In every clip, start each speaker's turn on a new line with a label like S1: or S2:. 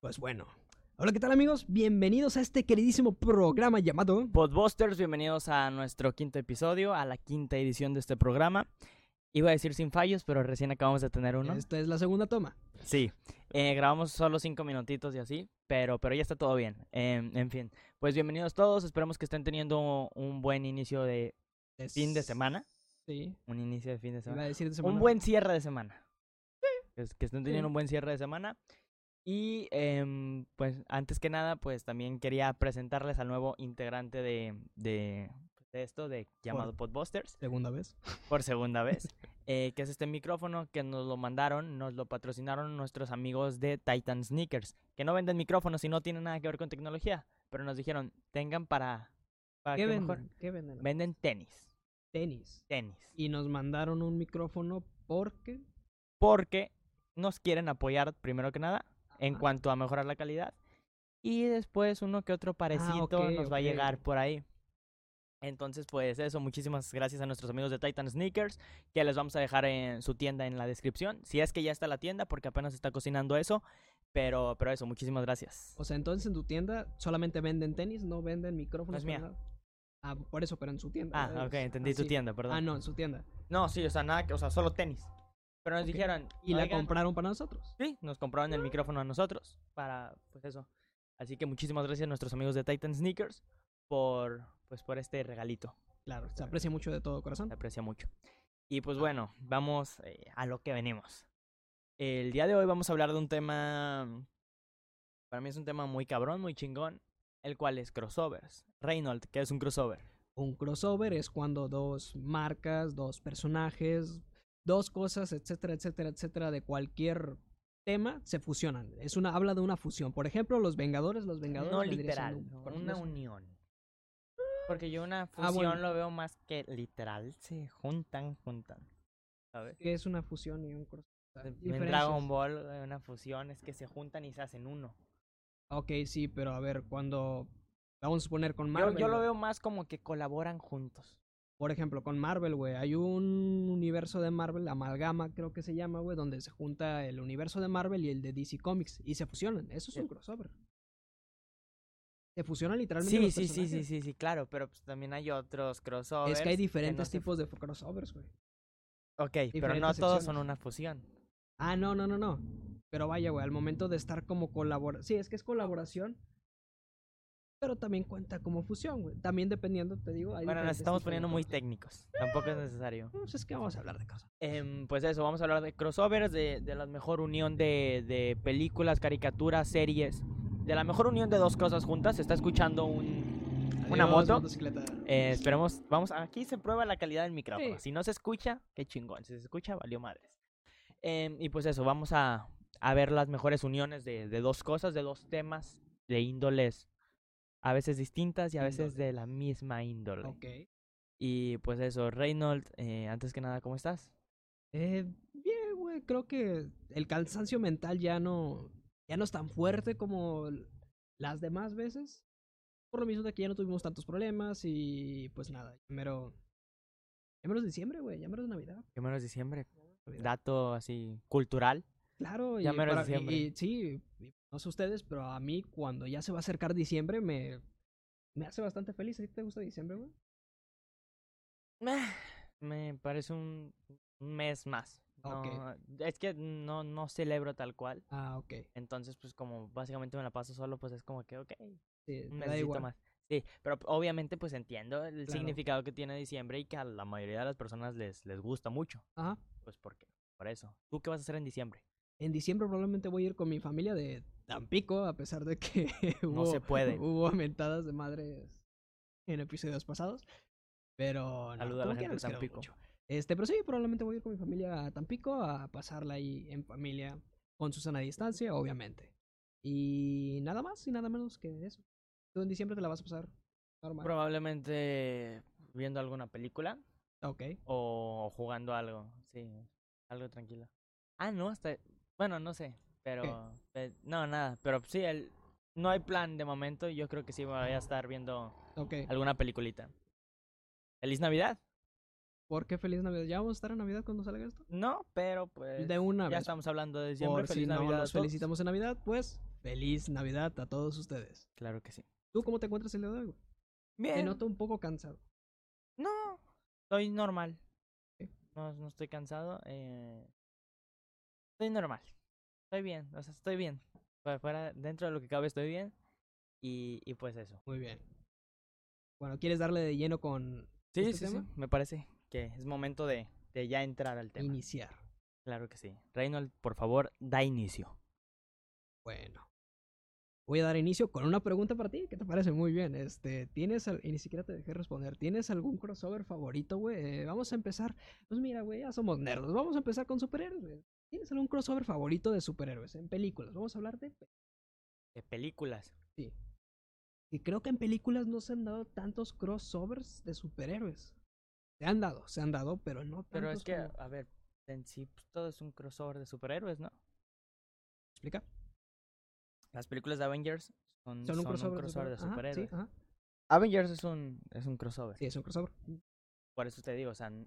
S1: pues bueno. Hola, ¿qué tal amigos? Bienvenidos a este queridísimo programa llamado...
S2: Podbusters, bienvenidos a nuestro quinto episodio, a la quinta edición de este programa. Iba a decir sin fallos, pero recién acabamos de tener uno.
S1: Esta es la segunda toma.
S2: Sí, eh, grabamos solo cinco minutitos y así, pero, pero ya está todo bien. Eh, en fin, pues bienvenidos todos, esperemos que estén teniendo un buen inicio de
S1: Es-
S2: fin de semana.
S1: Sí.
S2: Un inicio de fin de
S1: Iba
S2: semana.
S1: a decir de semana.
S2: Un buen cierre de semana. Que, es- que estén teniendo
S1: Sí.
S2: un buen cierre de semana. Y em, pues antes que nada, pues también quería presentarles al nuevo integrante de, de, pues, de esto, de llamado Podbusters,
S1: Segunda vez.
S2: por segunda vez. eh, que es este micrófono que nos lo mandaron, nos lo patrocinaron nuestros amigos de Titan Sneakers, que no venden micrófonos y no tienen nada que ver con tecnología, pero nos dijeron, tengan para... para
S1: ¿Qué
S2: que Ah, mejor".
S1: venden? ¿Qué venden?
S2: Venden tenis,
S1: Tenis.
S2: tenis.
S1: Y nos mandaron un micrófono porque...
S2: porque nos quieren apoyar primero que nada en
S1: Ajá.
S2: cuanto a mejorar la calidad y después uno que otro parecito
S1: Ah, ok,
S2: nos va a
S1: ok.
S2: llegar por ahí. Entonces, pues eso, muchísimas gracias a nuestros amigos de Titan Sneakers, que les vamos a dejar en su tienda en la descripción, si es que ya está la tienda, porque apenas está cocinando eso, pero, pero eso, muchísimas gracias.
S1: O sea, entonces en tu tienda solamente venden tenis, no venden micrófonos.
S2: No es
S1: para
S2: mía.
S1: nada. Ah, por eso, pero en su tienda.
S2: Ah,
S1: ¿verdad?
S2: ok, entendí
S1: Ah,
S2: tu
S1: sí.
S2: tienda, perdón.
S1: Ah,
S2: no.
S1: no, en su tienda.
S2: sí, o sea, nada, que- o sea, solo tenis. Pero nos
S1: Ok.
S2: dijeron...
S1: Y la
S2: "Oigan,
S1: compraron para nosotros.
S2: Sí, nos compraron el micrófono a nosotros para, pues eso. Así que muchísimas gracias a nuestros amigos de Titan Sneakers por, pues por este regalito.
S1: Claro, se aprecia mucho de todo corazón.
S2: Se aprecia mucho. Y pues bueno, vamos eh, a lo que venimos. El día de hoy vamos a hablar de un tema, para mí es un tema muy cabrón, muy chingón, el cual es crossovers. Reynolds, que es un crossover.
S1: Un crossover es cuando dos marcas, dos personajes, dos cosas, etcétera, etcétera, etcétera, de cualquier tema se fusionan. Es una habla de una fusión. Por ejemplo, los Vengadores, los Vengadores
S2: no
S1: vendría
S2: literal,
S1: siendo un
S2: ¿no?
S1: cor-
S2: una
S1: no es-
S2: unión. Porque yo una fusión
S1: Ah, bueno.
S2: lo veo más que literal, se juntan, juntan. ¿Sabes?
S1: ¿Qué es una fusión y un crossover?
S2: En Dragon Ball, eh, una fusión es que se juntan y se hacen uno.
S1: Ok, sí, pero a ver, cuando vamos a poner con
S2: Yo,
S1: Marvel,
S2: yo lo
S1: güey.
S2: veo más como que colaboran juntos.
S1: por ejemplo, con Marvel, güey, hay un universo de Marvel, amalgama creo que se llama, güey, donde se junta el universo de Marvel y el de DC Comics y se fusionan. Eso es
S2: Sí.
S1: un crossover. Se fusionan literalmente.
S2: Sí,
S1: los
S2: sí, sí, sí,
S1: personajes.
S2: sí, sí, claro, pero pues también hay otros crossovers.
S1: Es que hay
S2: no
S1: diferentes
S2: se
S1: tipos de crossovers, güey.
S2: fu- Ok, pero no
S1: diferentes
S2: todos son
S1: secciones.
S2: una fusión.
S1: Ah, no, no, no, no. Pero vaya, güey, al momento de estar como colaboración. Sí, es que es colaboración. Pero también cuenta como fusión, güey. También dependiendo, te digo. hay
S2: Bueno,
S1: diferentes
S2: nos estamos
S1: tipos de
S2: poniendo muy
S1: crossovers.
S2: técnicos. Tampoco es necesario.
S1: Pues es que vamos a hablar de cosas.
S2: Em, pues eso, vamos a hablar de crossovers, de, de la mejor unión de, de películas, caricaturas, series. De la mejor unión de dos cosas juntas. Se está escuchando un... Una
S1: Adiós,
S2: moto.
S1: motocicleta.
S2: eh, esperemos, vamos, aquí se prueba la calidad del micrófono.
S1: Sí.
S2: Si no se escucha, qué chingón. Si se escucha, valió madres. Em, y pues eso, vamos a, a ver las mejores uniones de, de dos cosas, de dos temas, de índoles a veces distintas y a veces de la misma índole.
S1: Ok.
S2: Y pues eso, Reynold, eh, antes que nada, ¿cómo estás?
S1: Eh, bien, güey, creo que el cansancio mental ya no, ya no es tan fuerte como l- las demás veces. Por lo mismo de que ya no tuvimos tantos problemas y pues nada, ya mero, ya mero es diciembre, güey, ya mero es Navidad.
S2: Que menos diciembre.
S1: Navidad.
S2: Dato así cultural.
S1: Claro,
S2: ya
S1: y,
S2: mero es
S1: para- y-
S2: diciembre.
S1: y sí, y no sé ustedes, pero a mí cuando ya se va a acercar diciembre me, me hace bastante feliz. ¿A ti te gusta diciembre, güey? Ah.
S2: Me parece un un mes más.
S1: Ok.
S2: No, es que no, no celebro tal cual.
S1: Ah, ok.
S2: Entonces, pues como básicamente me la paso solo, pues es como que, ok,
S1: Sí,
S2: un
S1: me da
S2: mesito
S1: igual.
S2: más. Sí, pero p- obviamente pues entiendo el
S1: Claro.
S2: significado que tiene diciembre y que a la mayoría de las personas les, les gusta mucho.
S1: Ajá.
S2: Pues porque, por eso. ¿Tú qué vas a hacer en diciembre?
S1: En diciembre probablemente voy a ir con mi familia de Tampico, a pesar de que hubo,
S2: se puede.
S1: hubo mentadas de madres en episodios pasados. Pero no,
S2: Saluda a
S1: como
S2: la
S1: quiera
S2: gente de
S1: nos queremos
S2: Tampico.
S1: mucho. Este, pero sí, probablemente voy a ir con mi familia a Tampico a pasarla ahí en familia, con Susana a distancia, obviamente. Y nada más y nada menos que eso. Tú en diciembre te la vas a pasar normal.
S2: Probablemente viendo alguna película.
S1: ok.
S2: O jugando algo, sí, algo tranquilo. Ah, no, hasta, bueno, no sé, pero, eh, no, nada, pero sí, el, no hay plan de momento, yo creo que sí voy
S1: Ah.
S2: a estar viendo
S1: Ok.
S2: alguna peliculita. ¿Feliz Navidad?
S1: ¿Por qué feliz Navidad? ¿Ya vamos a estar en Navidad cuando salga esto?
S2: No, pero pues,
S1: De una
S2: ya
S1: vez.
S2: estamos hablando de diciembre,
S1: Por
S2: feliz
S1: si no
S2: Navidad a
S1: nos
S2: todos.
S1: felicitamos en Navidad, pues feliz Navidad a todos ustedes.
S2: Claro que sí.
S1: ¿Tú cómo te encuentras el día de hoy, güey? Te
S2: Bien.
S1: noto un poco cansado.
S2: No, estoy normal.
S1: Ok.
S2: No, no estoy cansado. eh, Estoy normal. Estoy bien, o sea, estoy bien. Fuera, fuera- dentro de lo que cabe estoy bien. Y, y pues eso.
S1: Muy bien. Bueno, ¿quieres darle de lleno con
S2: Sí,
S1: ¿Este
S2: sí, sí,
S1: tema?
S2: Me parece que es momento de, de ya entrar al tema.
S1: iniciar?
S2: Claro que sí. Reynold, por favor, da inicio.
S1: Bueno. Voy a dar inicio con una pregunta para ti que te parece muy bien. Este, tienes al- y ni siquiera te dejé responder. ¿Tienes algún crossover favorito, güey? Eh, vamos a empezar. Pues mira, güey, ya somos nerdos. Vamos a empezar con superhéroes. güey. ¿Tienes algún crossover favorito de superhéroes en películas? Vamos a hablar de pe-
S2: De películas.
S1: sí. Y creo que en películas no se han dado tantos crossovers de superhéroes. Se han dado, se han dado, pero no tantos.
S2: Pero es que,
S1: como-
S2: a ver, en sí pues, todo es un crossover de superhéroes, ¿no?
S1: ¿Explica?
S2: Las películas de Avengers son,
S1: Son un crossover,
S2: de
S1: Ajá,
S2: superhéroes.
S1: sí, ajá.
S2: Avengers es un, es un crossover.
S1: sí, es un crossover.
S2: Por eso te digo, o sea, n-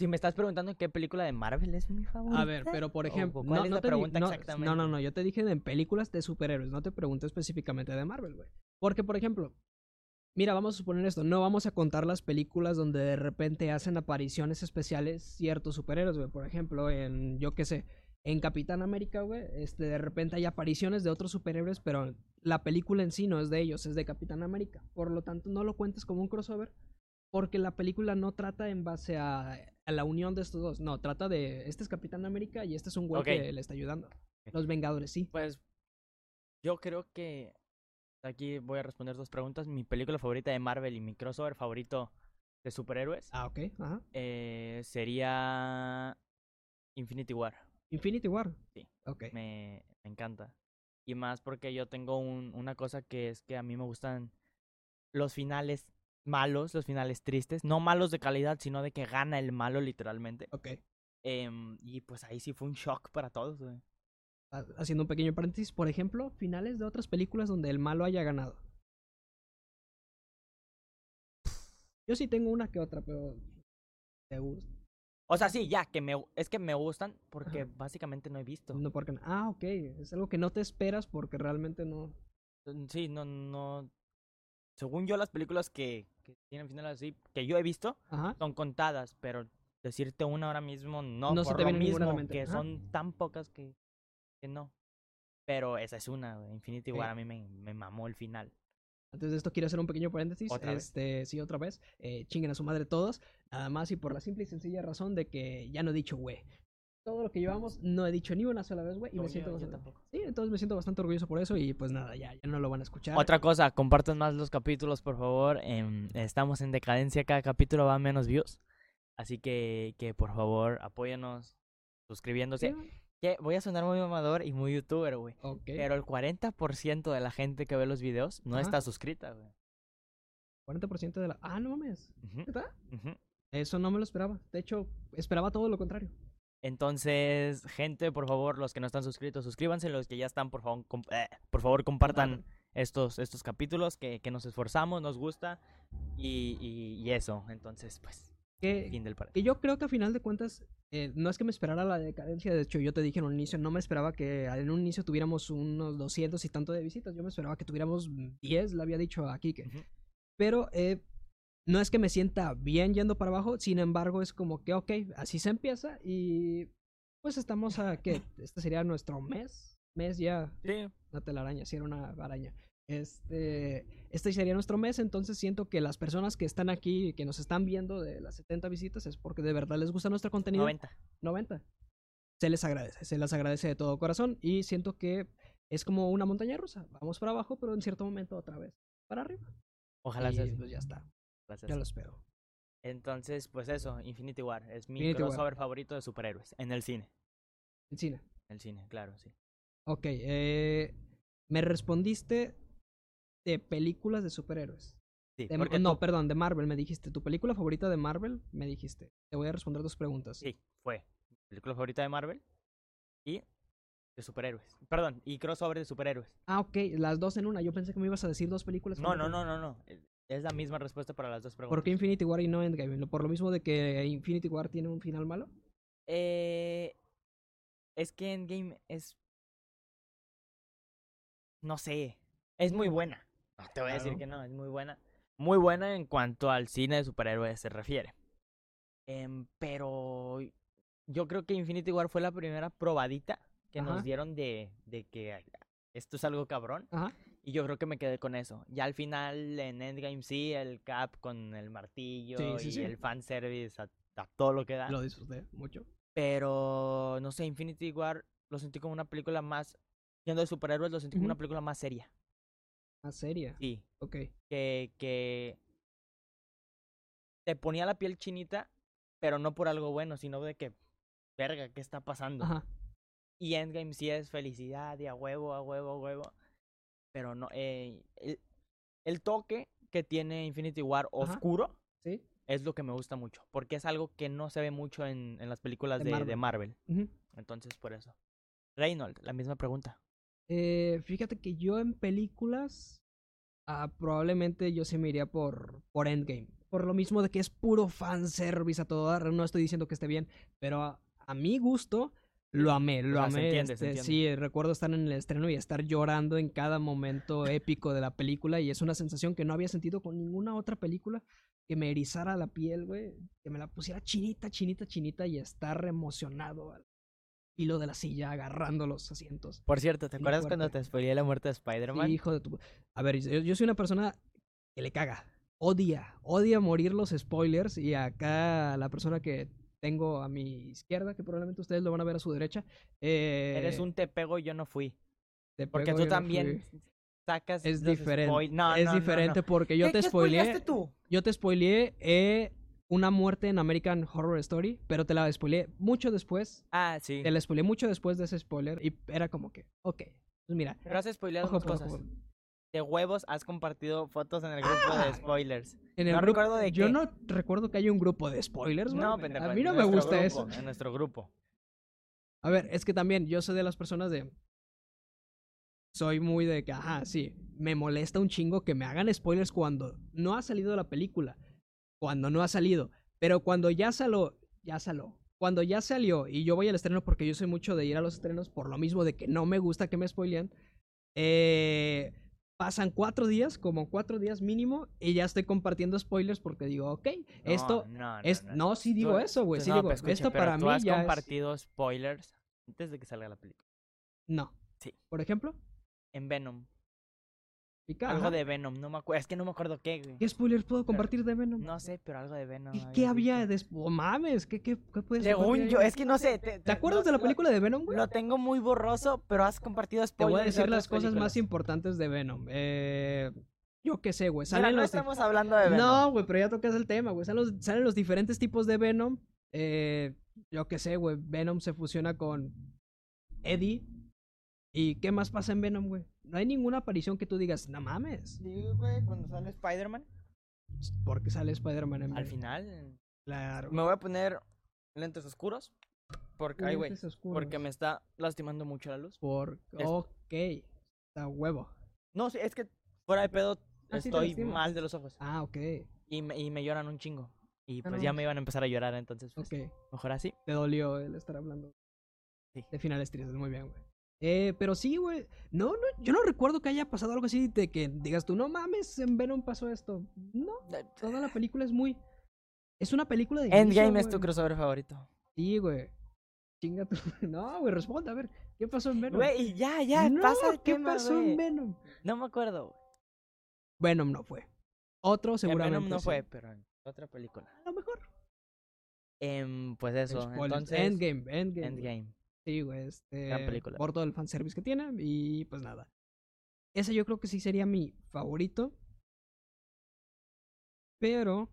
S2: si me estás preguntando qué película de Marvel es mi favorita.
S1: A ver, pero por
S2: ¿O
S1: ejemplo,
S2: cuál
S1: no,
S2: es
S1: no
S2: la
S1: te di-
S2: pregunta
S1: no,
S2: exactamente?
S1: No, no, no, yo te dije de en películas de superhéroes, no te pregunté específicamente de Marvel, güey. Porque, por ejemplo, mira, vamos a suponer esto, no vamos a contar las películas donde de repente hacen apariciones especiales ciertos superhéroes, güey. Por ejemplo, en, yo qué sé, en Capitán América, güey, este, de repente hay apariciones de otros superhéroes, pero la película en sí no es de ellos, es de Capitán América. Por lo tanto, no lo cuentes como un crossover, porque la película no trata en base a, a la unión de estos dos. No, trata de este es Capitán América y este es un güey
S2: Ok.
S1: que le está ayudando. Los Vengadores, sí.
S2: Pues yo creo que aquí voy a responder dos preguntas. Mi película favorita de Marvel y mi crossover favorito de superhéroes
S1: Ah, ok, ajá.
S2: eh, sería Infinity War.
S1: Infinity War.
S2: Sí.
S1: Ok.
S2: Me, me encanta. Y más porque yo tengo un- una cosa que es que a mí me gustan los finales malos, los finales tristes. No malos de calidad, sino de que gana el malo literalmente.
S1: Ok.
S2: Em, y pues ahí sí fue un shock para todos, güey.
S1: Ha- Haciendo un pequeño paréntesis, por ejemplo, finales de otras películas donde el malo haya ganado. Yo sí tengo una que otra, pero. Te gusta.
S2: O sea, sí, ya, que me, gu- es que me gustan porque básicamente no he visto.
S1: No porque. Ah, ok. Es algo que no te esperas porque realmente no.
S2: Mm, Sí, no, no. Según yo, las películas que, que tienen finales así, que yo he visto,
S1: Ajá.
S2: son contadas, pero decirte una ahora mismo no,
S1: No se
S2: por
S1: te
S2: lo
S1: viene ninguna a la
S2: mismo,
S1: mente.
S2: que
S1: Ajá.
S2: son tan pocas que, que no. Pero esa es una, güey, Infinity
S1: Ok.
S2: War a mí me, me mamó el final.
S1: Antes de esto quiero hacer un pequeño paréntesis.
S2: ¿Otra vez?
S1: este, sí, otra vez. Eh, chinguen a su madre todos. Nada más y por la simple y sencilla razón de que ya no he dicho güey. Todo lo que llevamos no he dicho ni una sola vez, güey. Y
S2: No,
S1: me
S2: yo-
S1: siento
S2: yo
S1: bastante-
S2: tampoco.
S1: Sí, entonces me siento bastante orgulloso por eso. Y pues nada, ya, ya no lo van a escuchar.
S2: Otra cosa, compartan más los capítulos, por favor. em, estamos en decadencia, cada capítulo va a menos views. Así que, que por favor, apóyanos suscribiéndose.
S1: Sí,
S2: Que voy a sonar muy mamador y muy youtuber, güey.
S1: Ok.
S2: Pero el 40% de la gente que ve los videos no
S1: Ajá.
S2: está suscrita, güey.
S1: 40% de la. Ah, no mames.
S2: Ujú,
S1: ¿Neta?
S2: ujú.
S1: Eso no me lo esperaba. De hecho, esperaba todo lo contrario.
S2: Entonces, gente, por favor, los que no están suscritos, suscríbanse. Los que ya están, por favor, com- eh, por favor compartan estos, estos capítulos que, que nos esforzamos, nos gusta. Y, y- y eso. Entonces, pues,
S1: Que,
S2: fin del partido.
S1: que yo creo que a final de cuentas, eh, no es que me esperara la decadencia. De hecho, yo te dije en un inicio, no me esperaba que en un inicio tuviéramos unos 200 y tanto de visitas. Yo me esperaba que tuviéramos 10, le había dicho a Kike.
S2: Ujú.
S1: Pero eh, no es que me sienta bien yendo para abajo. Sin embargo, es como que, ok, así se empieza. Y pues estamos a que este sería nuestro mes. Mes ya
S2: Sí,
S1: Una telaraña, sí, era una araña. Este, este sería nuestro mes, entonces siento que las personas que están aquí, que nos están viendo de las 70 visitas, es porque de verdad les gusta nuestro contenido.
S2: 90.
S1: 90. Se les agradece, se les agradece de todo corazón y siento que es como una montaña rusa. Vamos para abajo, pero en cierto momento otra vez para arriba.
S2: Ojalá
S1: y
S2: sea así,
S1: pues ya está,
S2: ojalá sea
S1: yo
S2: así.
S1: lo espero.
S2: Entonces, pues eso, Infinity War. Es mi
S1: Infinity War.
S2: crossover favorito de superhéroes. En el cine.
S1: En cine.
S2: En el cine, claro, sí.
S1: Ok, eh, me respondiste de películas de superhéroes.
S2: Sí,
S1: De-
S2: porque
S1: Em, no,
S2: tú-
S1: perdón, de Marvel me dijiste. ¿Tu película favorita de Marvel? Me dijiste. Te voy a responder dos preguntas.
S2: Sí, fue. Mi película favorita de Marvel y de superhéroes. Perdón, y crossover de superhéroes.
S1: Ah, ok, las dos en una. Yo pensé que me ibas a decir dos películas.
S2: No, no,
S1: completas.
S2: no, no, no. Eh, Es la misma respuesta para las dos preguntas.
S1: ¿Por qué Infinity War y no Endgame? ¿Lo- ¿Por lo mismo de que Infinity War tiene un final malo?
S2: Eh, es que Endgame es no sé, es muy buena. No te voy a decir
S1: Claro.
S2: que no, es muy buena. Muy buena en cuanto al cine de superhéroes se refiere. Em, pero yo creo que Infinity War fue la primera probadita que
S1: Ajá.
S2: nos dieron de, de que "Ay, esto es algo cabrón.
S1: Ajá.
S2: Y yo creo que me quedé con eso. Ya al final en Endgame sí, el Cap con el martillo
S1: Sí, sí,
S2: y
S1: sí.
S2: el fanservice a, a todo lo que da.
S1: Lo disfruté mucho.
S2: Pero no sé, Infinity War lo sentí como una película más. Siendo de superhéroes, lo sentí como una
S1: Ujú.
S2: película más seria.
S1: Más seria.
S2: Sí.
S1: Ok.
S2: Que, que te ponía la piel chinita, pero no por algo bueno, sino de que, verga, ¿qué está pasando?
S1: Ajá.
S2: Y Endgame sí es felicidad y a huevo, a huevo, a huevo. Pero no, eh, el, el toque que tiene Infinity War oscuro
S1: Sí.
S2: es lo que me gusta mucho. Porque es algo que no se ve mucho en, en las películas
S1: De
S2: de, de
S1: Marvel.
S2: Marvel.
S1: Ujú.
S2: Entonces, por eso. Reynold, la misma pregunta.
S1: Eh, fíjate que yo en películas ah, probablemente yo se me iría por, por Endgame. Por lo mismo de que es puro fanservice a todo dar. No estoy diciendo que esté bien, pero a, a mi gusto lo amé, lo
S2: sea, se
S1: amé.
S2: entiende, se
S1: este, sí, recuerdo estar en el estreno y estar llorando en cada momento épico de la película y es una sensación que no había sentido con ninguna otra película que me erizara la piel, güey, que me la pusiera chinita, chinita, chinita y estar emocionado al filo de la silla agarrando los asientos.
S2: Por cierto, ¿te
S1: Muy
S2: acuerdas cuando
S1: fuerte.
S2: te spoileé la muerte de Spider-Man?
S1: Sí, hijo de tu... A ver, yo, yo soy una persona que le caga. Odia, odia morir los spoilers. Y acá la persona que tengo a mi izquierda, que probablemente ustedes lo van a ver a su derecha. eh,
S2: Eres un te pego y yo no fui.
S1: te
S2: Porque
S1: pego,
S2: tú
S1: yo no
S2: también
S1: fui.
S2: sacas.
S1: Es
S2: los
S1: diferente.
S2: spoil- No,
S1: es
S2: no, no, no.
S1: diferente porque yo
S2: ¿Qué-
S1: te
S2: qué
S1: spoileé.
S2: spoileaste tú?
S1: Yo te spoileé eh, una muerte en American Horror Story, pero te la spoileé mucho después.
S2: Ah, sí.
S1: Te la spoileé mucho después de ese spoiler. Y era como que, ok, pues mira.
S2: Pero has spoileado
S1: Ojo
S2: dos
S1: por
S2: cosas.
S1: ojo.
S2: De huevos has compartido fotos en el grupo
S1: Ah.
S2: de spoilers.
S1: En el
S2: No
S1: grupo-
S2: recuerdo de
S1: yo
S2: qué.
S1: no recuerdo que haya un grupo de spoilers, güey.
S2: No, pendejo.
S1: A
S2: en
S1: mí no me
S2: nuestro
S1: gusta
S2: grupo,
S1: eso.
S2: En nuestro grupo.
S1: A ver, es que también yo soy de las personas de. Soy muy de que, ajá, sí. Me molesta un chingo que me hagan spoilers cuando no ha salido la película. Cuando no ha salido. Pero cuando ya salió, ya salió. Cuando ya salió y yo voy al estreno porque yo soy mucho de ir a los estrenos por lo mismo de que no me gusta que me spoilean. Eh, pasan cuatro días, como cuatro días mínimo, y ya estoy compartiendo spoilers porque digo, ok,
S2: No,
S1: esto,
S2: Ah, No, no,
S1: es,
S2: no.
S1: no, sí digo
S2: Tú-
S1: eso, güey,
S2: tú-
S1: sí
S2: no,
S1: digo,
S2: pero escucha,
S1: esto
S2: pero
S1: para
S2: tú
S1: mí
S2: has
S1: ya es-
S2: compartido spoilers antes de que salga la película.
S1: No.
S2: Sí.
S1: Por ejemplo,
S2: En Venom.
S1: pica,
S2: Algo
S1: ajá.
S2: de Venom. No me acuerdo. Es que no me acuerdo qué, güey.
S1: ¿Qué spoilers puedo compartir de Venom?
S2: No sé, pero algo de Venom.
S1: ¿Y qué había
S2: visto.
S1: después? mames, ¿qué, qué, qué puedes
S2: Según
S1: compartir
S2: yo,
S1: ahí?
S2: es que no sé. ¿Te,
S1: ¿Te acuerdas de la película de Venom, güey?
S2: Lo tengo muy borroso, pero has compartido
S1: Te
S2: spoilers.
S1: voy a
S2: de
S1: decir
S2: otras
S1: las cosas más
S2: películas.
S1: importantes de Venom. Eh, yo qué sé, güey.
S2: Mira,
S1: Salen
S2: no
S1: los.
S2: estamos hablando de Venom.
S1: No, güey, pero ya tocas el tema, güey. Salen los, salen los diferentes tipos de Venom. Eh, yo qué sé, güey. Venom se fusiona con Eddie. ¿Y qué más pasa en Venom, güey? No hay ninguna aparición que tú digas, no mames.
S2: Sí, güey, cuando sale Spider-Man.
S1: Porque sale Spider-Man en
S2: Al
S1: Venom.
S2: final.
S1: Claro.
S2: Me voy a poner lentes oscuros. Porque, ay, güey.
S1: Lentes oscuros.
S2: Porque me está lastimando mucho la luz.
S1: Por...
S2: Es-
S1: Ok. Está huevo.
S2: No, sí, es que fuera de pedo
S1: Ah, sí, te
S2: estoy
S1: lastimas.
S2: mal de los ojos.
S1: Ah, ok.
S2: Y me, y me lloran un chingo. Y
S1: Ah,
S2: pues
S1: no
S2: ya
S1: manches.
S2: me iban a empezar a llorar, entonces pues,
S1: Ok.
S2: mejor así.
S1: Te dolió el estar hablando
S2: Sí.
S1: de finales tristes. Muy bien, güey. Eh, pero sí, güey. No, no, yo no recuerdo que haya pasado algo así de que digas tú, no mames, en Venom pasó esto. No, toda la película es muy. Es una película de.
S2: Endgame
S1: inicio,
S2: es tu
S1: güey.
S2: crossover favorito.
S1: Sí, güey. Chinga tu. No, güey, responde, a ver. ¿Qué pasó en Venom?
S2: Güey, y ya, ya,
S1: No,
S2: pasa el
S1: ¿Qué
S2: tema,
S1: pasó
S2: güey.
S1: en Venom?
S2: No me acuerdo. güey.
S1: Venom no fue. Otro
S2: En Venom
S1: seguramente.
S2: no
S1: sí.
S2: fue, pero en otra película.
S1: A lo mejor.
S2: Em, pues eso,
S1: Spoilers.
S2: entonces...
S1: Endgame, Endgame. güey.
S2: Endgame.
S1: Sí, güey, este,
S2: Gran película.
S1: Por todo el fanservice que tiene y pues nada. Ese yo creo que sí sería mi favorito. Pero...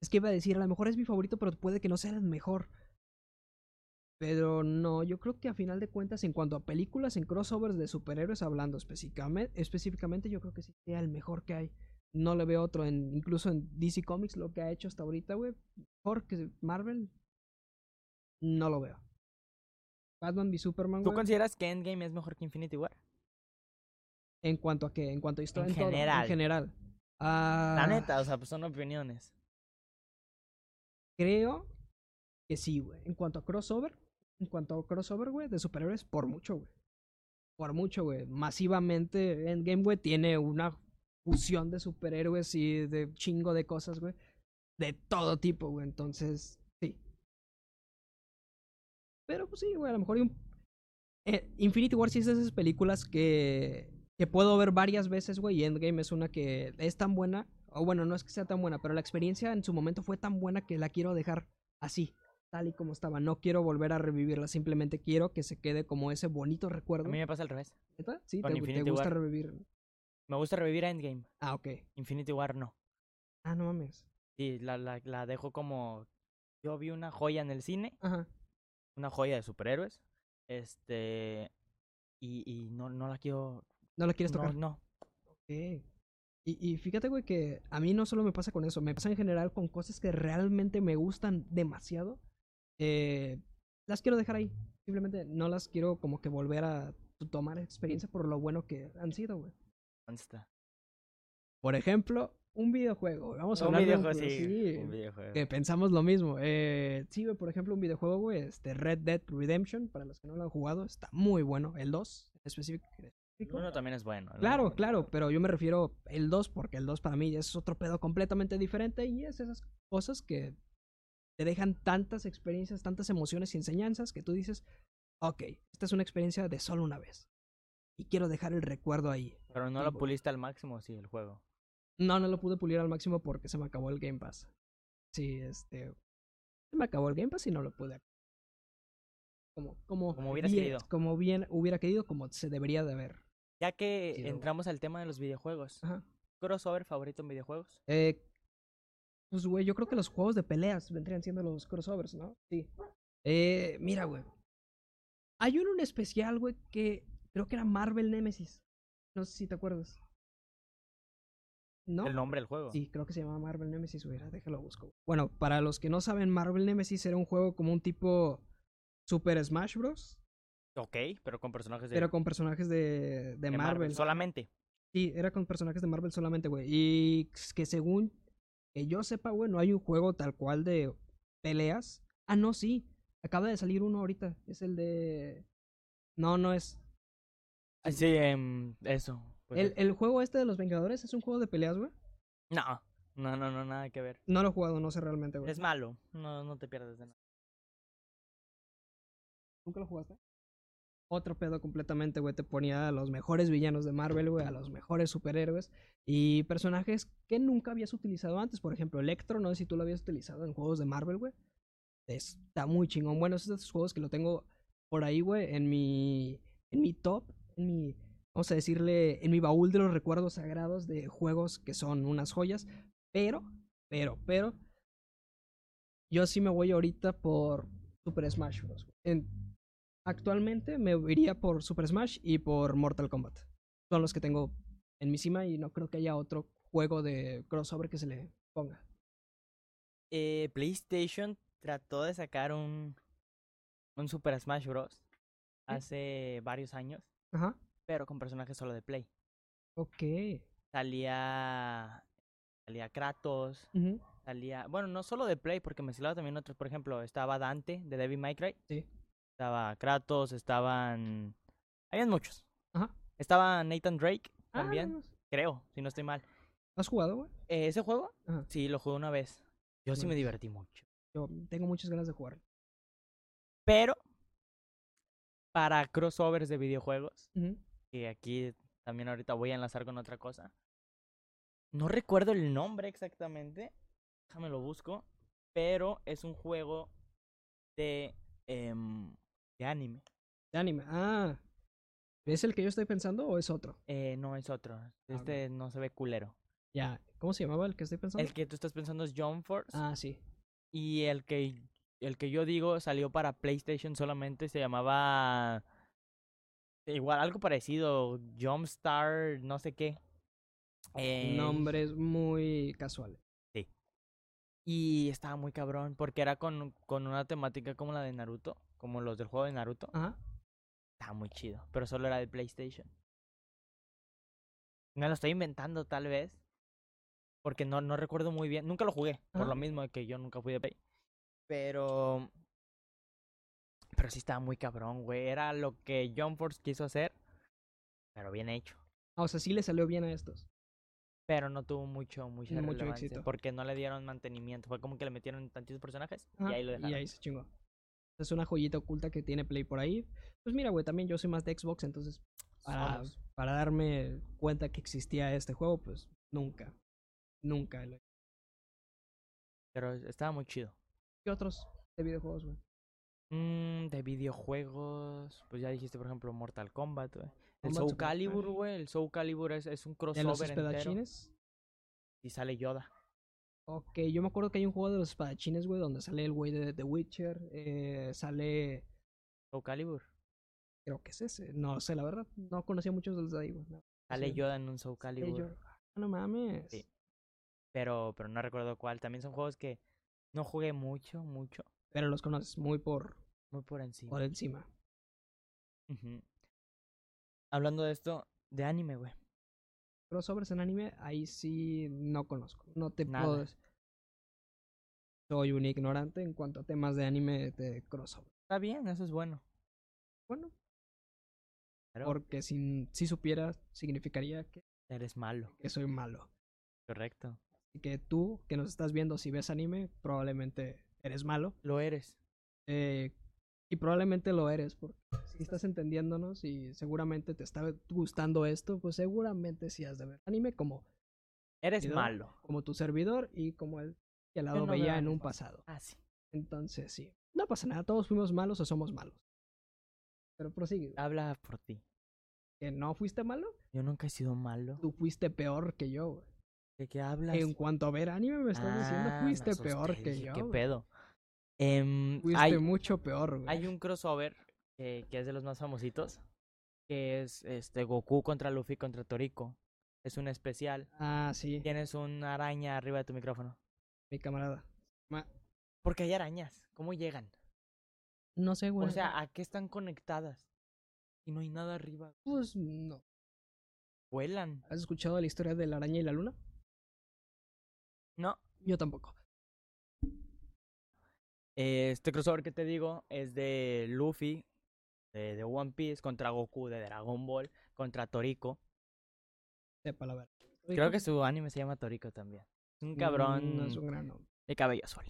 S1: Es que iba a decir, a lo mejor es mi favorito, pero puede que no sea el mejor. Pero no, yo creo que a final de cuentas, en cuanto a películas en crossovers de superhéroes hablando específicamente, específicamente yo creo que sí sería el mejor que hay. No le veo otro, en, incluso en DC Comics, lo que ha hecho hasta ahorita, güey. Mejor que Marvel, no lo veo. Batman v Superman,
S2: ¿Tú
S1: güey,
S2: consideras que Endgame es mejor que Infinity War?
S1: en cuanto a qué, en cuanto a historia,
S2: En
S1: todo,
S2: general.
S1: en general. Ah,
S2: La neta, o sea, pues son opiniones.
S1: Creo que sí, güey. En cuanto a crossover, en cuanto a crossover, güey, de superhéroes, por mucho, güey. por mucho, güey. Masivamente, Endgame, güey, tiene una fusión de superhéroes y de chingo de cosas, güey. De todo tipo, güey. Entonces, sí. Pero pues sí, güey, a lo mejor hay un... Eh, Infinity War sí es de esas películas que, que puedo ver varias veces, güey. Y Endgame es una que es tan buena. O bueno, no es que sea tan buena, pero la experiencia en su momento fue tan buena que la quiero dejar así, tal y como estaba. No quiero volver a revivirla, simplemente quiero que se quede como ese bonito recuerdo.
S2: A mí me pasa al revés.
S1: ¿Neta? Sí,
S2: Con
S1: te, te
S2: Infinity
S1: gusta
S2: War.
S1: revivir.
S2: Me gusta revivir a Endgame.
S1: Ah, ok.
S2: Infinity War no.
S1: Ah, no mames.
S2: Sí, la, la, la dejo como. Yo vi una joya en el cine,
S1: Ajá.
S2: una joya de superhéroes. Este. Y, y no, no la quiero.
S1: No la quieres
S2: no,
S1: tocar.
S2: No.
S1: Ok. Y, y fíjate, güey, que a mí no solo me pasa con eso, me pasa en general con cosas que realmente me gustan demasiado. Eh, las quiero dejar ahí. Simplemente no las quiero como que volver a t- tomar experiencia por lo bueno que han sido, güey.
S2: ¿Dónde está?
S1: Por ejemplo, un videojuego. Vamos a hablar de un sí,
S2: Un videojuego.
S1: que pensamos lo mismo. Eh, sí, güey, por ejemplo, un videojuego, güey, este Red Dead Redemption, para los que no lo han jugado, está muy bueno. El 2, en específico.
S2: El Uno también es bueno. ¿no?
S1: Claro, claro, pero yo me refiero el 2 porque el 2 para mí es otro pedo completamente diferente y es esas cosas que te dejan tantas experiencias, tantas emociones y enseñanzas que tú dices, ok, esta es una experiencia de solo una vez y quiero dejar el recuerdo ahí.
S2: Pero no lo
S1: Sí,
S2: puliste al máximo, sí, el juego.
S1: No, no lo pude pulir al máximo porque se me acabó el Game Pass. Sí, este, se me acabó el Game Pass y no lo pude. Como, como,
S2: Como hubieras
S1: bien-
S2: querido.
S1: Como bien hubiera querido, como se debería de haber.
S2: Ya que
S1: Sí, luego.
S2: entramos al tema de los videojuegos.
S1: Ajá.
S2: ¿Crossover favorito en videojuegos?
S1: Eh, pues, güey, yo creo que los juegos de peleas vendrían siendo los crossovers, ¿no? Sí. Eh, mira, güey. Hay uno en especial, güey, que creo que era Marvel Nemesis. No sé si te acuerdas. ¿No?
S2: El nombre del juego.
S1: Sí, creo que se llamaba Marvel Nemesis, güey. era, Déjalo busco. Bueno, para los que no saben, Marvel Nemesis era un juego como un tipo Super Smash Bros.
S2: Ok, pero con personajes de,
S1: Pero con personajes de, de
S2: de
S1: Marvel.
S2: Solamente.
S1: Sí, era con personajes de Marvel solamente, güey. Y s- que según que yo sepa, güey, no hay un juego tal cual de peleas. Ah, no, sí. Acaba de salir uno ahorita. Es el de. No, no es.
S2: Ah, Sí, em, eso. pues,
S1: El, el juego este de los Vengadores es un juego de peleas, güey.
S2: No, no, no, no, nada que ver.
S1: No lo he jugado, no sé realmente, güey.
S2: Es malo. No, no te pierdes de nada.
S1: ¿Nunca lo jugaste? Otro pedo completamente, güey. Te ponía a los mejores villanos de Marvel, güey, a los mejores superhéroes y personajes que nunca habías utilizado antes. Por ejemplo, Electro, no sé si tú lo habías utilizado en juegos de Marvel, güey. Está muy chingón. Bueno, es de esos juegos que lo tengo por ahí, güey, en mi, en mi top, en mi, vamos a decirle, en mi baúl de los recuerdos sagrados de juegos que son unas joyas. Pero, pero, pero, yo sí me voy ahorita por Super Smash Bros. güey. En- actualmente me iría por Super Smash y por Mortal Kombat. Son los que tengo en mi cima y no creo que haya otro juego de crossover que se le ponga.
S2: Eh, PlayStation trató de sacar un, un Super Smash Bros. hace varios años,
S1: Ajá.
S2: pero con personajes solo de Play.
S1: Ok.
S2: Salía. Salía Kratos,
S1: Ujú.
S2: salía. Bueno, no solo de Play, porque mencionaba también otros. Por ejemplo, estaba Dante de Devil May Cry.
S1: Sí.
S2: Estaba Kratos, estaban. Habían muchos.
S1: Ajá.
S2: Estaba Nathan Drake
S1: Ah,
S2: también,
S1: no, no.
S2: creo, si no estoy mal.
S1: ¿Has jugado, güey?
S2: Eh, ¿Ese juego?
S1: Ajá.
S2: Sí, lo jugué una vez. Yo sí me
S1: Nice.
S2: divertí mucho.
S1: Yo tengo muchas ganas de jugar.
S2: Pero, para crossovers de videojuegos, que aquí también ahorita voy a enlazar con otra cosa. No recuerdo el nombre exactamente. Déjame lo busco. Pero es un juego de, em, de anime.
S1: De anime. Ah. ¿Es el que yo estoy pensando o es otro?
S2: Eh, no es otro.
S1: Ah, ok.
S2: Este no se ve culero.
S1: Ya. ¿Cómo se llamaba el que estoy pensando?
S2: El que tú estás pensando es John Force.
S1: Ah, sí.
S2: Y el que, el que yo digo salió para PlayStation solamente se llamaba. Igual, algo parecido. Jumpstar, no sé qué. Eh,
S1: Nombres muy casuales.
S2: Y estaba muy cabrón, porque era con, con una temática como la de Naruto, como los del juego de Naruto.
S1: Ajá.
S2: Estaba muy chido, pero solo era de PlayStation. Me lo estoy inventando tal vez, porque no, no recuerdo muy bien. Nunca lo jugué, por
S1: Ajá.
S2: lo mismo de que yo nunca fui de Play. Pero... Pero sí estaba muy cabrón, güey. Era lo que John Force quiso hacer, pero bien hecho.
S1: Ah, o sea, sí le salió bien a estos.
S2: Pero no tuvo mucho, mucha
S1: Mucho
S2: relevancia
S1: éxito.
S2: porque no le dieron mantenimiento. Fue como que le metieron tantitos personajes
S1: Ajá,
S2: y ahí lo dejaron.
S1: se chingó. Es una joyita oculta que tiene Play por ahí. Pues mira, güey, también yo soy más de Xbox, entonces para,
S2: Somos.
S1: para darme cuenta que existía este juego, pues nunca. Nunca. lo-
S2: Pero estaba muy chido.
S1: ¿Qué otros de videojuegos, güey?
S2: Mm, de videojuegos, pues ya dijiste, por ejemplo, Mortal Kombat, güey. El
S1: Kombat,
S2: Soul
S1: Super
S2: Calibur,
S1: Smash.
S2: güey. El Soul Calibur es, es
S1: ¿De
S2: un
S1: los
S2: crossover entero.
S1: espadachines?
S2: Y sale Yoda.
S1: Ok, yo me acuerdo que hay un juego de los espadachines, güey, donde sale el güey de The Witcher, eh, sale...
S2: Soul Calibur.
S1: Creo que es ese, no sé, la verdad, no conocía muchos de los de ahí, güey. no,
S2: Sale
S1: sí.
S2: Yoda en un Soul
S1: Eh,
S2: Calibur.
S1: yo- ah, no mames.
S2: Sí. Pero, pero no recuerdo cuál. También son juegos que no jugué mucho, mucho.
S1: Pero los conoces muy por,
S2: Muy por encima.
S1: por encima.
S2: Ujú. Hablando de esto, de anime, güey.
S1: crossovers en anime, ahí sí no conozco. No te
S2: Nada.
S1: puedo. decir. Soy un ignorante en cuanto a temas de anime de crossover.
S2: Está bien, eso es bueno.
S1: Bueno,
S2: Claro.
S1: porque si, si supiera, significaría que,
S2: Eres malo,
S1: que soy malo.
S2: correcto.
S1: Y que tú, que nos estás viendo, si ves anime, probablemente eres malo.
S2: Lo eres.
S1: Eh, y probablemente lo eres, porque si estás entendiéndonos y seguramente te está gustando esto, pues seguramente sí has de ver anime como,
S2: Eres
S1: ¿Servidor?
S2: malo.
S1: como tu servidor y como el que al lado
S2: no veo
S1: veía en
S2: anime,
S1: un
S2: pues.
S1: pasado.
S2: Ah, sí.
S1: Entonces, sí. No pasa nada, todos fuimos malos o somos malos. Pero prosigue. güey.
S2: Habla por ti.
S1: ¿Que no fuiste malo?
S2: Yo nunca he sido malo.
S1: Tú fuiste peor que yo, güey.
S2: ¿De qué hablas?
S1: En cuanto a ver anime, me estás diciendo
S2: Ah, me
S1: fuiste
S2: asusté,
S1: peor que
S2: dije,
S1: yo.
S2: ¿Qué
S1: güey.
S2: pedo? Em,
S1: Fuiste
S2: hay,
S1: mucho peor, güey.
S2: hay un crossover que, que es de los más famositos. Que es este Goku contra Luffy contra Toriko. Es un especial.
S1: Ah, sí,
S2: Tienes una araña arriba de tu micrófono.
S1: mi camarada. Ma-
S2: Porque hay arañas. ¿Cómo llegan?
S1: No sé, güey.
S2: O sea, ¿a qué están conectadas? Y no hay nada arriba.
S1: pues no.
S2: Vuelan.
S1: ¿Has escuchado la historia de la araña y la luna?
S2: No.
S1: Yo tampoco.
S2: Eh, Este crossover que te digo es de Luffy de, de One Piece contra Goku de Dragon Ball contra Toriko.
S1: Sepa la verdad.
S2: Creo que su anime se llama Toriko también. Es un cabrón
S1: Mm, No es un gran hombre.
S2: de cabello azul.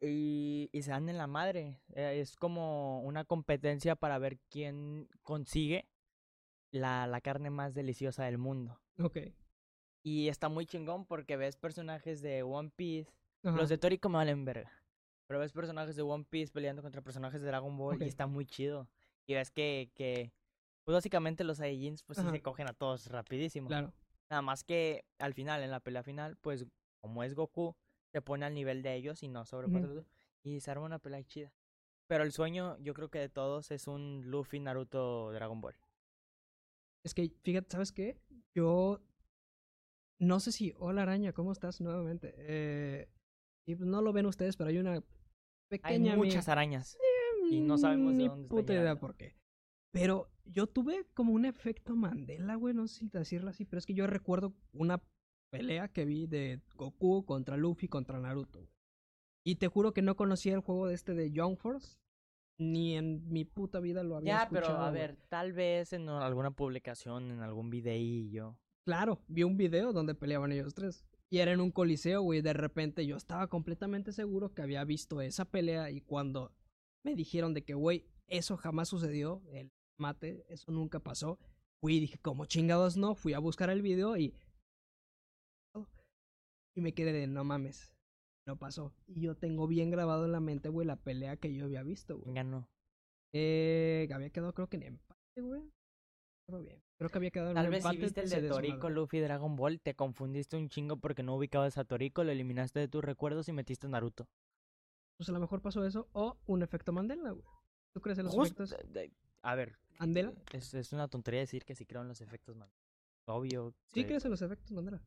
S2: Y, y se dan en la madre. Eh, es como una competencia para ver quién consigue la, la carne más deliciosa del mundo.
S1: Ok.
S2: Y está muy chingón porque ves personajes de One Piece
S1: Ajá.
S2: Los de Toriko me valen verga. Pero ves personajes de One Piece peleando contra personajes de Dragon Ball
S1: Ok.
S2: y está muy chido. Y ves que, que pues básicamente los Saiyajins pues sí
S1: Ajá.
S2: se cogen a todos rapidísimo.
S1: Claro.
S2: Nada más que al final, en la pelea final, pues como es Goku, se pone al nivel de ellos y no sobrepasa
S1: Ujú.
S2: los- y se arma una pelea chida. Pero el sueño, yo creo que de todos es un Luffy Naruto Dragon Ball.
S1: Es que, fíjate, ¿sabes qué? Yo. No sé si. Hola araña, ¿cómo estás nuevamente? Eh, y pues, no lo ven ustedes, pero hay una
S2: Hay
S1: pequeña.
S2: muchas arañas. y no sabemos de
S1: ni
S2: dónde están
S1: puta idea
S2: llegando.
S1: por qué. Pero yo tuve como un efecto Mandela, güey, no sé si decirlo así, pero es que yo recuerdo una pelea que vi de Goku contra Luffy contra Naruto. güey. Y te juro que no conocía el juego de este de Young Force. Ni en mi puta vida lo había
S2: Ya,
S1: escuchado.
S2: pero a
S1: güey.
S2: ver, tal vez en alguna publicación, en algún videillo.
S1: Claro, vi un video donde peleaban ellos tres. Y era en un coliseo, güey. De repente yo estaba completamente seguro que había visto esa pelea. Y cuando me dijeron de que, güey, eso jamás sucedió, el mate, eso nunca pasó. Fui y dije, como chingados no, fui a buscar el video y. Y me quedé de, no mames, no pasó. Y yo tengo bien grabado en la mente, güey, la pelea que yo había visto, güey.
S2: Ganó.
S1: Eh, había quedado, creo que en empate, güey. Creo bien. Creo que había quedado en
S2: Tal
S1: un
S2: vez si
S1: empate.
S2: viste el
S1: se
S2: de Toriko,
S1: desmadró.
S2: Luffy, Dragon Ball, te confundiste un chingo porque no ubicabas a Toriko, lo eliminaste de tus recuerdos y metiste a Naruto.
S1: pues a lo mejor pasó eso o un efecto Mandela, güey. ¿Tú crees en los
S2: Just-
S1: efectos
S2: de- de- A ver,
S1: Mandela?
S2: es, es una tontería decir que si creo en los efectos Mandela. Obvio.
S1: Sí
S2: que-
S1: crees en los efectos Mandela.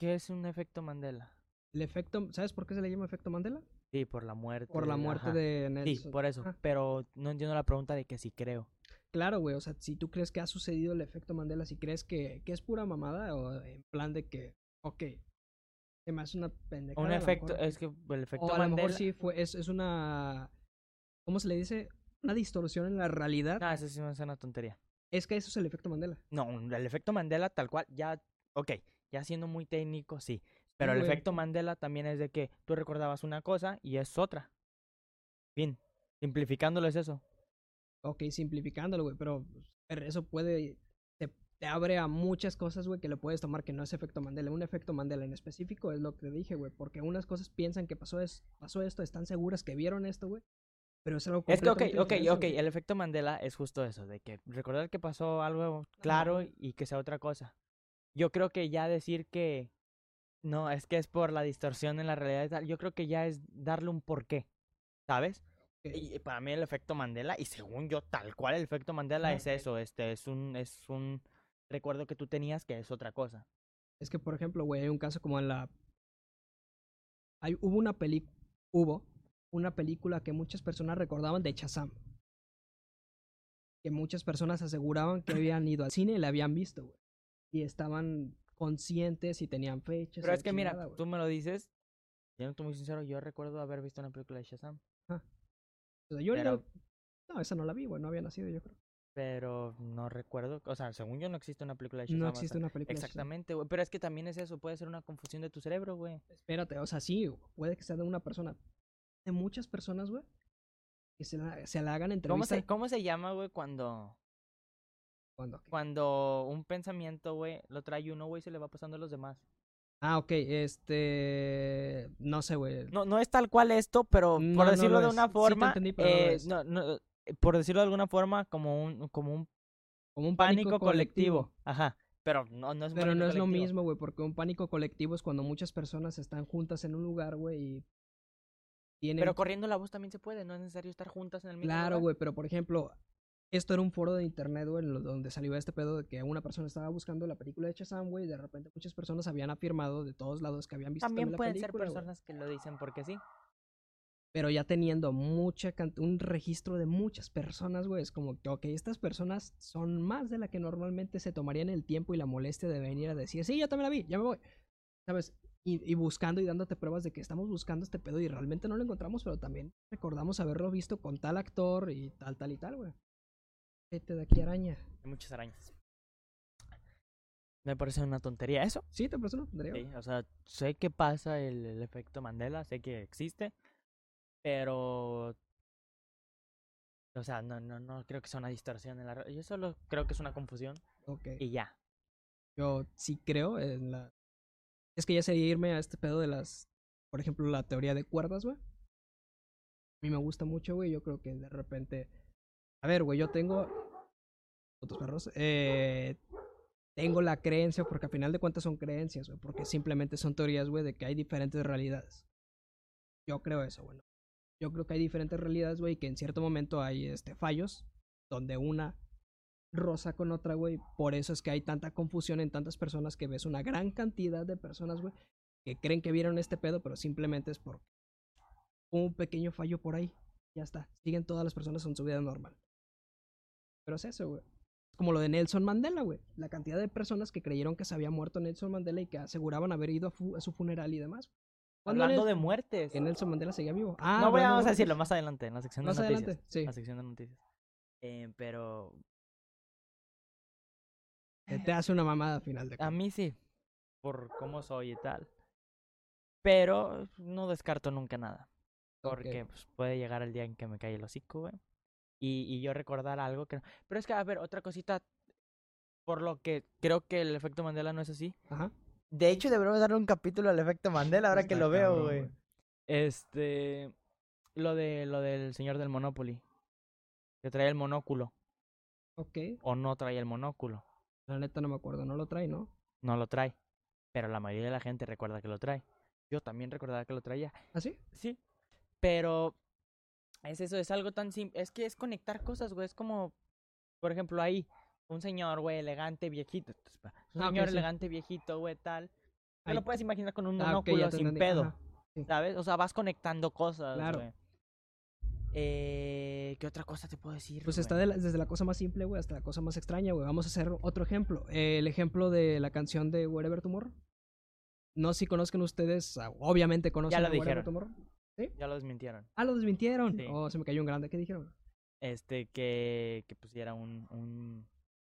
S2: ¿Qué es un efecto Mandela?
S1: El efecto, ¿sabes por qué se le llama efecto Mandela?
S2: Sí, por la muerte.
S1: Por la muerte
S2: Eh, ajá.
S1: de Nelson.
S2: Sí, por eso.
S1: Ajá.
S2: Pero no entiendo la pregunta de que si creo.
S1: Claro, güey, o sea, si tú crees que ha sucedido el efecto Mandela, si crees que, que es pura mamada o en plan de que, ok, se me hace una pendejada.
S2: Un
S1: a lo
S2: efecto,
S1: mejor-
S2: es que el efecto
S1: o a lo
S2: Mandela.
S1: mejor sí fue, es, es una, ¿cómo se le dice? Una distorsión en la realidad.
S2: Ah. No, eso sí me hace una tontería.
S1: Es que eso es el efecto Mandela.
S2: No, el efecto Mandela tal cual, ya, ok, ya siendo muy técnico, sí. Pero el
S1: güey.
S2: efecto Mandela también es de que tú recordabas una cosa y es otra. Bien, simplificándolo es eso.
S1: Ok, simplificándolo, güey, pero pero eso puede. Te, te abre a muchas cosas, güey, que le puedes tomar que no es efecto Mandela. Un efecto Mandela en específico es lo que te dije, güey, porque unas cosas piensan que pasó, es, pasó esto, están seguras que vieron esto, güey. Pero es algo
S2: Es que, ok,
S1: completamente
S2: ok,
S1: diferente,
S2: ok,
S1: güey.
S2: el efecto Mandela es justo eso, de que recordar que pasó algo claro y que sea otra cosa. Yo creo que ya decir que no, es que es por la distorsión en la realidad y tal, yo creo que ya es darle un porqué, ¿sabes?
S1: Ok.
S2: Y para mí el efecto Mandela, y según yo, tal cual el efecto Mandela
S1: Ah,
S2: es eso, este, es un, es un recuerdo que tú tenías que es otra cosa.
S1: Es que, por ejemplo, güey, hay un caso como en la. Hay, hubo una película. Hubo una película que muchas personas recordaban de Chazam. Que muchas personas aseguraban que habían ido al cine y la habían visto, güey. Y estaban conscientes y tenían fechas. y
S2: Pero
S1: la
S2: es que mira,
S1: chingada, güey.
S2: tú me lo dices, yo no estoy muy sincero, yo recuerdo haber visto una película de Shazam,
S1: O sea, yo
S2: pero-
S1: no- No, esa no la vi, güey. No había nacido, yo creo.
S2: pero no recuerdo, o sea, según yo no existe una película de Shazam.
S1: No
S2: o sea,
S1: existe una película. de Shazam.
S2: Exactamente, güey. Pero es que también es eso, puede ser una confusión de tu cerebro, güey.
S1: Espérate, o sea, sí, puede que sea de una persona. De muchas personas, güey. Que se la, se la hagan
S2: ¿Cómo
S1: entrevista
S2: se, ¿Cómo se llama, güey, cuando,
S1: cuando-
S2: cuando un pensamiento, güey, lo trae uno, güey, y se le va pasando a los demás?
S1: Ah, ok, este. No sé, güey.
S2: No, no es tal cual esto, pero
S1: No, no
S2: por
S1: lo
S2: decirlo de
S1: es.
S2: una
S1: Sí te
S2: forma.
S1: entendí, pero no lo
S2: eh,
S1: es.
S2: no, no, eh, por decirlo de alguna forma, como un, como un
S1: Como un
S2: pánico, colectivo. Ajá. Pero no, no es un
S1: Pero
S2: pánico
S1: no es lo
S2: colectivo.
S1: mismo, güey, porque un pánico colectivo es cuando muchas personas están juntas en un lugar, güey, y tienen.
S2: Pero corriendo la voz también se puede, no es necesario estar juntas en el mismo
S1: claro,
S2: lugar.
S1: güey, pero por ejemplo, esto era un foro de internet, güey, en lo- donde salió este pedo de que una persona estaba buscando la película de Shazam, güey, y de repente muchas personas habían afirmado de todos lados que habían visto
S2: También
S1: la
S2: pueden ser
S1: película, güey.
S2: personas que lo dicen porque sí.
S1: pero ya teniendo mucha can- un registro de muchas personas, güey, es como que, ok, estas personas son más de la que normalmente se tomarían el tiempo y la molestia de venir a decir, sí, yo también la vi, ya me voy, ¿sabes? Y, y buscando y dándote pruebas de que estamos buscando este pedo y realmente no lo encontramos, pero también recordamos haberlo visto con tal actor y tal, tal y tal, güey. Vete de aquí, araña.
S2: Hay muchas arañas. Me parece una tontería eso.
S1: Sí, te parece una tontería, güey?
S2: Sí, o sea, sé que pasa el, el efecto Mandela, sé que existe, pero... O sea, no, no, no creo que sea una distorsión en la... re- Yo solo creo que es una confusión
S1: Ok.
S2: y ya.
S1: Yo sí creo en la. Es que ya sería irme a este pedo de las. Por ejemplo, la teoría de cuerdas, güey. A mí me gusta mucho, güey. Yo creo que de repente. A ver, güey, yo tengo. Otros perros. Eh. Tengo la creencia, porque al final de cuentas son creencias, güey. Porque simplemente son teorías, güey, de que hay diferentes realidades. Yo creo eso, bueno. Yo creo que hay diferentes realidades, güey, y que en cierto momento hay este fallos donde una rosa con otra, güey. Por eso es que hay tanta confusión en tantas personas que ves una gran cantidad de personas, güey, que creen que vieron este pedo, pero simplemente es por un pequeño fallo por ahí. Ya está. Siguen todas las personas en su vida normal. Pero es eso, güey. Es como lo de Nelson Mandela, güey. La cantidad de personas que creyeron que se había muerto Nelson Mandela y que aseguraban haber ido a, fu- a su funeral y demás. Cuando
S2: Hablando
S1: Nel-
S2: de muertes.
S1: que Nelson Mandela seguía vivo. Ah,
S2: no, voy
S1: hablando de
S2: a- vamos a
S1: muertes.
S2: decirlo más adelante, en la sección de
S1: Más
S2: noticias.
S1: adelante, sí.
S2: La sección de noticias. Eh, pero
S1: eh, Te- Te hace una mamada al final de
S2: a
S1: cuentas.
S2: mí sí, por cómo soy y tal. Pero no descarto nunca nada. Porque pues, puede llegar el día en que me cae el hocico, güey. Y, y yo recordar algo que no. Pero es que, a ver, otra cosita. Por lo que creo que el efecto Mandela no es así.
S1: Ajá.
S2: De hecho, deberíamos darle un capítulo al efecto Mandela Pues ahora
S1: Está
S2: que lo veo,
S1: cabrón,
S2: güey. Este. Lo, de, lo del señor del Monopoly. Que trae el monóculo.
S1: Ok.
S2: O no trae el monóculo.
S1: La neta no me acuerdo. No lo trae, ¿no?
S2: No lo trae. Pero la mayoría de la gente recuerda que lo trae. Yo también recordaba que lo traía.
S1: ¿Ah, sí?
S2: Sí. Pero es eso, es algo tan simple. Es que es conectar cosas, güey. Es como, por ejemplo, ahí, un señor, güey, elegante, viejito. pues, Un
S1: Ah, ok,
S2: señor
S1: sí.
S2: elegante, viejito, güey, tal. No
S1: Ay.
S2: lo puedes imaginar con un
S1: Ah, ok, ya
S2: monóculo
S1: te
S2: sin
S1: entendí.
S2: pedo,
S1: Ajá.
S2: ¿sabes? O sea, vas conectando cosas,
S1: Claro.
S2: güey. Eh, ¿Qué otra cosa te puedo decir?
S1: Pues
S2: güey?
S1: está de la- desde la cosa más simple, güey, hasta la cosa más extraña, güey. Vamos a hacer otro ejemplo. Eh, el ejemplo de la canción de Wherever Tomorrow. No sé si conozcan ustedes, ah, obviamente conocen
S2: lo
S1: a Wherever
S2: dijeron.
S1: Tomorrow.
S2: Ya lo desmintieron.
S1: Ah, lo desmintieron.
S2: Sí.
S1: Oh, se me cayó un grande. ¿Qué dijeron?
S2: Este, que, que pusiera pues, un, un,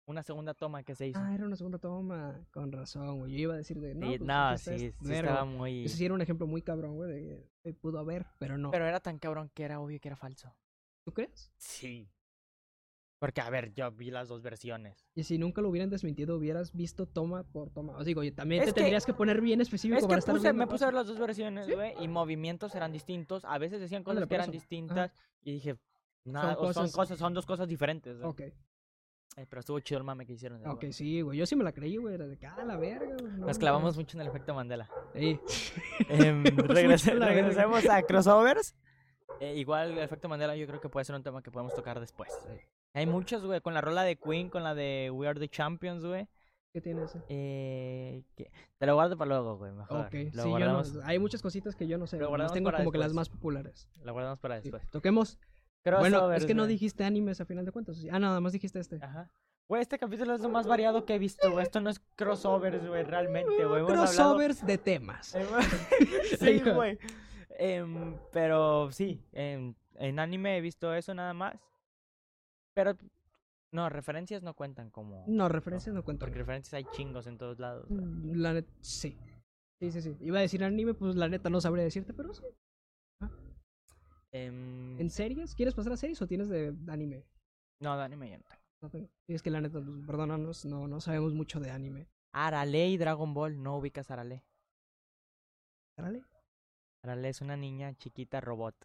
S2: Una segunda toma que se hizo.
S1: Ah, era una segunda toma. Con razón, güey. Yo iba a decir de. No,
S2: Sí,
S1: pues,
S2: no,
S1: aquí está
S2: sí,
S1: esta
S2: sí
S1: verga".
S2: estaba muy...
S1: Ese sí era un ejemplo muy cabrón, güey. de que pudo haber, pero no.
S2: Pero era tan cabrón que era obvio que era falso.
S1: ¿Tú crees?
S2: Sí. Porque, a ver, yo vi las dos versiones.
S1: Y si nunca lo hubieran desmentido, hubieras visto toma por toma. O sea, digo, oye, también
S2: Es
S1: te
S2: que-
S1: tendrías que poner bien específico
S2: Es que
S1: para estar
S2: puse-
S1: viendo
S2: me
S1: todo.
S2: puse a ver las dos versiones,
S1: Sí.
S2: güey, y movimientos eran distintos. A veces decían cosas
S1: Ándale,
S2: que
S1: por
S2: eran
S1: eso. Ajá.
S2: distintas. Y dije, nada, o son
S1: cosas-
S2: cosas, son dos cosas diferentes. güey.
S1: Ok,
S2: Eh, Pero estuvo chido el mame que hicieron. de
S1: ok,
S2: verdad.
S1: sí, güey. Yo sí me la creí, güey. Era de cara la verga, güey. no,
S2: Nos
S1: no,
S2: clavamos mucho en el efecto Mandela.
S1: no. Ey,
S2: Em,
S1: Nos
S2: regrese-
S1: mucho la verga.
S2: regresemos a crossovers. Eh, igual el efecto Mandela yo creo que puede ser un tema que podemos tocar después. Hay muchos, güey, con la rola de Queen, con la de We Are the Champions, güey.
S1: ¿Qué tiene eso?
S2: Eh, que- Te lo guardo para luego, güey. Mejor.
S1: Ok,
S2: lo,
S1: sí, yo no,
S2: guardamos,
S1: hay muchas cositas que yo no sé.
S2: Lo
S1: güey,
S2: guardamos
S1: Las tengo
S2: para
S1: como que las más
S2: después.
S1: populares.
S2: lo guardamos para
S1: Sí,
S2: después.
S1: Toquemos. Bueno, es
S2: Crossovers,
S1: que no
S2: güey.
S1: dijiste animes a final de cuentas. Ah, no, nada más dijiste este.
S2: Ajá. Güey, este capítulo es lo más variado que he visto, güey. Esto no es crossovers, güey, realmente, güey. Hemos hablado- Eh,
S1: Crossovers de temas.
S2: sí,
S1: Ajá.
S2: güey. Em, pero sí, em, en anime he visto eso nada más. Pero no, referencias no cuentan como.
S1: No, referencias no cuento.
S2: Porque referencias hay chingos en todos lados. güey.
S1: La neta, sí. Sí, sí, sí. Iba a decir anime, pues la neta no sabría decirte, pero sí.
S2: Em,
S1: ¿En series? ¿Quieres pasar a series o tienes de anime?
S2: No, de anime yo no tengo.
S1: No tengo. Y es que la neta, pues, perdónanos, no, no sabemos mucho de anime.
S2: Arale y Dragon Ball, no ubicas a Arale.
S1: Árale.
S2: Arale es una niña chiquita robot.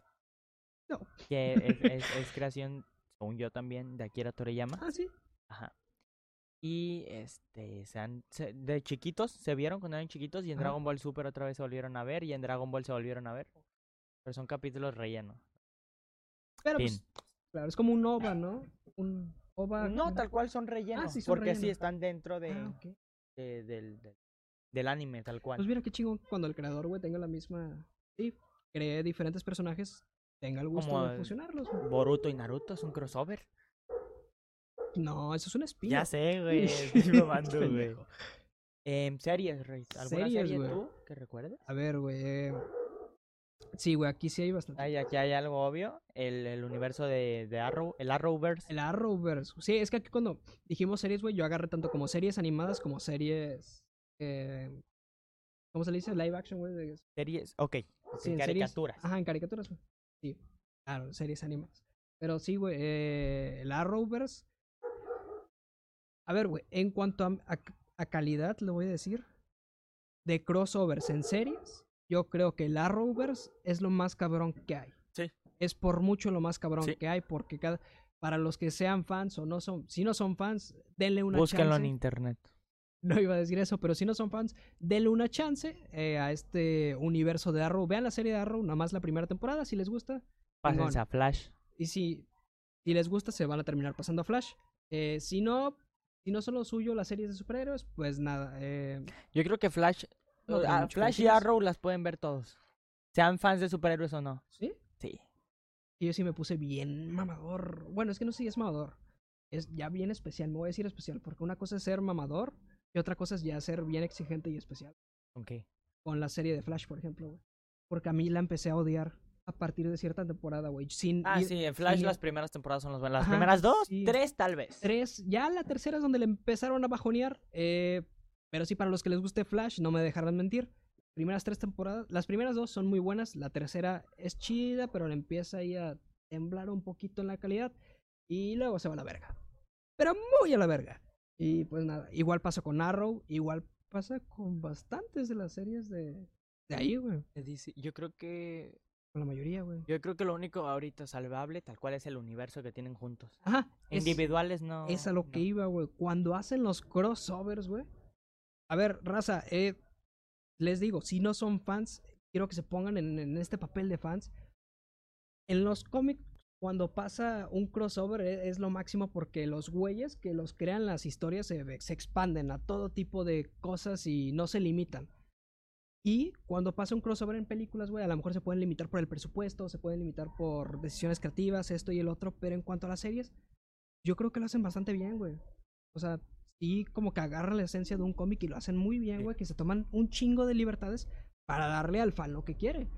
S1: No.
S2: Que es, es- es creación, según yo también, de Akira Toriyama.
S1: Ah, sí.
S2: Ajá. Y este, se han, se- de chiquitos, se vieron cuando eran chiquitos y en
S1: Ajá.
S2: Dragon Ball Super otra vez se volvieron a ver y en Dragon Ball se volvieron a ver. Pero son capítulos rellenos.
S1: Pero
S2: Fin.
S1: pues, claro, es como un OVA, ¿no? Un OVA.
S2: No, tal cual son rellenos.
S1: Ah, sí, son
S2: porque sí
S1: rellenos.
S2: están dentro de,
S1: Ah, ok.
S2: de- del, del- del anime, tal cual.
S1: Pues mira qué chingón cuando el creador, güey, tenga la misma. Sí, cree diferentes personajes, tenga el gusto
S2: Como
S1: de
S2: el-
S1: fusionarlos. güey.
S2: Boruto y Naruto es un crossover.
S1: No, eso es un espíritu.
S2: Ya sé, güey.
S1: Sí,
S2: estoy mamando, güey.
S1: pendejo.
S2: Em, series, Rey. ¿Alguna
S1: Series,
S2: serie
S1: güey.
S2: tú que recuerdes?
S1: A ver, güey. eh, Sí, güey, aquí sí hay bastante.
S2: Ay, aquí hay algo obvio. El, el universo de, de Arrow, el Arrowverse.
S1: El Arrowverse. Sí, es que aquí cuando dijimos series, güey, yo agarré tanto como series animadas como series. eh, ¿Cómo se le dice? Live action, güey. de-
S2: Series, ok.
S1: sí, en series.
S2: caricaturas.
S1: Ajá, en caricaturas, güey. Sí, claro, series animadas. Pero sí, güey, eh, el Arrowverse. A ver, güey, en cuanto a, a- a calidad, le voy a decir, de crossovers en series, yo creo que el Arrowverse es lo más cabrón que hay.
S2: Sí.
S1: Es por mucho lo más cabrón
S2: Sí.
S1: que hay, porque cada. Para los que sean fans o no son, si no son fans, denle una
S2: Búsquenlo en
S1: chance.
S2: internet.
S1: No iba a decir eso, pero si no son fans, denle una chance eh, a este universo de Arrow. Vean la serie de Arrow, nada más la primera temporada, si les gusta.
S2: Pásense
S1: Chingón.
S2: a Flash.
S1: Y si, si les gusta, se van a terminar pasando a Flash. Eh, si no, si no son lo suyo las series de superhéroes, pues nada. eh,
S2: Yo creo que Flash,
S1: No
S2: uh,
S1: tiene
S2: ah,
S1: mucho que
S2: Flash y
S1: decir.
S2: Arrow las pueden ver todos. Sean fans de superhéroes o no.
S1: ¿sí?
S2: Sí.
S1: Y yo sí me puse bien mamador. Bueno, es que no sé si es mamador. Es ya bien especial, me voy a decir especial, porque una cosa es ser mamador y otra cosa es ya ser bien exigente y especial.
S2: Ok.
S1: con la serie de Flash, por ejemplo, güey. Porque a mí la empecé a odiar a partir de cierta temporada, güey. Sin
S2: Ah,
S1: y-
S2: sí, en Flash
S1: y-
S2: las primeras temporadas son las buenas. Las
S1: Ajá,
S2: primeras dos,
S1: sí.
S2: tres tal vez.
S1: tres, ya la tercera es donde le empezaron a bajonear. eh, pero sí, para los que les guste Flash, no me dejarán mentir. Las primeras tres temporadas, las primeras dos son muy buenas. La tercera es chida, pero le empieza ahí a temblar un poquito en la calidad. Y luego se va a la verga. Pero muy a la verga. Y pues nada, igual pasa con Arrow, igual pasa con bastantes de las series de, de ahí, güey.
S2: Dice- Yo creo que
S1: Con la mayoría, güey.
S2: yo creo que lo único ahorita salvable tal cual es el universo que tienen juntos.
S1: Ajá. es-
S2: Individuales no.
S1: Es a lo
S2: no.
S1: que iba, güey. Cuando hacen los crossovers, güey. A ver, raza, eh, les digo, si no son fans, quiero que se pongan en, en este papel de fans. En los cómics, cuando pasa un crossover, e- es, lo máximo porque los güeyes que los crean las historias se, ve- se expanden a todo tipo de cosas y no se limitan. Y cuando pasa un crossover en películas, güey, a lo mejor se pueden limitar por el presupuesto, se pueden limitar por decisiones creativas, esto y el otro, pero en cuanto a las series, yo creo que lo hacen bastante bien, güey. O sea, sí, como que agarran la esencia de un cómic y lo hacen muy bien,
S2: Sí.
S1: güey, que se toman un chingo de libertades para darle al fan lo que quiere.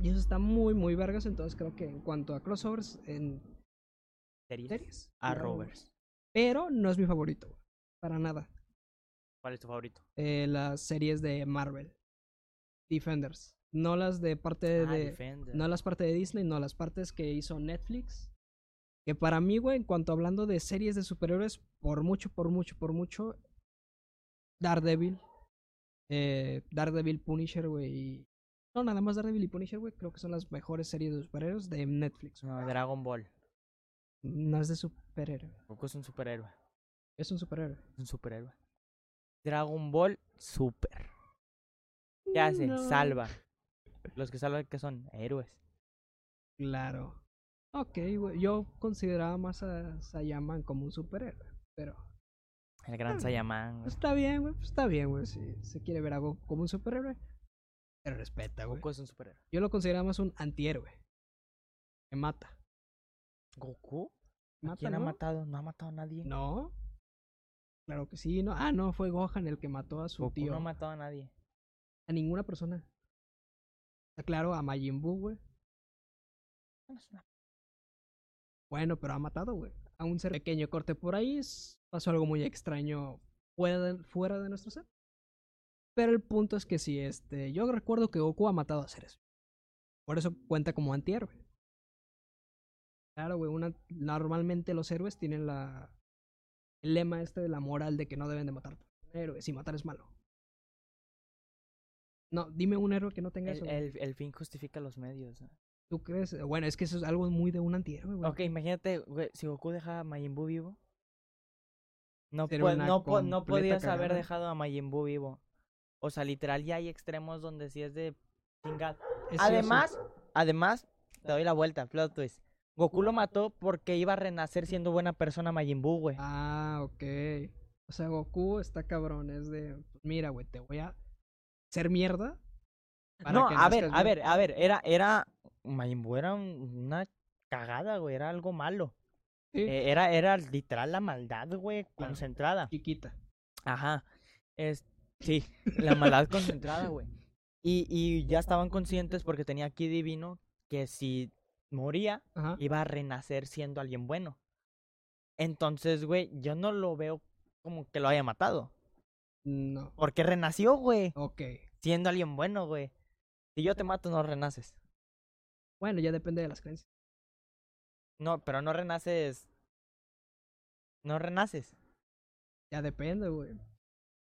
S1: Y eso está muy, muy vergas, entonces creo que en cuanto a crossovers en
S2: Series.
S1: series.
S2: Arrowverse.
S1: Pero no es mi favorito, güey, Para nada.
S2: ¿Cuál es tu favorito?
S1: Eh, las series de Marvel. Defenders. No las de parte
S2: Ah,
S1: Eh, de.
S2: Defender.
S1: No las partes de Disney, no las partes que hizo Netflix. Que para mí, güey, en cuanto hablando de series de superhéroes, por mucho, por mucho, por mucho, Daredevil. eh, Daredevil Punisher, güey. y- No, nada más Daredevil y Punisher, güey. Creo que son las mejores series de superhéroes de Netflix.
S2: No, Dragon Ball.
S1: No es de superhéroe.
S2: Goku es un superhéroe.
S1: Es un superhéroe.
S2: Es un superhéroe. Dragon Ball Super. ¿Qué hace?
S1: No.
S2: Salva. Los que salvan que son héroes.
S1: Claro. Ok, güey. Yo consideraba más a Sayaman como un superhéroe. Pero
S2: El gran
S1: Ah.
S2: Saiyaman. güey.
S1: está bien, güey. pues, Está bien, güey. Si se quiere ver a Goku como un superhéroe, se respeta, güey.
S2: Goku es un superhéroe.
S1: Yo lo consideraba más un antihéroe. Que mata.
S2: ¿Goku? ¿A
S1: ¿Mata,
S2: ¿Quién ha
S1: no?
S2: matado? No ha matado a nadie.
S1: No. Claro que sí, no. Ah, no, fue Gohan el que mató a su
S2: Goku
S1: tío.
S2: no ha matado a nadie.
S1: a ninguna persona. Está claro, a Majin Buu, güey.
S2: Bueno, es una-
S1: Bueno, pero ha matado, güey. A un ser pequeño corte por ahí. s- Pasó algo muy extraño fuera de, fuera de nuestro ser. Pero el punto es que sí, este. Yo recuerdo que Goku ha matado a seres. Por eso cuenta como antihéroe. Claro, güey. una- Normalmente los héroes tienen la. El lema este de la moral de que no deben de matar héroes y matar es malo. No, dime un héroe que no tenga eso.
S2: El,
S1: güey.
S2: el- el fin justifica los medios. ¿no?
S1: ¿Tú crees? Bueno, es que eso es algo muy de un antihéroe, güey.
S2: Ok, imagínate, güey, si Goku deja a Majin Buu vivo. No,
S1: Sería
S2: po-
S1: una
S2: no, po- no
S1: completa
S2: podías haber
S1: cagada.
S2: dejado a Majin Buu vivo. O sea, literal, ya hay extremos donde sí es de chingada.
S1: Es
S2: Además, además, te doy la vuelta, plot twist. Goku lo mató porque iba a renacer siendo buena persona Majin Buu, güey.
S1: Ah, ok. O sea, Goku está cabrón, es de, pues, mira, güey, te voy a ser mierda. para
S2: No,
S1: que
S2: a ver,
S1: nazcas
S2: a
S1: bien".
S2: ver, a ver, era, era, Majin Buu era un- una cagada, güey, era algo malo.
S1: Sí,
S2: Eh, Era, era literal la maldad, güey,
S1: Claro.
S2: concentrada.
S1: chiquita.
S2: Ajá. Es, sí, la maldad concentrada, güey. Y, y ya estaban conscientes porque tenía aquí divino que si moría
S1: Ajá.
S2: iba a renacer siendo alguien bueno. Entonces, güey, yo no lo veo como que lo haya matado.
S1: No.
S2: Porque renació, güey,
S1: Ok.
S2: siendo alguien bueno, güey. Si yo te mato, no renaces.
S1: Bueno, ya depende de las creencias.
S2: No, pero no renaces. No renaces.
S1: Ya depende, güey.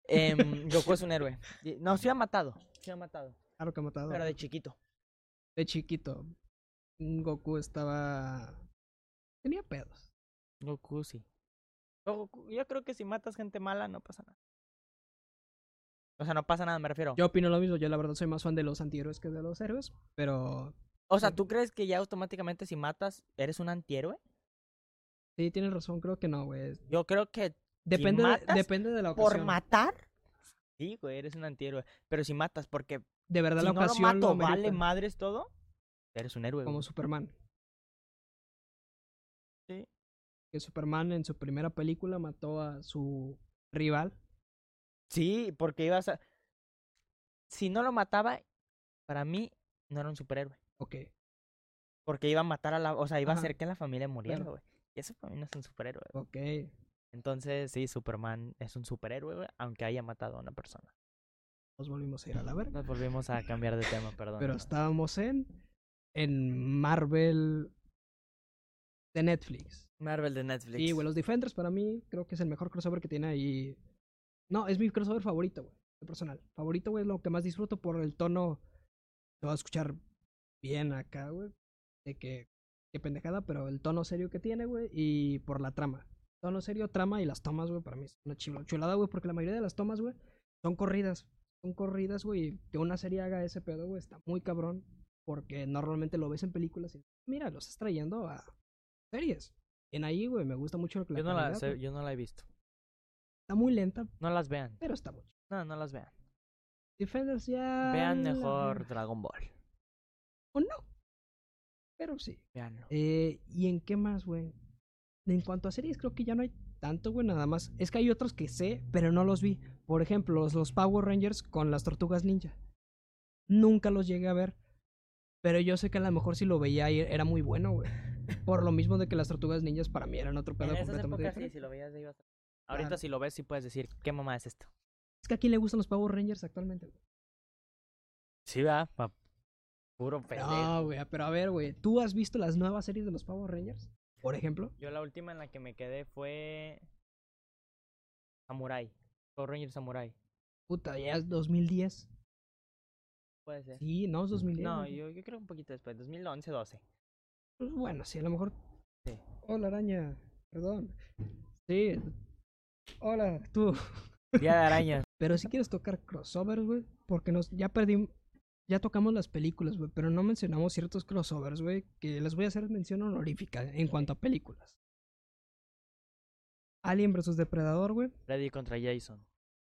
S2: Em, Goku es un héroe. Y- No, sí ha matado. Sí ha matado.
S1: Claro que ha matado.
S2: Pero de chiquito.
S1: De chiquito, mm, Goku estaba... Tenía pedos.
S2: Goku sí. Goku- yo creo que si matas gente mala no pasa nada. O sea, no pasa nada, me refiero.
S1: Yo opino lo mismo, yo la verdad soy más fan de los antihéroes que de los héroes, pero
S2: o sea, ¿tú crees que ya automáticamente si matas eres un antihéroe?
S1: sí, tienes razón, creo que no, güey.
S2: Yo creo que
S1: Depende, de-
S2: matas
S1: depende de la
S2: por
S1: ocasión.
S2: matar. Sí, güey, eres un antihéroe. Pero si matas porque
S1: de verdad
S2: si
S1: la
S2: no lo
S1: ocasión
S2: mato,
S1: lo
S2: vale
S1: amerita,
S2: madres todo. Eres un héroe.
S1: como
S2: güey.
S1: Superman.
S2: Sí.
S1: que Superman en su primera película mató a su rival.
S2: Sí, porque ibas a. Si no lo mataba, para mí no era un superhéroe.
S1: Ok,
S2: Porque iba a matar a la. O sea, iba
S1: Ajá.
S2: a hacer que la familia muriera,
S1: Claro.
S2: güey. Y eso para mí no es un superhéroe.
S1: ok.
S2: Entonces, sí, Superman es un superhéroe, güey, aunque haya matado a una persona.
S1: Nos volvimos a ir a la verga.
S2: Nos volvimos a cambiar de tema, perdón.
S1: Pero estábamos en, en Marvel de Netflix.
S2: Marvel de Netflix.
S1: Y, güey, los Defenders para mí creo que es el mejor crossover que tiene ahí. No, es mi crossover favorito, güey. de Personal. Favorito, güey, es lo que más disfruto por el tono. Te va a escuchar bien acá, güey. De que. Qué pendejada, pero el tono serio que tiene, güey. Y por la trama. Tono serio, trama y las tomas, güey. Para mí es una chula- chulada, güey. Porque la mayoría de las tomas, güey, son corridas. Son corridas, güey. y Que una serie haga ese pedo, güey, está muy cabrón. Porque normalmente lo ves en películas y. Mira, los estás trayendo a series. En ahí, güey, me gusta mucho la
S2: yo, no la,
S1: calidad,
S2: sé-
S1: güey.
S2: yo no la he visto.
S1: Está muy lenta,
S2: No las vean.
S1: pero está mucho.
S2: No, no las vean.
S1: Defenders ya.
S2: Vean
S1: la-
S2: mejor Dragon Ball.
S1: O no. Pero sí.
S2: Veanlo.
S1: Eh, ¿Y en qué más, güey? En cuanto a series, creo que ya no hay tanto, güey, nada más. Es que hay otros que sé, pero no los vi. Por ejemplo, los, los Power Rangers con las tortugas ninja. Nunca los llegué a ver. Pero yo sé que a lo mejor si lo veía ahí era muy bueno, güey. Por lo mismo de que las tortugas ninjas para mí eran otro pedo
S2: en esas
S1: completamente
S2: épocas sí,
S1: diferente.
S2: si lo veías ahí ibas a-
S1: Claro.
S2: Ahorita si lo ves sí puedes decir, ¿qué mamá es esto?
S1: Es que a quién le gustan los Power Rangers actualmente. güey?
S2: Sí, va, pa- puro pendejo.
S1: No, güey, pero a ver, güey, ¿tú has visto las nuevas series de los Power Rangers? Por ejemplo,
S2: Yo la última en la que me quedé fue Samurai. Power Ranger Samurai.
S1: puta, ya es 2010.
S2: Puede ser.
S1: Sí, no, es 2010.
S2: no,
S1: güey.
S2: yo, yo creo un poquito después, 2011, 12.
S1: Pues bueno, sí, a lo mejor.
S2: Sí.
S1: Hola, araña. Perdón. Sí. Hola, tú.
S2: Día de araña.
S1: Pero si quieres tocar crossovers, güey, porque nos ya perdimos. Ya tocamos las películas, güey, pero no mencionamos ciertos crossovers, güey, que les voy a hacer mención honorífica en cuanto a películas. Alien vs. Depredador, güey.
S2: Freddy contra Jason.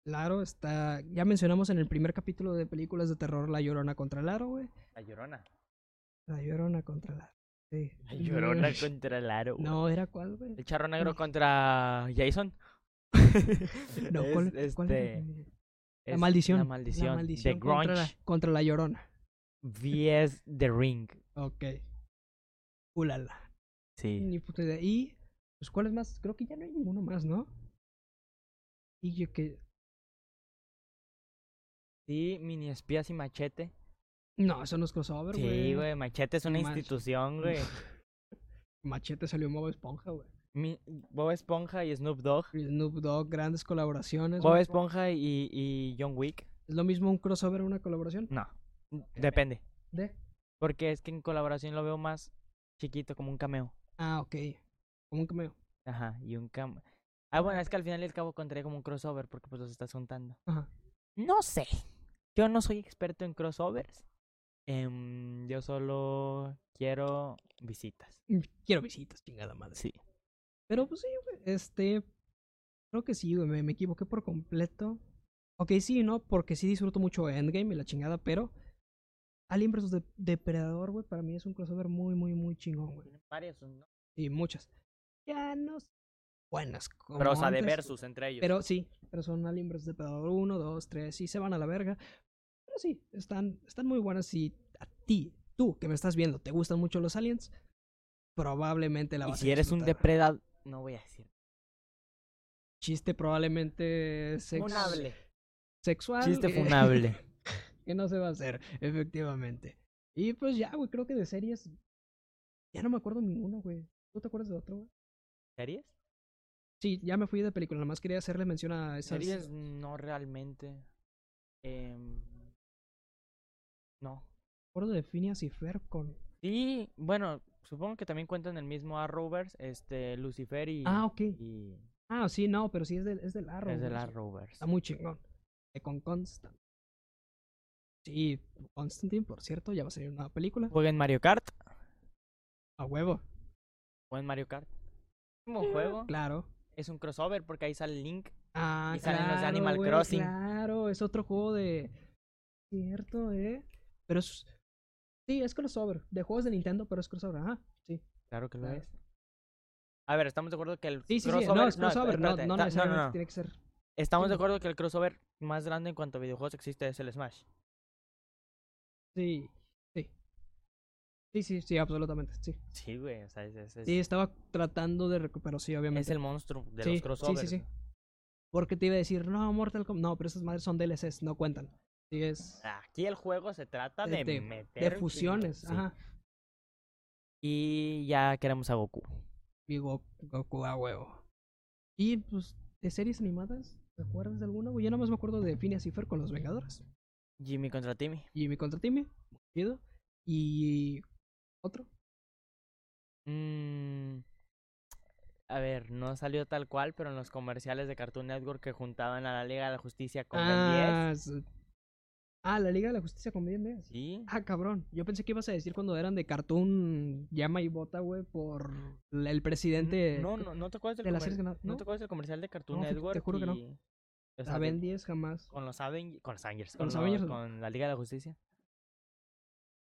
S1: Claro, está. Ya mencionamos en el primer capítulo de películas de terror La Llorona contra Laro, güey.
S2: La llorona.
S1: La Llorona contra Laro. Sí.
S2: La llorona contra el aro. güey.
S1: No, era cuál, güey.
S2: El charro negro contra Jason.
S1: No, ¿cuál,
S2: Es,
S1: cuál era?
S2: este,
S1: La
S2: es
S1: maldición.
S2: La maldición.
S1: La maldición
S2: The
S1: contra, la,
S2: Grunge
S1: contra la llorona.
S2: vs The Ring.
S1: Ok. Ulala.
S2: Sí.
S1: Ni puta idea. Y, pues, ¿cuál es más? Creo que ya no hay ninguno más, ¿no? Y yo que.
S2: Sí, mini espías y machete.
S1: No, eso no es crossover, güey.
S2: Sí, güey, machete es una
S1: Mach-
S2: institución, güey.
S1: Machete salió en Bob Esponja, güey.
S2: Mi- Bob Esponja y Snoop Dogg.
S1: Y Snoop Dogg, grandes colaboraciones.
S2: Bob
S1: güey.
S2: Esponja y, y John Wick.
S1: ¿Es lo mismo un crossover una colaboración?
S2: No, depende.
S1: ¿De?
S2: Porque es que en colaboración lo veo más chiquito, como un cameo.
S1: Ah, ok. Como un cameo.
S2: Ajá, y un cameo. Ah, bueno, es que al final y al cabo contaría como un crossover porque pues los estás juntando.
S1: Ajá.
S2: No sé. Yo no soy experto en crossovers. Em, yo solo quiero visitas.
S1: Mm, Quiero visitas, chingada madre.
S2: Sí.
S1: Pero pues sí, güey, este. Creo que sí, güey, me, me equivoqué por completo. Ok, sí, no, porque sí disfruto mucho Endgame y la chingada, pero. Alien vs. Dep- Depredador, güey, para mí es un crossover muy, muy, muy chingón, güey.
S2: Tienen varios, ¿no?
S1: Y muchas. Ya no. s- Buenas, como
S2: Pero, o sea, de
S1: antes,
S2: versus entre ellos.
S1: Pero sí, pero son Alien vs. Depredador 1, 2, 3, y se van a la verga. Pero sí, están, están muy buenas y a ti, tú que me estás viendo, ¿te gustan mucho los aliens? Probablemente la
S2: y
S1: vas
S2: si
S1: a
S2: eres un
S1: disfrutar.
S2: depredador... No voy a decir.
S1: chiste probablemente sex-
S2: Funable.
S1: sexual.
S2: Chiste
S1: que-
S2: funable.
S1: Que no se va a hacer, efectivamente. Y pues ya, güey, creo que de series. Ya no me acuerdo ninguna, güey. ¿Tú te acuerdas de otro, güey?
S2: ¿Series?
S1: Sí, ya me fui de película, nada más quería hacerle mención a esas.
S2: Series no realmente. Em, no.
S1: Me acuerdo de Phineas y Fer con.
S2: Sí, bueno, supongo que también cuentan el mismo a Rovers, este, Lucifer y...
S1: Ah, ok.
S2: y
S1: Ah, sí, no, pero sí es del, es del Arrow.
S2: es de
S1: güey,
S2: la
S1: sí.
S2: Rovers.
S1: Está muy chingón. Eh, con Constant. Sí, Constantine, por cierto, ya va a salir una película.
S2: Jueguen Mario Kart.
S1: A huevo.
S2: Jueguen Mario Kart. Como juego.
S1: Claro.
S2: Es un crossover porque ahí sale Link.
S1: Ah,
S2: Y salen los de
S1: claro,
S2: Animal
S1: güey,
S2: Crossing.
S1: Claro, es otro juego de. Cierto, eh. Pero es. Sí, es crossover. De juegos de Nintendo, pero es crossover. Ajá, sí.
S2: Claro que lo
S1: Claro.
S2: es. A ver, estamos de acuerdo que el
S1: Sí, sí, sí.
S2: crossover...
S1: No, es crossover. No,
S2: espérate,
S1: no,
S2: ta-
S1: necesariamente tiene que ser.
S2: Estamos
S1: Sí.
S2: de acuerdo que el crossover más grande en cuanto a videojuegos existe es el Smash.
S1: Sí, sí. Sí, sí, sí, absolutamente. Sí.
S2: Sí, güey, o sea, es, es- es-
S1: Sí, estaba tratando de recuperar, sí, obviamente.
S2: es el monstruo
S1: Sí,
S2: de
S1: sí,
S2: los
S1: sí,
S2: crossovers.
S1: sí.
S2: ¿no?
S1: Porque te iba a decir, no, Mortal Kombat. No, pero esas madres son DLCs, no cuentan. Sí, es.
S2: Aquí el juego se trata
S1: de-
S2: Ah, de,
S1: de-
S2: meter
S1: De
S2: chingo-
S1: fusiones,
S2: sí.
S1: ajá.
S2: Y ya queremos a Goku.
S1: Y Go- Goku a huevo. Y pues, de series animadas, ¿te acuerdas de alguna? güey? Yo nada más me acuerdo de Phineas y Fer con los Vengadores.
S2: Jimmy contra Timmy.
S1: Y mi contra Timmy, muy chido. Y otro.
S2: Mm, A ver, no salió tal cual, pero en los comerciales de Cartoon Network que juntaban a la Liga de la Justicia con Ben 10.
S1: ah, s- ah, la Liga de la Justicia con Ben 10.
S2: Sí.
S1: Ah, cabrón. Yo pensé que ibas a decir cuando eran de cartoon llama y bota, güey, por la- el presidente.
S2: No, no, no te acuerdas del
S1: de las
S2: comer-
S1: series que no-
S2: ¿no
S1: no.
S2: te acuerdas del comercial de Cartoon
S1: No, fe- te
S2: Network.
S1: juro que no.
S2: y- o sea,
S1: A
S2: de-
S1: Ben 10 jamás.
S2: Con los Avengers. Con los Avengers.
S1: Con
S2: Con,
S1: los
S2: lo-
S1: Avengers.
S2: con la Liga de la Justicia.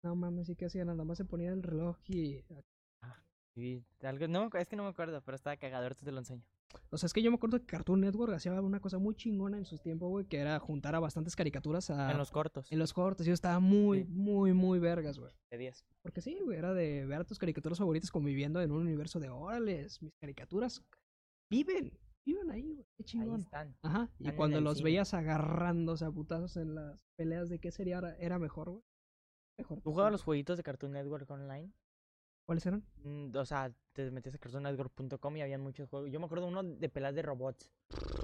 S1: No mames, sí que hacía nada más se ponía el reloj y.
S2: Sí, algo- no, me acu- es que no me acuerdo, pero estaba cagado, ahorita te lo enseño.
S1: O sea, es que yo me acuerdo que Cartoon Network hacía una cosa muy chingona en sus tiempos, güey, que era juntar a bastantes caricaturas a,
S2: en los cortos.
S1: en los cortes. Yo estaba muy,
S2: Sí.
S1: muy, muy vergas, güey.
S2: De 10.
S1: Porque sí, güey, era de ver a tus caricaturas favoritas conviviendo en un universo de órales. Mis caricaturas viven, viven ahí, güey. Qué
S2: Ahí
S1: chingón.
S2: están.
S1: Ajá. Y
S2: Están en
S1: cuando
S2: el
S1: los
S2: cine.
S1: veías agarrándose a putazos en las peleas de qué sería era, era mejor, güey. Mejor.
S2: ¿Tú jugabas los jueguitos de Cartoon Network online?
S1: ¿Cuáles eran?
S2: Mm, O sea, te metías a cartoonnetwork.com y habían muchos juegos. Yo me acuerdo uno de pelas de robots.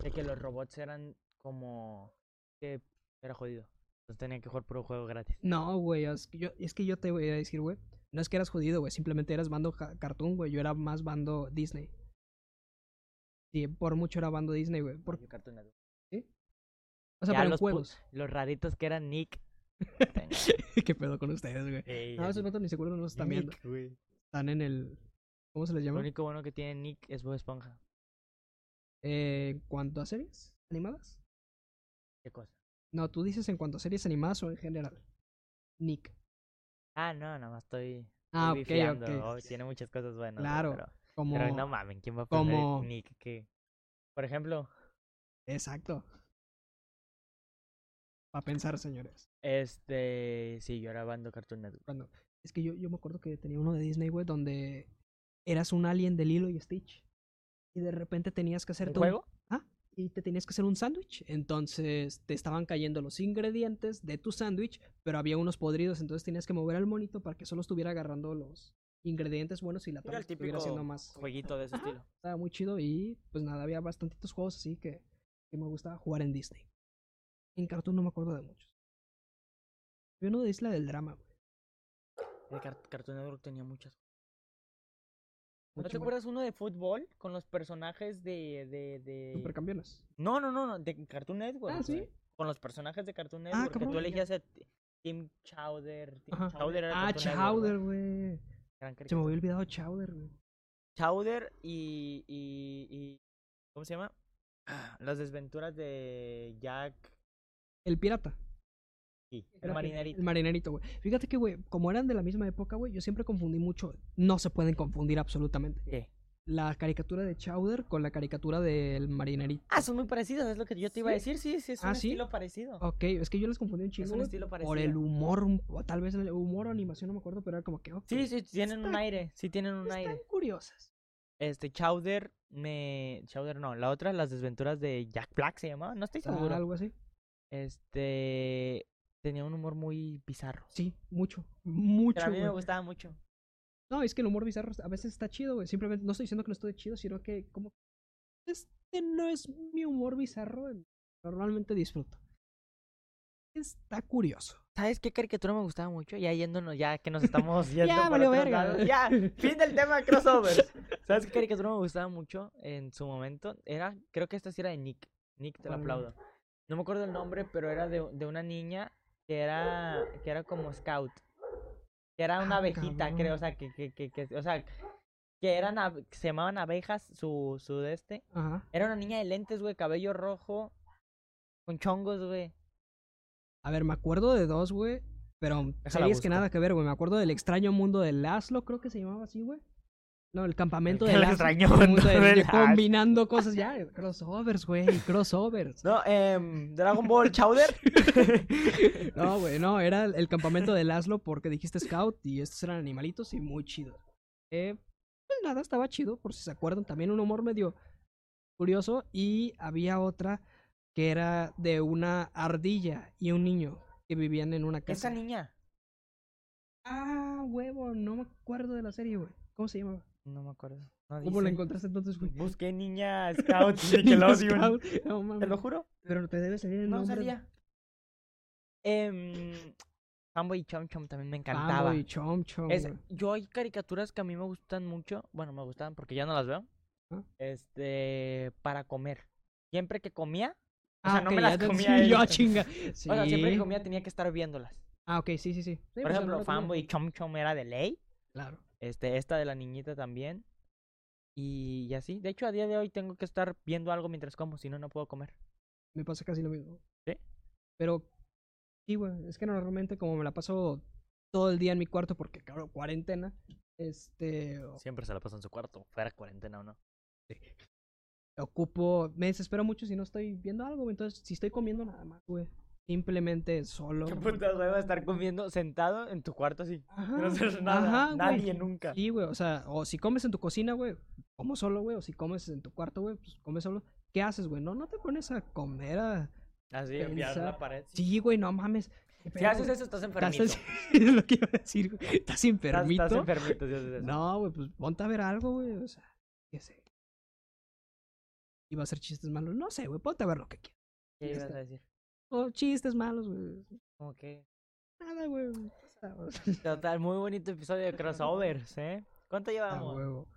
S2: De que los robots eran como... que era jodido. Entonces tenía que jugar puro juego gratis.
S1: No, güey, es que yo, es que yo te voy a decir, güey. No es que eras jodido, güey. Simplemente eras bando ca- cartoon, güey. Yo era más bando Disney. Sí, por mucho era bando Disney, güey. Por-
S2: Yo Cartoon Network.
S1: O sea,
S2: Ya
S1: pero en
S2: los pu-
S1: juegos.
S2: Los raritos que eran Nick.
S1: ¿Qué pedo con ustedes, güey?
S2: Ey,
S1: No,
S2: el
S1: Ah, esos
S2: Nick.
S1: vatos ni se acuerdan, no están viendo.
S2: Nick, güey.
S1: Están en el. ¿Cómo se les
S2: Lo
S1: llama?
S2: único bueno que tiene Nick es Bob Esponja.
S1: Eh, ¿En cuanto a series animadas?
S2: ¿Qué cosa?
S1: No, tú dices en cuanto a series animadas o en general. Nick.
S2: Ah, no, nada más estoy...
S1: Ah,
S2: estoy
S1: ok,
S2: bifiando.
S1: ok.
S2: Oh, tiene muchas cosas buenas. güey,
S1: Claro,
S2: pero-
S1: Como.
S2: Pero no mamen, ¿quién va a poner
S1: como-
S2: Nick? Que... Por ejemplo,
S1: Exacto. Para pensar, señores.
S2: este. Sí, yo era bando Cartoon Network.
S1: Cuando... Es que yo, yo me acuerdo que tenía uno de Disney, güey, donde eras un alien de Lilo y Stitch. Y de repente tenías que hacer
S2: ¿Un
S1: todo un-
S2: juego?
S1: y te tenías que hacer un sándwich. Entonces te estaban cayendo los ingredientes de tu sándwich, pero había unos podridos, entonces tenías que mover al monito para que solo estuviera agarrando los ingredientes buenos y la
S2: Era
S1: torta
S2: el
S1: estuviera
S2: típico
S1: haciendo más.
S2: Jueguito de ese
S1: Ajá.
S2: estilo.
S1: Estaba muy chido y pues nada, había bastantitos juegos así que, que me gustaba jugar en Disney. En Cartoon no me acuerdo de muchos. Había uno de Isla del Drama, güey.
S2: El Car- Cartoon Network tenía muchas. ¿No
S1: Mucho
S2: te
S1: más.
S2: acuerdas uno de fútbol con los personajes de. de, de-
S1: Supercampeones.
S2: No, no, no, no, de Cartoon Network.
S1: Ah, ¿sí?
S2: güey. Con los personajes de Cartoon
S1: Ah,
S2: Network. que tú
S1: cabrón.
S2: elegías a T- Tim Chowder. Tim
S1: Ajá.
S2: este, Chowder era
S1: Ah,
S2: Cartoon Network, güey.
S1: Chowder, güey.
S2: Gran
S1: Se me
S2: caricatura.
S1: había olvidado Chowder, güey.
S2: Chowder y, y, y. ¿Cómo se llama? Ah, Las desventuras de Jack.
S1: El pirata.
S2: Sí,
S1: Creo
S2: el
S1: que-
S2: marinerito.
S1: El marinerito, güey. Fíjate que, güey, como eran de la misma época, güey, yo siempre confundí mucho. No se pueden confundir absolutamente.
S2: ¿Qué?
S1: La caricatura de Chowder con la caricatura del marinerito.
S2: Ah, son muy parecidos, es lo que yo te iba a decir. Sí, sí, es un
S1: Ah, ¿sí?
S2: estilo parecido.
S1: Ok, es que yo les confundí un chingo.
S2: es un
S1: güey,
S2: estilo parecido.
S1: por el humor, un- o tal vez el humor o animación, no me acuerdo, pero era como que. ok,
S2: Sí, sí, tienen un
S1: Está-
S2: aire. Sí, tienen un
S1: Están
S2: aire.
S1: curiosas.
S2: Este, Chowder, me. Chowder no, la otra, las desventuras de Jack Black se llamaba, no estoy
S1: Ah,
S2: seguro.
S1: algo así.
S2: Este. Tenía un humor muy bizarro.
S1: Sí, mucho.
S2: Pero
S1: Mucho.
S2: a mí me
S1: güey.
S2: gustaba mucho.
S1: No, es que el humor bizarro a veces está chido, güey. Simplemente no estoy diciendo que no estoy chido, sino que como este no es mi humor bizarro, el- normalmente disfruto. Está curioso.
S2: ¿Sabes qué caricatura me gustaba mucho? Ya yéndonos, ya que nos estamos yendo.
S1: ya,
S2: por
S1: valió
S2: otros
S1: verga.
S2: lados.
S1: güey.
S2: Ya, fin del tema de crossovers. ¿Sabes qué caricatura me gustaba mucho en su momento? Era, creo que esta sí era de Nick. Nick, te la
S1: ¿Cuál?
S2: aplaudo. No me acuerdo el nombre, pero era de, de una niña que era, que era como scout. Que era una
S1: Ah,
S2: abejita,
S1: cabrón.
S2: creo. O sea, que, que, que, que- o sea, que eran, abe- que se llamaban abejas su, su de este.
S1: Ajá.
S2: Era una niña de lentes, güey, cabello rojo, con chongos, güey.
S1: A ver, me acuerdo de dos, güey. Pero
S2: Déjala
S1: series que
S2: busco.
S1: nada que ver, güey. Me acuerdo del extraño mundo de Laszlo, creo que se llamaba así, güey. No, el campamento de
S2: El
S1: Laszlo.
S2: extraño
S1: el
S2: mundo
S1: del-
S2: de
S1: yo
S2: Laszlo.
S1: Combinando cosas ya. Crossovers, güey. Crossovers.
S2: No, em, Dragon Ball Chowder.
S1: No, güey, no, era el- el campamento de Laszlo porque dijiste scout y estos eran animalitos y muy chido. Eh, pues nada, estaba chido, por si se acuerdan, también un humor medio curioso y había otra que era de una ardilla y un niño que vivían en una
S2: Esa
S1: casa.
S2: niña.
S1: ah, huevo, no me acuerdo de la serie, güey. ¿Cómo se llamaba?
S2: No me acuerdo. No
S1: ¿Cómo la
S2: dice.
S1: encontraste entonces, güey?
S2: Busqué niña scout
S1: Niño
S2: Nickelodeon.
S1: Scout. No
S2: Te
S1: mames.
S2: lo juro.
S1: Pero te debe salir el
S2: No
S1: nombre.
S2: salía. Em, Sambo y Chom Chom también me encantaba.
S1: Pambo y Chom Chom,
S2: Es-
S1: güey.
S2: yo hay caricaturas que a mí me gustan mucho. Bueno, me gustaban porque ya no las veo.
S1: Ah.
S2: Este, para comer. Siempre que comía, o
S1: Ah,
S2: sea, no
S1: ok,
S2: me
S1: ya
S2: las
S1: te-
S2: comía
S1: sí,
S2: él.
S1: yo, chinga. Sí.
S2: o sea, siempre que comía tenía que estar viéndolas.
S1: Ah, ok, sí, sí, sí. Sí, pues,
S2: Por
S1: a
S2: ejemplo,
S1: lo mejor
S2: Fambo
S1: como-
S2: y Chom Chom era de ley.
S1: Claro.
S2: Este, esta de la niñita también. Y, y así. De hecho, a día de hoy tengo que estar viendo algo mientras como, si no, no puedo comer.
S1: Me pasa casi lo mismo.
S2: ¿Sí?
S1: Pero, sí, güey. Es que normalmente, como me la paso todo el día en mi cuarto, porque, claro, cuarentena, este.
S2: Siempre se la pasa en su cuarto, fuera cuarentena o no.
S1: ocupo, me desespero mucho si no estoy viendo algo, güey. Entonces, si estoy comiendo nada más, güey. Simplemente solo.
S2: Qué puta hueva estar comiendo sentado en tu cuarto así.
S1: Ajá,
S2: No hacer nada.
S1: ajá, güey.
S2: Nadie nunca.
S1: Sí, güey, o sea, o si comes en tu cocina, güey, como solo, güey, o si comes en tu cuarto, güey, pues comes solo. ¿Qué haces, güey? No, no te pones a comer a...
S2: Así, enviar
S1: Pensar.
S2: la pared.
S1: Sí, güey, no mames. ¿Qué
S2: Si
S1: pedo,
S2: haces
S1: güey?
S2: eso, estás
S1: Estás
S2: enfermito.
S1: es lo que iba a decir, güey. ¿Estás
S2: Estás,
S1: enfermito?
S2: estás enfermito si haces eso.
S1: No, güey, pues ponte a ver algo, güey, o sea, qué sé. Iba a hacer chistes malos, no sé, güey, ponte a ver lo que quieras.
S2: ¿Qué ibas
S1: está.
S2: a decir?
S1: O chistes malos, güey.
S2: Como que...
S1: Nada, güey. o sea, o sea,
S2: Total, muy bonito episodio de crossovers, ¿eh? ¿Cuánto
S1: a
S2: llevamos?
S1: huevo.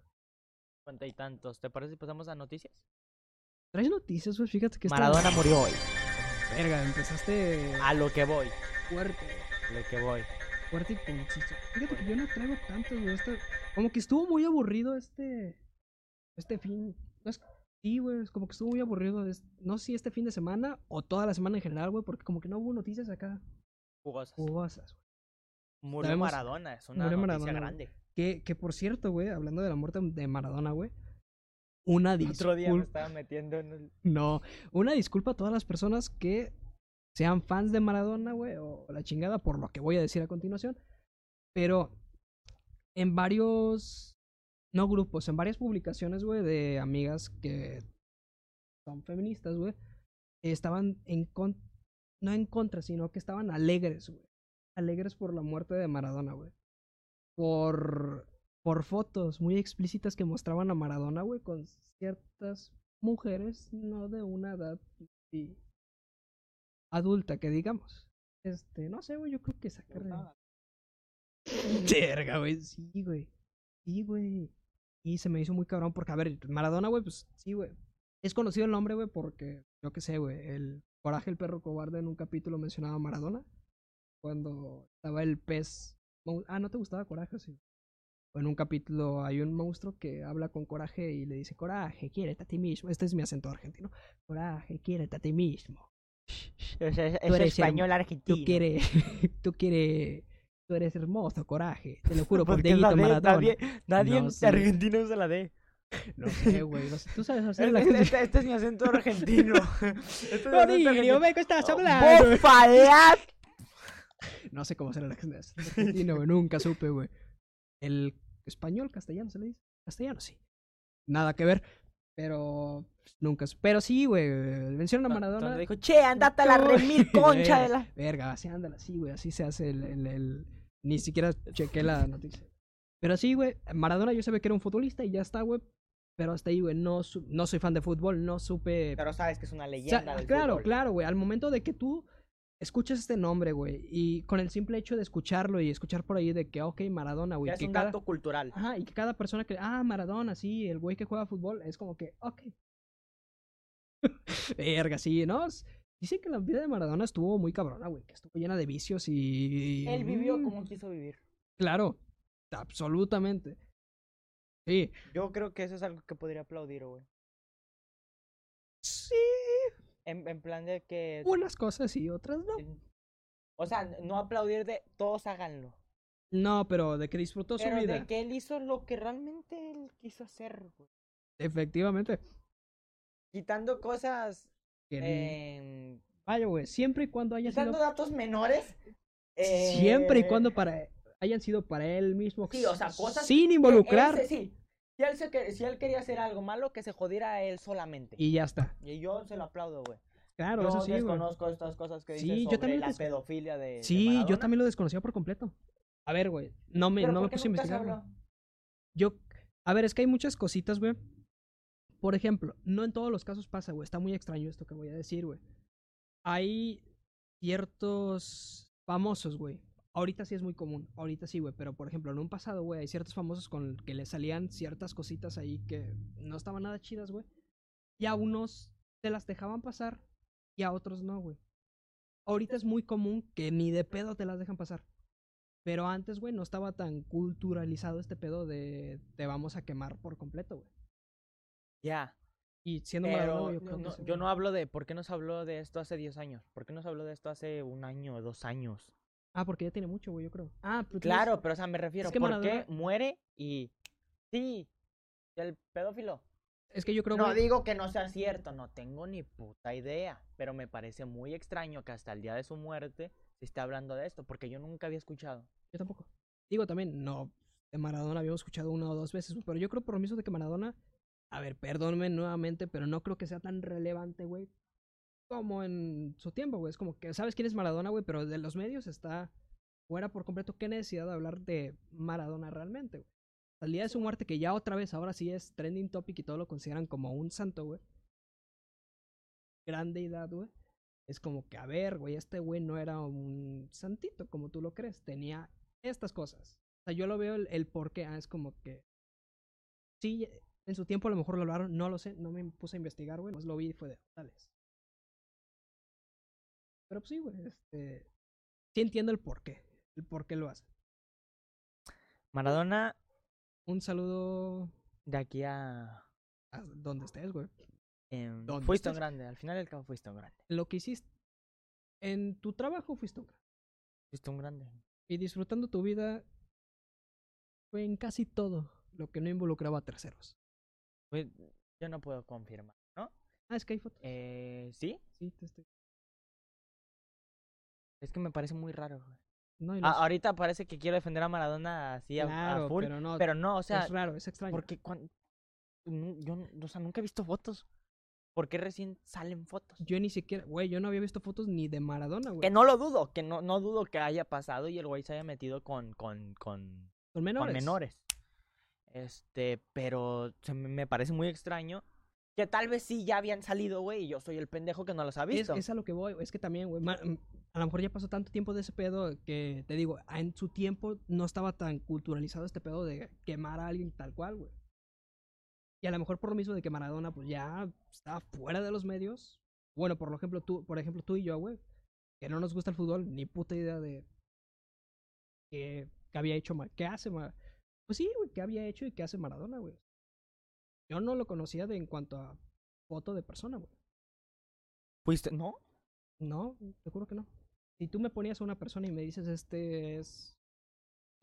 S2: Cuarenta y tantos. ¿Te parece si pasamos a noticias?
S1: Traes noticias, güey, fíjate que está-
S2: Maradona murió hoy.
S1: Verga, empezaste
S2: A lo que voy.
S1: fuerte, güey.
S2: a lo que voy.
S1: fuerte y conciso. Fíjate que yo no traigo tantos, güey. este- Como que estuvo muy aburrido este. Este fin. No es- sí, güey. es como que estuvo muy aburrido. es- no sé si este fin de semana o toda la semana en general, güey. Porque como que no hubo noticias acá.
S2: Jugosas.
S1: Uh. Jugosas, güey.
S2: Murió
S1: sabemos-
S2: Maradona. Es una
S1: murió
S2: noticia
S1: Maradona,
S2: grande.
S1: Que, que por cierto, güey, hablando de la muerte de Maradona, güey. Una
S2: El Otro día me
S1: disculpa.
S2: estaba metiendo en el...
S1: No, una disculpa a todas las personas que sean fans de Maradona, güey, o la chingada por lo que voy a decir a continuación. Pero en varios, no grupos, en varias publicaciones, güey, de amigas que son feministas, güey, estaban en contra, no en contra, sino que estaban alegres, güey. Alegres por la muerte de Maradona, güey. Por, por fotos muy explícitas que mostraban a Maradona, güey, con ciertas mujeres no de una edad y- adulta, que digamos. Este, no sé, güey, yo creo que sacarle. Verga, güey. Sí, güey. Sí, güey. Y se me hizo muy cabrón porque, a ver, Maradona, güey, pues sí, güey. Es conocido el nombre, güey, porque, yo qué sé, güey, el Coraje el Perro Cobarde en un capítulo mencionaba a Maradona. Cuando estaba el pez... mon- Ah, ¿no te gustaba Coraje? Sí. O en un capítulo hay un monstruo que habla con Coraje y le dice, Coraje, quiérete a ti mismo. Este es mi acento argentino. Coraje, quiérete a ti mismo.
S2: Es,
S1: eres
S2: español
S1: Tú
S2: argentino.
S1: quieres... tú quieres... Tú eres hermoso, Coraje. Te lo juro, por
S2: Porque es la
S1: Dieguito
S2: D.
S1: Maradona.
S2: Nadie, nadie
S1: No,
S2: en
S1: sí.
S2: Argentina usa la D.
S1: No sé, güey. No sé. Tú sabes hacer
S2: Este,
S1: la
S2: este-
S1: gente.
S2: este- este es mi acento argentino. Este es mi acento argentino.
S1: Rodrigo, me estás hablando.
S2: ¡Vos fallas!
S1: No sé cómo hacer el acento argentino, güey. Nunca supe, güey. El español, castellano se le dice. Castellano, sí. Nada que ver. Pero nunca. su- Pero sí, güey. Menciona a
S2: Entonces
S1: Maradona.
S2: Ah, dijo, che, andate a la
S1: Uy,
S2: remil concha de la...
S1: Verga, así ándala, sí, güey. Así se hace el, el- el- Ni siquiera chequé la noticia. Pero sí, güey. Maradona yo sabía que era un futbolista y ya está, güey. Pero hasta ahí, güey. No, su- no soy fan de fútbol. No supe
S2: Pero sabes que es una
S1: O sea,
S2: leyenda del
S1: claro,
S2: fútbol.
S1: claro, güey. Al momento de que tú escuchas este nombre, güey, y con el simple hecho de escucharlo y escuchar por ahí de que, ah, ok, Maradona, güey,
S2: Es
S1: que
S2: un
S1: cada,
S2: dato cultural.
S1: ajá, y que cada persona que, ah, Maradona, sí, el güey que juega fútbol, es como que, ok. Verga, sí, ¿no? S- Dicen que la vida de Maradona estuvo muy cabrona, güey, que estuvo llena de vicios y...
S2: Él vivió
S1: Mm,
S2: como quiso vivir.
S1: Claro, absolutamente. Sí,
S2: Yo creo que eso es algo que podría aplaudir, güey.
S1: sí,
S2: En, en plan de que...
S1: unas cosas y otras no.
S2: O sea, no aplaudir de todos háganlo.
S1: No, pero de que disfrutó
S2: Pero
S1: su vida.
S2: de que él hizo lo que realmente él quiso hacer, güey.
S1: Efectivamente.
S2: Quitando cosas...
S1: que
S2: eh,
S1: Vaya, güey, siempre y cuando haya
S2: quitando
S1: sido.
S2: datos menores.
S1: Siempre y
S2: eh,
S1: cuando para hayan sido para él mismo.
S2: Sí, o sea, cosas
S1: Sin
S2: que él
S1: involucrar.
S2: se- sí. Si él, se que- si él quería hacer algo malo, que se jodiera a él solamente. Y,
S1: Y ya está.
S2: yo se lo aplaudo, güey.
S1: Claro,
S2: yo
S1: eso sí, güey.
S2: desconozco estas cosas que
S1: Sí,
S2: dices
S1: yo
S2: sobre
S1: también
S2: la
S1: des-
S2: pedofilia de de
S1: Sí, yo
S2: Maradona.
S1: también lo desconocía por completo. A ver, güey, no me,
S2: Pero
S1: no me
S2: ¿por qué
S1: puse a
S2: nunca se
S1: investigar. güey.
S2: habló?
S1: Yo, a ver, es que hay muchas cositas, güey. Por ejemplo, no en todos los casos pasa, güey. Está muy extraño esto que voy a decir, güey. Hay ciertos famosos, güey. Ahorita sí es muy común, ahorita sí, güey. Pero por ejemplo, en un pasado, güey, hay ciertos famosos con que le salían ciertas cositas ahí que no estaban nada chidas, güey. Y a unos se las dejaban pasar y a otros no, güey. Ahorita es muy común que ni de pedo te las dejan pasar. Pero antes, güey, no estaba tan culturalizado este pedo de te vamos a quemar por completo, güey.
S2: Ya,
S1: Y siendo Maradona,
S2: pero
S1: güey, yo
S2: no-
S1: creo
S2: no-
S1: que sí,
S2: yo
S1: güey.
S2: no hablo de por qué nos habló de esto hace 10 años, por qué nos habló de esto hace un año, dos años.
S1: Ah, porque ya tiene mucho, güey, yo creo. Ah, pero tienes-
S2: Claro, pero o sea, me refiero,
S1: que
S2: ¿por
S1: Maradona-
S2: qué muere y sí, el pedófilo?
S1: Es que yo creo
S2: No
S1: que.
S2: digo que no sea cierto, no tengo ni puta idea, pero me parece muy extraño que hasta el día de su muerte se esté hablando de esto, porque yo nunca había escuchado.
S1: Yo tampoco. Digo también, no, de Maradona habíamos escuchado una o dos veces, güey, pero yo creo por lo mismo de que Maradona, a ver, perdónme nuevamente, pero no creo que sea tan relevante, güey, como en su tiempo, güey. Es como que sabes quién es Maradona, güey, pero de los medios está fuera por completo. ¿Qué necesidad de hablar de Maradona realmente, güey? Al día de su muerte, que ya otra vez ahora sí es trending topic y todo lo consideran como un santo, güey. Grande edad, güey. Es como que, a ver, güey, este güey no era un santito como tú lo crees. Tenía estas cosas. O sea, yo lo veo el, el por qué. Ah, es como que. Sí, en su tiempo a lo mejor lo hablaron, no lo sé, no me puse a investigar, güey. Pues lo vi y fue de tales. Pero pues sí, güey, este. Sí entiendo el por qué. El por qué lo hacen.
S2: Maradona,
S1: Un saludo
S2: de aquí a...
S1: a donde estés, güey.
S2: em,
S1: ¿Dónde
S2: fuiste un
S1: estás?
S2: grande, al final del cabo fuiste un grande.
S1: Lo que hiciste. En tu trabajo fuiste un gran-
S2: Fuiste un grande.
S1: Y disfrutando tu vida. Fue en casi todo lo que no involucraba a terceros.
S2: Pues, yo no puedo confirmar, ¿no?
S1: Ah, es que hay fotos.
S2: Eh, ¿Sí?
S1: Sí, te estoy-
S2: Es que me parece muy raro. güey.
S1: No, y
S2: A-
S1: los-
S2: ahorita parece que quiero defender a Maradona así Ah, a, a
S1: Claro,
S2: full,
S1: pero no,
S2: pero no, o sea,
S1: es raro, es extraño.
S2: Porque cuando. Yo, n- o sea, nunca he visto fotos. ¿Por qué recién salen fotos?
S1: Yo ni siquiera, güey, yo no había visto fotos ni de Maradona,
S2: Que
S1: güey.
S2: no lo dudo, que no, no dudo que haya pasado y el güey se haya metido con, con, con,
S1: Son
S2: con
S1: menores.
S2: menores. Este, pero se me- me parece muy extraño que tal vez sí ya habían salido, güey, y yo soy el pendejo que no los ha
S1: Es,
S2: visto.
S1: es a lo que voy, es que también, güey, ma- m- a lo mejor ya pasó tanto tiempo de ese pedo que te digo, ah, en su tiempo no estaba tan culturalizado este pedo de quemar a alguien tal cual, güey. Y a lo mejor por lo mismo de que Maradona, pues ya estaba fuera de los medios. Bueno, por ejemplo, tú, por ejemplo, tú y yo, güey, que no nos gusta el fútbol, ni puta idea de qué, qué había hecho, Ma- qué hace, Ma- pues sí, güey, qué había hecho y qué hace Maradona, güey. Yo no lo conocía de en cuanto a foto de persona, güey.
S2: ¿Fuiste? ¿No?
S1: No, te juro que no. Si tú me ponías a una persona y me dices, este es.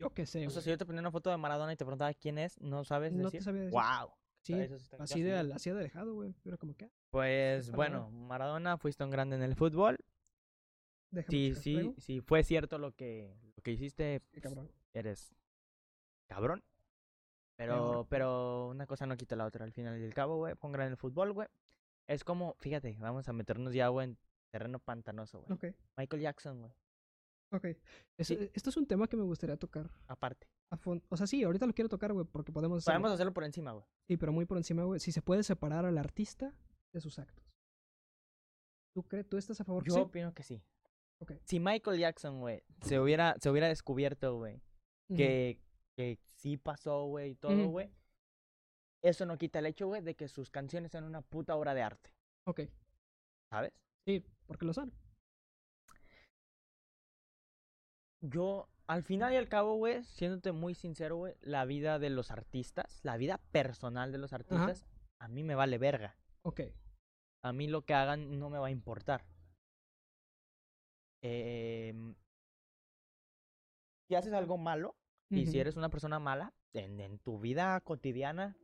S1: Yo qué sé.
S2: O sea,
S1: güey".
S2: si yo te ponía una foto de Maradona y te preguntaba quién es, no sabes
S1: no
S2: decir.
S1: te sabía decir.
S2: ¡Wow!
S1: Sí, así de, así de alejado, güey. Pero como que. ah,
S2: Pues
S1: Maradona.
S2: bueno, Maradona fuiste un grande en el fútbol.
S1: déjame
S2: Sí,
S1: checar
S2: sí,
S1: luego.
S2: sí, fue cierto lo que, lo que hiciste, pues,
S1: Qué cabrón.
S2: eres cabrón. Pero,
S1: Peor.
S2: pero una cosa no quita la otra. Al final y al cabo, güey, fue un gran el fútbol, güey. Es como, fíjate, vamos a meternos ya, güey, en terreno pantanoso, güey.
S1: Ok,
S2: Michael Jackson, güey,
S1: ok. Es-
S2: Sí.
S1: Esto es un tema que me gustaría tocar
S2: aparte.
S1: a fondo. O sea, sí, ahorita lo quiero tocar, güey, porque podemos. hacerlo.
S2: Podemos hacerlo por encima, güey.
S1: Sí, pero muy por encima, güey. Si se puede separar al artista de sus actos. ¿Tú crees? ¿Tú estás a favor? que
S2: Yo
S1: sí?
S2: opino que sí.
S1: Ok.
S2: Si Michael Jackson, güey, se hubiera, se hubiera descubierto, güey,
S1: Ujú.
S2: que, que sí pasó, güey, y todo,
S1: Ujú.
S2: güey, eso no quita el hecho, güey, de que sus canciones sean una puta obra de arte,
S1: Ok.
S2: ¿sabes?
S1: Sí, porque lo son.
S2: Yo, al final y al cabo, güey, siéndote muy sincero, güey, la vida de los artistas, la vida personal de los artistas, a mí me vale verga.
S1: Ok.
S2: A mí lo que hagan no me va a importar. Em, si haces algo malo y si
S1: Ujú.
S2: eres una persona mala en, en tu vida cotidiana,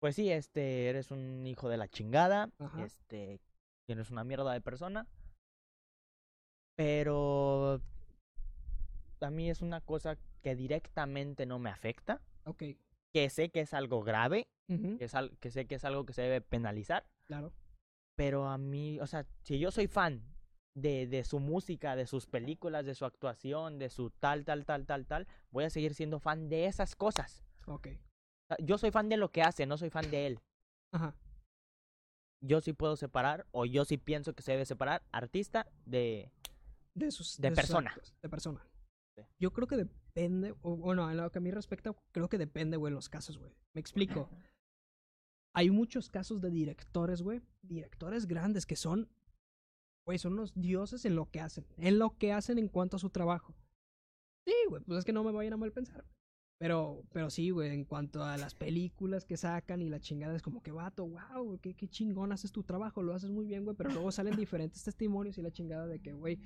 S2: pues sí, este, eres un hijo de la chingada,
S1: Ajá.
S2: este, tienes una mierda de persona. Pero a mí es una cosa que directamente no me afecta,
S1: Ok.
S2: que sé que es algo grave,
S1: Ujú,
S2: que, es al- que sé que es algo que se debe penalizar,
S1: Claro.
S2: pero a mí, o sea, si yo soy fan de, de su música, de sus películas, de su actuación, de su tal, tal, tal, tal, tal, voy a seguir siendo fan de esas cosas.
S1: Ok.
S2: O sea, Yo soy fan de lo que hace, no soy fan de él.
S1: Ajá.
S2: Yo sí puedo separar, o yo sí pienso que se debe separar artista de...
S1: De sus.
S2: De
S1: sus
S2: persona.
S1: actos, de persona.
S2: Sí.
S1: Yo creo que depende. o- Bueno, en lo que a mí respecta, creo que depende, güey, los casos, güey. Me explico. Hay muchos casos de directores, güey. Directores grandes que son. Güey, son unos dioses en lo que hacen. En lo que hacen en cuanto a su trabajo. Sí, güey, pues es que no me vayan a mal pensar. Pero, pero sí, güey, en cuanto a las películas que sacan y la chingada, es como que vato, wow, qué, qué chingón haces tu trabajo, lo haces muy bien, güey, pero luego salen diferentes testimonios y la chingada de que, güey,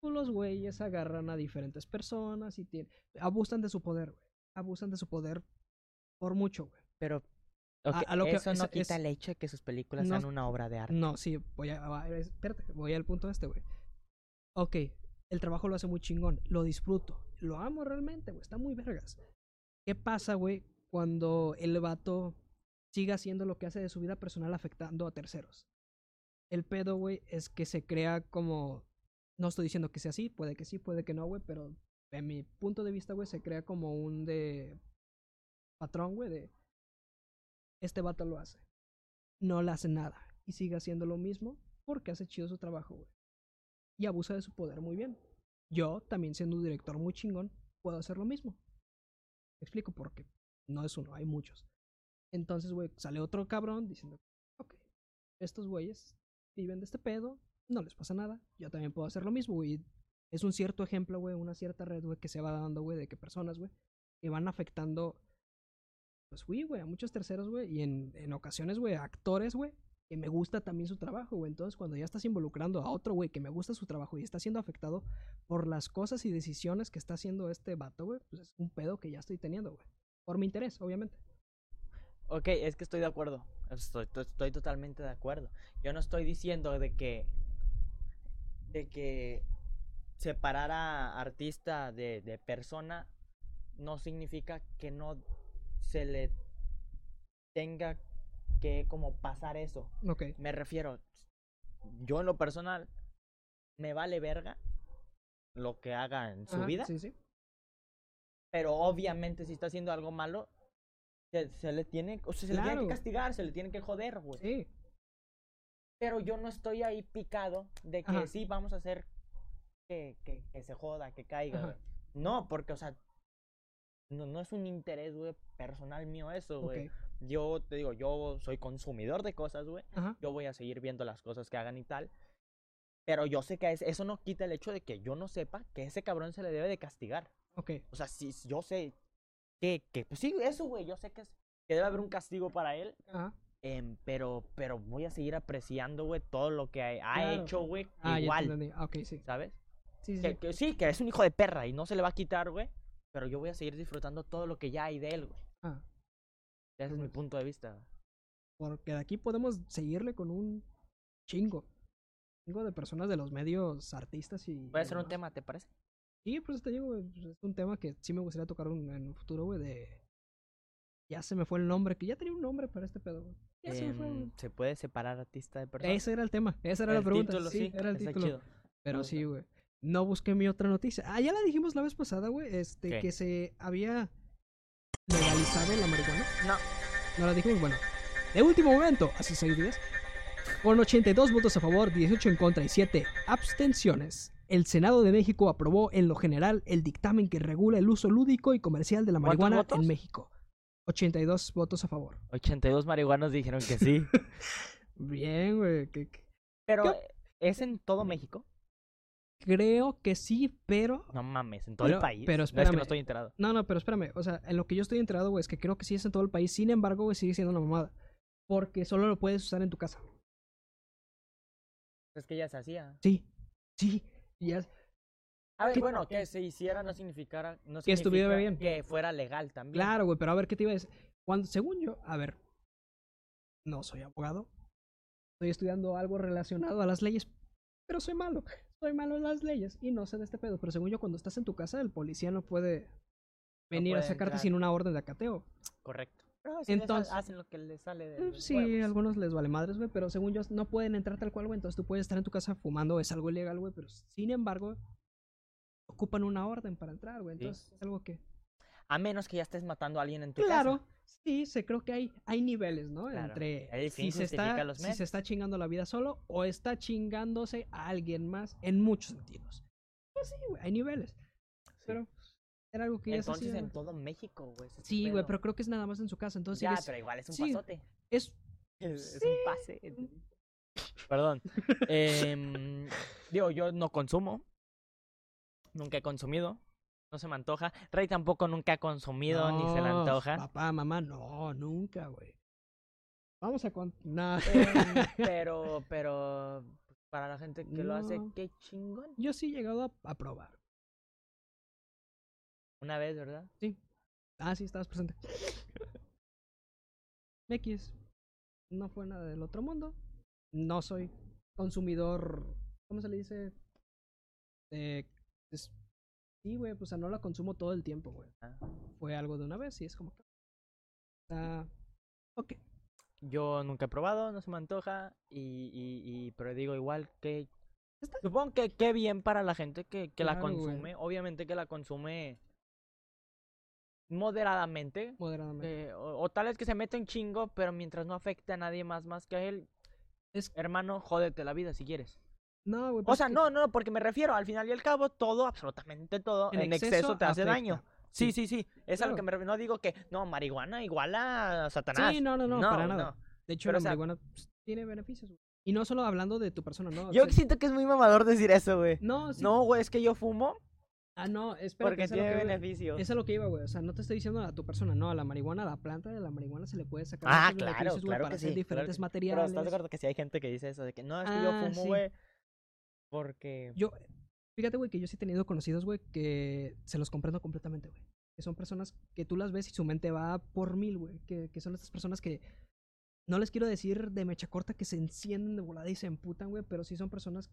S1: pues los güeyes agarran a diferentes personas y tienen, abusan de su poder, güey, abusan de su poder por mucho, güey.
S2: Pero, Ok,
S1: a lo que-
S2: eso no
S1: es-
S2: quita
S1: es-
S2: el hecho de que sus películas
S1: no-
S2: sean una obra de arte.
S1: No, sí, voy a. va, Espérate, voy al punto este, güey. Ok, el trabajo lo hace muy chingón. Lo disfruto. Lo amo realmente, güey. Está muy vergas. ¿Qué pasa, güey, cuando el vato sigue haciendo lo que hace de su vida personal afectando a terceros? El pedo, güey, es que se crea como. No estoy diciendo que sea así, puede que sí, puede que no, güey, pero en mi punto de vista, güey, se crea como un de. patrón, güey, de. Este vato lo hace no le hace nada y sigue haciendo lo mismo porque hace chido su trabajo, güey. Y abusa de su poder muy bien. Yo, también siendo un director muy chingón, puedo hacer lo mismo. Te explico porque no es uno, hay muchos. Entonces, güey, sale otro cabrón diciendo, ok, estos güeyes viven de este pedo, no les pasa nada, yo también puedo hacer lo mismo, güey. Es un cierto ejemplo, güey, una cierta red, güey, que se va dando, güey, de que personas, güey, que van afectando pues fui, güey, a muchos terceros, güey, y en, en ocasiones, güey, a actores, güey, que me gusta también su trabajo, güey. Entonces, cuando ya estás involucrando a otro, güey, que me gusta su trabajo y está siendo afectado por las cosas y decisiones que está haciendo este vato, güey, pues es un pedo que ya estoy teniendo, güey. Por mi interés, obviamente.
S2: Ok, es que estoy de acuerdo. Estoy, to- estoy totalmente de acuerdo. Yo no estoy diciendo de que. de que separar a artista de, de persona no significa que no se le tenga que como pasar eso.
S1: Ok,
S2: Me refiero, yo en lo personal, me vale verga lo que haga en su
S1: Ajá,
S2: vida
S1: Sí, sí.
S2: pero obviamente si está haciendo algo malo, se, se le tiene, o sea, se le tiene
S1: Claro.
S2: que castigar, se le tiene que joder, güey.
S1: Sí,
S2: Pero yo no estoy ahí picado de que
S1: Ajá.
S2: sí vamos a hacer que, que, que se joda, que caiga,
S1: Ajá.
S2: güey. No, porque, o sea, no, no es un interés, güey, personal mío eso,
S1: ok.
S2: güey. Yo te digo, yo soy consumidor de cosas, güey.
S1: Ajá.
S2: Yo voy a seguir viendo las cosas que hagan y tal. Pero yo sé que es- eso no quita el hecho de que yo no sepa que ese cabrón se le debe de castigar.
S1: Ok,
S2: O sea, sí, sí, yo sé que, que pues sí, eso, güey, yo sé que, es- que debe haber un castigo para él,
S1: ajá.
S2: em, pero, pero voy a seguir apreciando, güey, todo lo que ha, ha
S1: Claro.
S2: hecho, güey,
S1: Ah, ya te
S2: igual,
S1: entendí. Ah, Ok, sí.
S2: ¿sabes?
S1: Sí, sí,
S2: Que,
S1: sí.
S2: que sí, que es un hijo de perra y no se le va a quitar, güey, pero yo voy a seguir disfrutando todo lo que ya hay de él, güey.
S1: Ah,
S2: Ese es mi punto de vista. güey.
S1: porque de aquí podemos seguirle con un chingo. Chingo de personas de los medios, artistas y.
S2: Puede ser un
S1: demás.
S2: tema, ¿te parece?
S1: Y por eso te digo, güey, pues, es un tema que sí me gustaría tocar un- en un futuro, güey, de... Ya se me fue el nombre, que ya tenía un nombre para este pedo, güey. Ya se me fue,
S2: Em,
S1: güey.
S2: ¿Se puede separar artista de persona?
S1: Ese era el tema, esa era la
S2: El
S1: pregunta.
S2: título,
S1: sí, era el
S2: está
S1: título.
S2: chido.
S1: Pero
S2: Me
S1: sí,
S2: gusta.
S1: güey. No busqué mi otra noticia. Ah, ya la dijimos la vez pasada, güey, este,
S2: ¿Qué?
S1: que se había legalizado la marihuana.
S2: No,
S1: No la dijimos, bueno. De último momento, hace seis días, con 82 votos a favor, 18 en contra y 7 abstenciones, el Senado de México aprobó en lo general el dictamen que regula el uso lúdico y comercial de la
S2: ¿Cuántos
S1: marihuana
S2: votos?
S1: en México. 82 votos a favor.
S2: 82 marihuanos dijeron que sí.
S1: Bien, güey. que- que-
S2: pero,
S1: Yo-
S2: eh, ¿es en todo México?
S1: Creo que sí, pero...
S2: No mames, en todo
S1: Pero-
S2: el país.
S1: pero
S2: No, es que
S1: espérame.
S2: no estoy enterado.
S1: No, no, pero espérame. O sea, en lo que yo estoy enterado, güey, es que creo que sí es en todo el país. Sin embargo, güey, sigue siendo una mamada. Porque solo lo puedes usar en tu casa.
S2: Es que ya se hacía.
S1: Sí, sí. Y ya,
S2: A ver,
S1: ¿Qué-
S2: bueno, que se hiciera no significara no
S1: Que estuviera bien.
S2: significa que fuera legal también.
S1: Claro, güey, pero a ver qué te iba a decir. Cuando, según yo, a ver, no soy abogado. Estoy estudiando algo relacionado a las leyes, pero soy malo. Soy malo en las leyes y no sé de este pedo. Pero según yo, cuando estás en tu casa, el policía no puede venir a
S2: puede
S1: sacarte
S2: entrar.
S1: sin una orden de acateo.
S2: Correcto. Pero si les ha-
S1: Entonces-
S2: hacen lo que les sale de
S1: Eh,
S2: los
S1: Sí, a
S2: huevos.
S1: algunos les vale madres, güey, pero según yo no pueden entrar tal cual, güey, entonces tú puedes estar en tu casa fumando, es algo ilegal, güey, pero sin embargo ocupan una orden para entrar, güey,
S2: Sí.
S1: entonces es algo que...
S2: A menos que ya estés matando a alguien en tu
S1: Claro,
S2: casa.
S1: sí, se creo que hay, hay niveles, ¿no?
S2: Claro.
S1: Entre
S2: El
S1: si
S2: fin
S1: se,
S2: justifica
S1: está,
S2: los
S1: si
S2: medios.
S1: se está chingando la vida solo o está chingándose a alguien más en muchos sentidos. Pues sí, güey, hay niveles. Pero pues, era algo que ya se
S2: Entonces
S1: hacía,
S2: en
S1: güey.
S2: todo México, güey. ese es el
S1: Sí, güey,
S2: pedo.
S1: pero creo que es nada más en su casa, entonces
S2: Ya,
S1: sigues-
S2: pero igual es un
S1: sí.
S2: pasote.
S1: es...
S2: Es, es un pase. Perdón. Em, digo, yo no consumo. Nunca he consumido. No se me antoja. Rey tampoco nunca ha consumido ni se le
S1: No,
S2: antoja.
S1: Papá, mamá, no, nunca, güey. Vamos a con... No,
S2: Em, pero, pero para la gente que lo hace,
S1: No.
S2: qué chingón.
S1: yo sí he llegado a, a probar.
S2: Una vez, ¿verdad?
S1: Ah, sí, estabas presente. X. No fue nada del otro mundo. No soy consumidor. ¿Cómo se le dice? Eh, es- sí, güey, pues o sea, no la consumo todo el tiempo, güey.
S2: Ah.
S1: Fue algo de una vez y es como que. Está. Ok.
S2: Yo nunca he probado, no se me antoja. Y, y, y- pero digo, igual que.
S1: Está-
S2: Supongo que qué bien para la gente que, que la
S1: Claro, güey.
S2: consume. Obviamente que la consume moderadamente.
S1: Moderadamente.
S2: que- o, o tal vez que se mete un chingo, pero mientras no afecte a nadie más más que a él.
S1: Es-
S2: Hermano, jódete la vida si quieres.
S1: No, güey.
S2: O
S1: pues
S2: sea,
S1: es que
S2: no, no, porque me refiero, al final y al cabo, todo, absolutamente todo, en, exceso, te hace
S1: afecta.
S2: daño. Sí, sí, sí, es a lo
S1: Claro.
S2: que me refiero. No digo que, no, marihuana igual a Satanás.
S1: Sí, no, no, no, para nada. De hecho, la
S2: Pero, o sea-
S1: marihuana pues, tiene beneficios, güey. Y no solo hablando de tu persona, no. o
S2: Yo
S1: sea,
S2: siento que es muy mamador decir eso, güey.
S1: No, sí.
S2: No, güey, es que yo fumo
S1: Ah, no, espérate.
S2: porque
S1: es a lo
S2: tiene
S1: que iba.
S2: beneficios.
S1: Es a lo que iba, güey. O sea, no te estoy diciendo a tu persona, no, a la marihuana, a la planta de la marihuana se le puede sacar
S2: Ah,
S1: muchos
S2: claro,
S1: beneficios, güey,
S2: claro
S1: para
S2: que
S1: hacer
S2: sí, claro
S1: diferentes
S2: que- Pero
S1: materiales.
S2: estás de acuerdo que si hay gente que dice eso, de que no, es que
S1: Ah,
S2: yo fumo,
S1: sí.
S2: güey, porque...
S1: Yo, fíjate, güey, que yo sí he tenido conocidos, güey, que se los comprendo completamente, güey. Que son personas que tú las ves y su mente va por mil, güey. Que, que son estas personas que no les quiero decir de mecha corta que se encienden de volada y se emputan, güey, pero sí son personas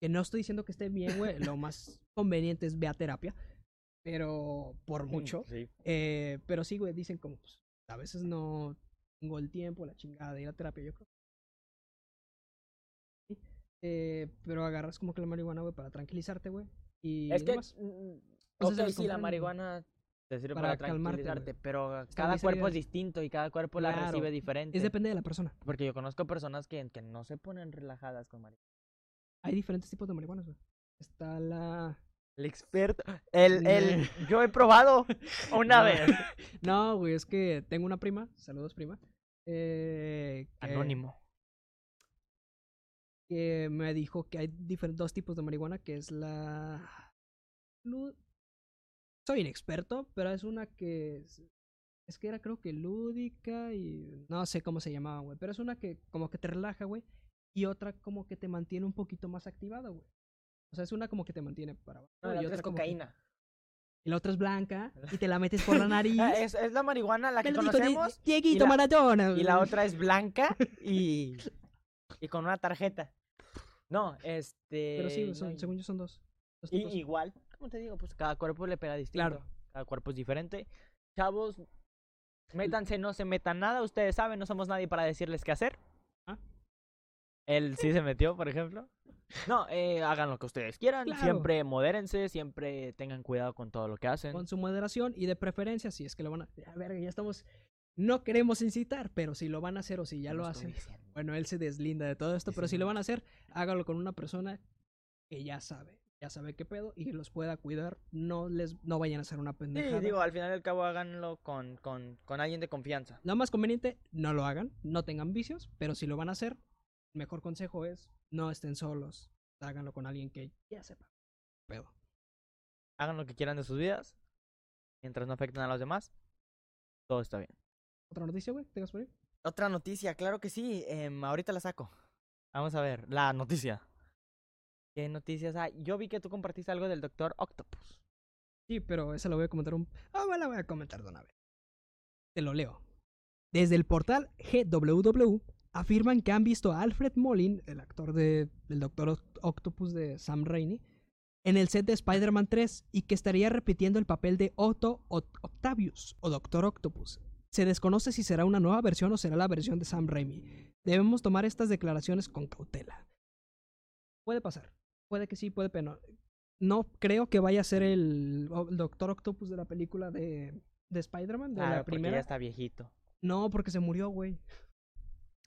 S1: que no estoy diciendo que estén bien, güey. Lo más conveniente es ve a terapia, pero por mucho.
S2: Sí.
S1: Eh, pero sí, güey, dicen como, pues, a veces no tengo el tiempo, la chingada de ir a terapia, yo creo. Sí. Eh, pero agarras como que la marihuana, güey, para tranquilizarte, güey. Y
S2: Es que...
S1: demás.
S2: mm,
S1: O sea, se
S2: ok,
S1: los
S2: sí, la
S1: compran
S2: marihuana te sirve para,
S1: para calmarte, güey.
S2: tranquilizarte, pero cada
S1: Estabilizar
S2: cuerpo
S1: ideas.
S2: es distinto y cada cuerpo la
S1: Claro,
S2: recibe
S1: es
S2: diferente.
S1: es depende de la persona.
S2: Porque yo conozco personas que, que no se ponen relajadas con marihuana.
S1: Hay diferentes tipos de marihuanas, güey. Está la...
S2: El experto... El, el... Yo he probado una
S1: No.
S2: vez.
S1: No, güey, es que tengo una prima, saludos prima, eh, que,
S2: Anónimo.
S1: que me dijo que hay difer- dos tipos de marihuana, que es la... lu- Soy inexperto, pero es una que... es- Es que era creo que lúdica y no sé cómo se llamaba, güey. Pero es una que como que te relaja, güey. Y otra como que te mantiene un poquito más activado, güey. O sea, es una como que te mantiene para abajo.
S2: No,
S1: y
S2: la otra es
S1: como que-
S2: cocaína.
S1: y la otra es blanca y te la metes por la nariz.
S2: Ah, es, es la marihuana la que
S1: Me lo dijo Di-
S2: conocemos
S1: Dieguito
S2: y la-
S1: Maradona.
S2: y la otra es blanca y, y con una tarjeta. No, este...
S1: Pero sí, güey, son-
S2: no, y-
S1: según yo son dos. dos
S2: y-
S1: tipos.
S2: igual, como te digo, pues cada cuerpo le pega distinto.
S1: pues, Claro.
S2: Cada cuerpo es diferente. Chavos, métanse, no se metan nada. Ustedes saben, no somos nadie para decirles qué hacer.
S1: Ah.
S2: Él sí se metió, por ejemplo. No, eh, hagan lo que ustedes quieran.
S1: Claro.
S2: Siempre modérense, siempre tengan cuidado con todo lo que hacen.
S1: Con su moderación y de preferencia, si es que lo van a. A ver, ya estamos. No queremos incitar, pero si lo van a hacer o si ya lo
S2: estoy
S1: hacen.
S2: diciendo.
S1: Bueno, él se deslinda de todo esto,
S2: Sí,
S1: pero
S2: sí,
S1: si lo
S2: no.
S1: van a hacer, hágalo con una persona que ya sabe. Ya sabe qué pedo y que los pueda cuidar. No les no vayan a hacer una
S2: Sí,
S1: pendejada.
S2: digo, al final y al cabo háganlo con, con, con alguien de confianza.
S1: Lo más conveniente, no lo hagan. No tengan vicios, pero si lo van a hacer, el mejor consejo es no estén solos. Háganlo con alguien que ya sepa. qué Pedo.
S2: Hagan lo que quieran de sus vidas. Mientras no afecten a los demás, todo está bien.
S1: ¿Otra noticia, güey? ¿Tengas por ahí?
S2: Otra noticia, claro que sí. em, ahorita la saco. Vamos a ver, la noticia. ¿Qué noticias hay? Yo vi que tú compartiste algo del doctor Octopus.
S1: Sí, pero esa la voy a comentar un... Ah, bueno, la voy a comentar de una vez. Te lo leo. Desde el portal GWW afirman que han visto a Alfred Molin, el actor de, del Doctor Oct- Octopus de Sam Raimi, en el set de Spider-Man 3 y que estaría repitiendo el papel de Otto Oct- Octavius o Doctor Octopus. Se desconoce si será una nueva versión o será la versión de Sam Raimi. Debemos tomar estas declaraciones con cautela. Puede pasar. Puede que sí, puede que no no creo que vaya a ser el, o- el Doctor Octopus de la película de, de Spider-Man, de
S2: Claro,
S1: la
S2: porque ya
S1: primera.
S2: está viejito.
S1: No, porque se murió, güey.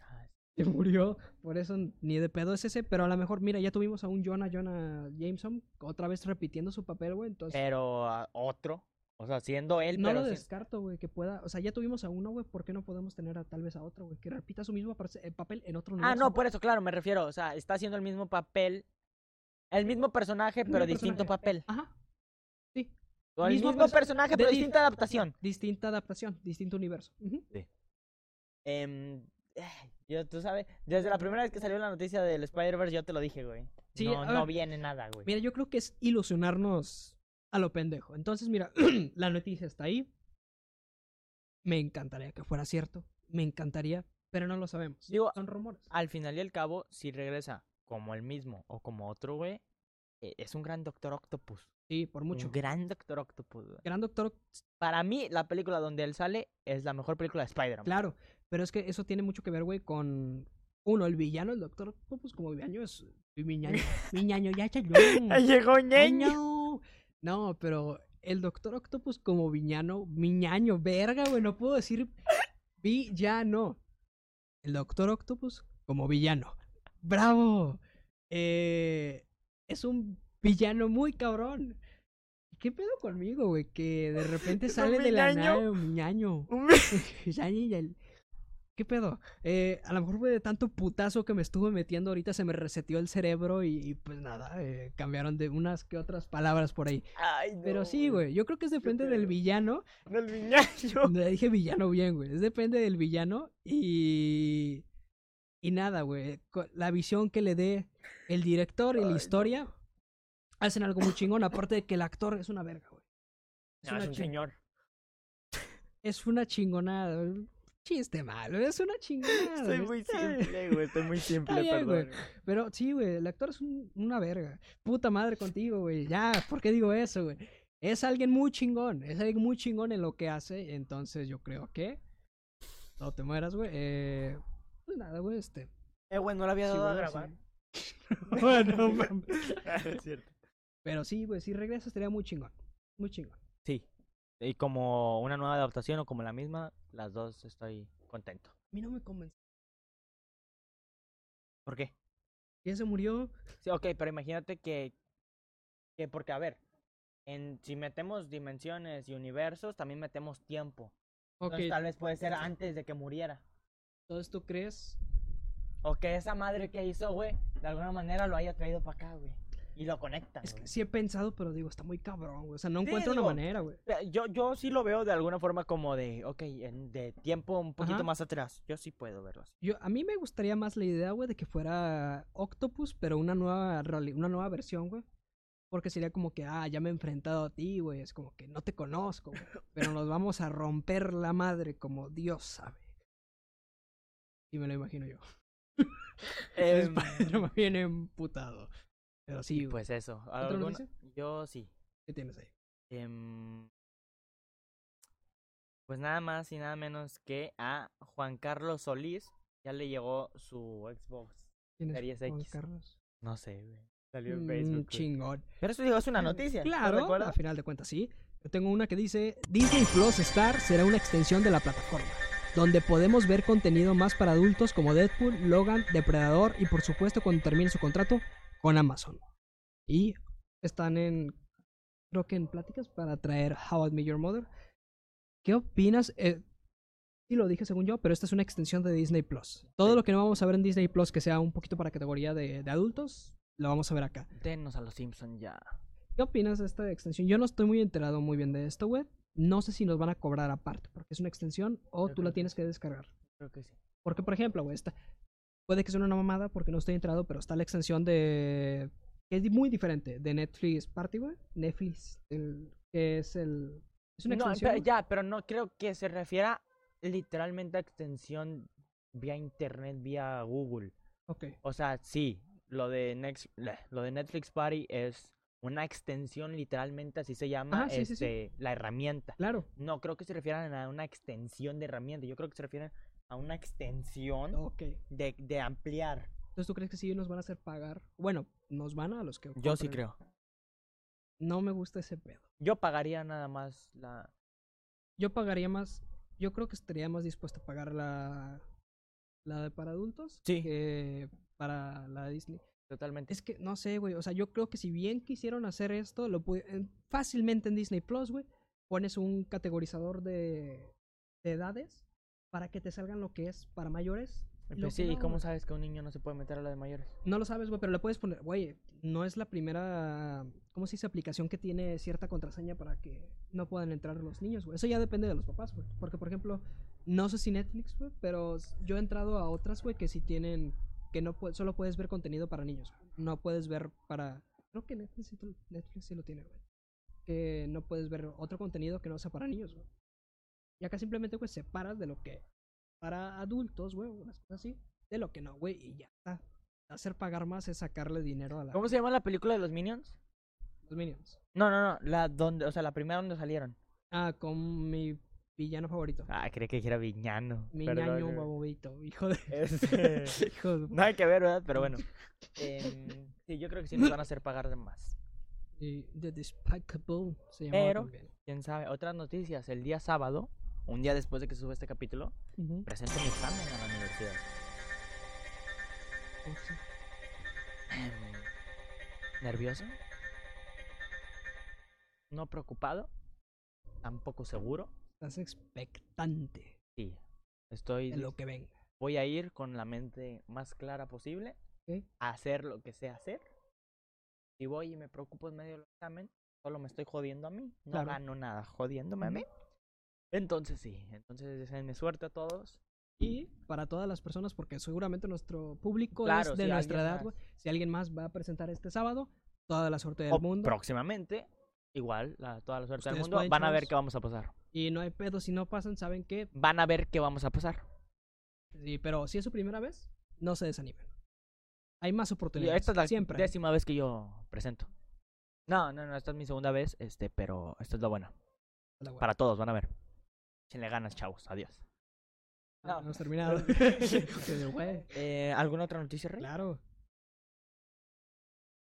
S2: Ah,
S1: Se murió, por eso ni de pedo es ese, pero a lo mejor, mira, ya tuvimos a un Jonah, Jonah Jameson, otra vez repitiendo su papel, güey, entonces...
S2: Pero ah, otro. O sea, siendo él,
S1: pues no
S2: pero
S1: lo
S2: sin-
S1: descarto, güey, que pueda... O sea, ya tuvimos a uno, güey, ¿por qué no podemos tener a tal vez a otro, güey? Que repita su mismo parce- eh, papel en otro
S2: Ah,
S1: universo.
S2: no, por eso, claro, me refiero. O sea, está haciendo el mismo papel. El mismo personaje, pero
S1: mismo
S2: distinto
S1: personaje,
S2: papel.
S1: eh, Ajá. Sí,
S2: O el
S1: mismo
S2: mismo
S1: perso-
S2: personaje,
S1: de
S2: pero
S1: dif-
S2: distinta adaptación.
S1: distinta adaptación, distinto universo. Ujú.
S2: Em, ay, yo, tú sabes, desde la primera vez que salió la noticia del Spider-Verse, yo te lo dije, güey.
S1: Sí,
S2: no,
S1: a
S2: no
S1: ver.
S2: viene nada, güey.
S1: Mira, yo creo que es ilusionarnos a lo pendejo. Entonces, mira, la noticia está ahí. Me encantaría que fuera cierto. Me encantaría, pero no lo sabemos.
S2: Digo,
S1: Son rumores.
S2: Al final y al cabo, si regresa como el mismo o como otro, güey, e- es un gran Doctor Octopus.
S1: Sí, por mucho.
S2: Un gran Doctor Octopus, güey.
S1: Gran Doctor,
S2: Para mí, la película donde él sale es la mejor película de Spider-Man.
S1: claro. Pero es que eso tiene mucho que ver, güey, con. Uno, el villano, el Doctor Octopus, como viñaño es. Viñaño, viñaño, ya chayó.
S2: Ahí llegó
S1: Ay,
S2: ñeño.
S1: no. No, pero el Doctor Octopus como viñano, viñaño, verga, güey, no puedo decir villano. El Doctor Octopus como villano. ¡Bravo! Eh, es un villano muy cabrón. ¿Qué pedo conmigo, güey? Que de repente
S2: Es un
S1: sale de la
S2: viñaño.
S1: nave un viñaño. Ya ni del- ¿Qué pedo? Eh, a lo mejor fue de tanto putazo que me estuve metiendo ahorita, se me reseteó el cerebro y, y pues nada, eh, cambiaron de unas que otras palabras por ahí.
S2: Ay, no,
S1: Pero sí, güey, yo creo que es depende del
S2: pedo.
S1: villano.
S2: Del ñaño.
S1: Le dije villano bien, güey. Es depende del villano y. Y nada, güey. co- La visión que le dé el director y
S2: Ay,
S1: la
S2: no.
S1: historia hacen algo muy chingón, aparte de que el actor es una verga, güey.
S2: No, es un
S1: chingona.
S2: señor.
S1: Es una chingonada. un Chiste malo, es una chingonada.
S2: Estoy
S1: güey,
S2: muy
S1: está-
S2: simple, güey. Estoy muy
S1: Está
S2: simple,
S1: bien, güey.
S2: perdón.
S1: Pero sí, güey, el actor es un- una verga. Puta madre contigo, güey. Ya, ¿por qué digo eso, güey? Es alguien muy chingón. Es alguien muy chingón en lo que hace. Entonces yo creo que. No te mueras, güey. Eh, pues nada, güey, este.
S2: Eh, güey, no la había
S1: sí,
S2: dado a
S1: güey,
S2: grabar.
S1: sí. bueno, mames.
S2: es cierto.
S1: Pero sí, güey, si regresas estaría muy chingón. Muy chingón.
S2: Sí. Y como una nueva adaptación o como la misma, las dos estoy contento.
S1: A mí no me convenció.
S2: ¿Por qué?
S1: Ya se murió.
S2: Sí, ok, pero imagínate que. que porque, a ver, en, si metemos dimensiones y universos, también metemos tiempo.
S1: Ok.
S2: Entonces, tal vez puede ser antes de que muriera.
S1: Entonces tú crees.
S2: O que esa madre que hizo, güey, de alguna manera lo haya traído para acá, güey. Y lo conecta.
S1: Es que sí he pensado, pero digo, está muy cabrón, güey. O sea, no
S2: Ah, Sí,
S1: encuentro una
S2: digo,
S1: manera, güey.
S2: Yo, yo sí lo veo de alguna forma como de, ok, en- de tiempo un poquito
S1: Ajá.
S2: más atrás. Yo sí puedo verlo así.
S1: Yo, a mí me gustaría más la idea, güey, de que fuera Octopus, pero una nueva, reali- una nueva versión, güey. Porque sería como que, ah, ya me he enfrentado a ti, güey. Es como que no te conozco, güey. Pero nos vamos a romper la madre, como Dios sabe. Y me lo imagino yo. El
S2: Em,
S1: Spider-Man bien emputado. Pero sí,
S2: y
S1: güey.
S2: pues eso.
S1: ¿Otra
S2: alguna-
S1: noticia?
S2: Yo sí.
S1: ¿Qué tienes ahí?
S2: Em, pues nada más y nada menos que a Juan Carlos Solís ya le llegó su Xbox.
S1: ¿Quién es
S2: Series
S1: Juan
S2: X.
S1: Carlos?
S2: No sé, güey. Salió en
S1: Mm,
S2: Facebook. güey.
S1: chingón.
S2: Pero eso digo, es una noticia. ¿estás de
S1: Eh, Claro,
S2: acuerdo?
S1: a final de cuentas sí. Yo tengo una que dice, Disney Plus Star será una extensión de la plataforma, donde podemos ver contenido más para adultos como Deadpool, Logan, Depredador y por supuesto cuando termine su contrato con Amazon. Y están en, creo que en pláticas para traer How I Met Your Mother. ¿Qué opinas? Eh, sí lo dije según yo, pero esta es una extensión de Disney Plus. Todo
S2: Sí.
S1: lo que no vamos a ver en Disney Plus que sea un poquito para categoría de- de adultos, lo vamos a ver acá.
S2: Denos a los Simpsons ya.
S1: ¿Qué opinas de esta extensión? Yo no estoy muy enterado muy bien de esto, güey. No sé si nos van a cobrar aparte, porque es una extensión o
S2: Yo
S1: tú
S2: creo
S1: la
S2: que
S1: tienes que descargar.
S2: Creo que sí.
S1: Porque, por ejemplo, güey, esta puede que sea una mamada porque no estoy enterado, pero está la extensión de. que es muy diferente de Netflix Party, güey. Netflix, el- que es el. Es una
S2: No,
S1: extensión.
S2: pero
S1: güey.
S2: ya, pero no creo que se refiera literalmente a extensión vía internet, vía Google.
S1: Ok.
S2: O sea, sí, lo de, Nex- le- lo de Netflix Party es una extensión, literalmente así se llama,
S1: Ajá, sí, sí, sí.
S2: este, la herramienta.
S1: Claro.
S2: No creo que se refieran a una extensión de herramienta, yo creo que se refieren a una extensión
S1: Ok.
S2: de, de ampliar.
S1: Entonces, ¿tú crees que sí nos van a hacer pagar? Bueno, nos van a los que.
S2: Yo sí
S1: compren.
S2: creo.
S1: No me gusta ese pedo.
S2: Yo pagaría nada más la...
S1: Yo pagaría más. Yo creo que estaría más dispuesto a pagar la. La de para adultos.
S2: Sí.
S1: Que para la de Disney.
S2: Totalmente.
S1: Es que no sé, güey. O sea, yo creo que si bien quisieron hacer esto, lo pu- en- fácilmente en Disney Plus, güey. Pones un categorizador de, de edades para que te salgan lo que es para mayores. y lo
S2: Pues
S1: que
S2: sí, ¿y
S1: no,
S2: cómo
S1: güey.
S2: sabes que un niño no se puede meter a la de mayores?
S1: No lo sabes, güey, pero le puedes poner, güey, no es la primera, ¿cómo se dice? Aplicación que tiene cierta contraseña para que no puedan entrar los niños, güey. Eso ya depende de los papás, güey. Porque, por ejemplo, no sé si Netflix, güey, pero s- yo he entrado a otras, güey, que sí tienen, que no pue- solo puedes ver contenido para niños, güey. No puedes ver para, creo que Netflix, sí tú- Netflix sí lo tiene, güey. Que no puedes ver otro contenido que no sea para niños, güey. Y acá simplemente, pues, separas de lo que para adultos, güey, unas cosas así, de lo que no, güey, y ya está. Hacer pagar más es sacarle dinero a la,
S2: ¿Cómo se llama la película de los Minions?
S1: los Minions.
S2: No, no, no, la donde, o sea, la primera donde salieron.
S1: Ah, con mi villano favorito.
S2: Ah, creí que era Viñano.
S1: mi
S2: perdón, eh.
S1: ñaño
S2: güey.
S1: babobito, hijo de...
S2: Este,
S1: hijo de...
S2: Nada que ver, ¿verdad? Pero bueno. Em, sí, yo creo que sí nos van a hacer pagar de más.
S1: Y The Despicable se llamaba
S2: Pero-
S1: también.
S2: Quién sabe. Otras noticias. El día sábado, un día después de que se sube este capítulo,
S1: Ujú.
S2: presento mi examen a la universidad. Em, ¿Nervioso? ¿No preocupado? ¿Tampoco seguro?
S1: Estás expectante
S2: Sí. Estoy.
S1: de lo que venga.
S2: Voy a ir con la mente más clara posible.
S1: Ok.
S2: A hacer lo que sé hacer. Si voy y me preocupo en medio del examen, solo me estoy jodiendo a mí. No
S1: Claro.
S2: gano nada jodiéndome a mí. Entonces sí. Entonces deseenme suerte a todos.
S1: Y para todas las personas, porque seguramente nuestro público
S2: Claro,
S1: es de
S2: si
S1: nuestra
S2: alguien
S1: edad, güey. Si alguien más va a presentar este sábado, toda la suerte del
S2: O
S1: mundo.
S2: próximamente, igual, la- toda la suerte del
S1: Ustedes
S2: mundo,
S1: pueden,
S2: van a ver
S1: chavos.
S2: qué vamos a pasar.
S1: Y no hay pedo si no pasan, saben que.
S2: Van a ver qué vamos a pasar.
S1: sí, pero si es su primera vez, no se desanimen. Hay más
S2: Y
S1: oportunidades.
S2: esta es la
S1: siempre. hay.
S2: décima vez que yo presento. No, no, no, esta es mi segunda vez, este, pero esta es la buena.
S1: La buena.
S2: Para todos, van a ver. le ganas, chavos. Adiós.
S1: Ah,
S2: no.
S1: hemos terminado. Pero, güey,
S2: Eh, ¿Alguna otra noticia, Rey?
S1: claro.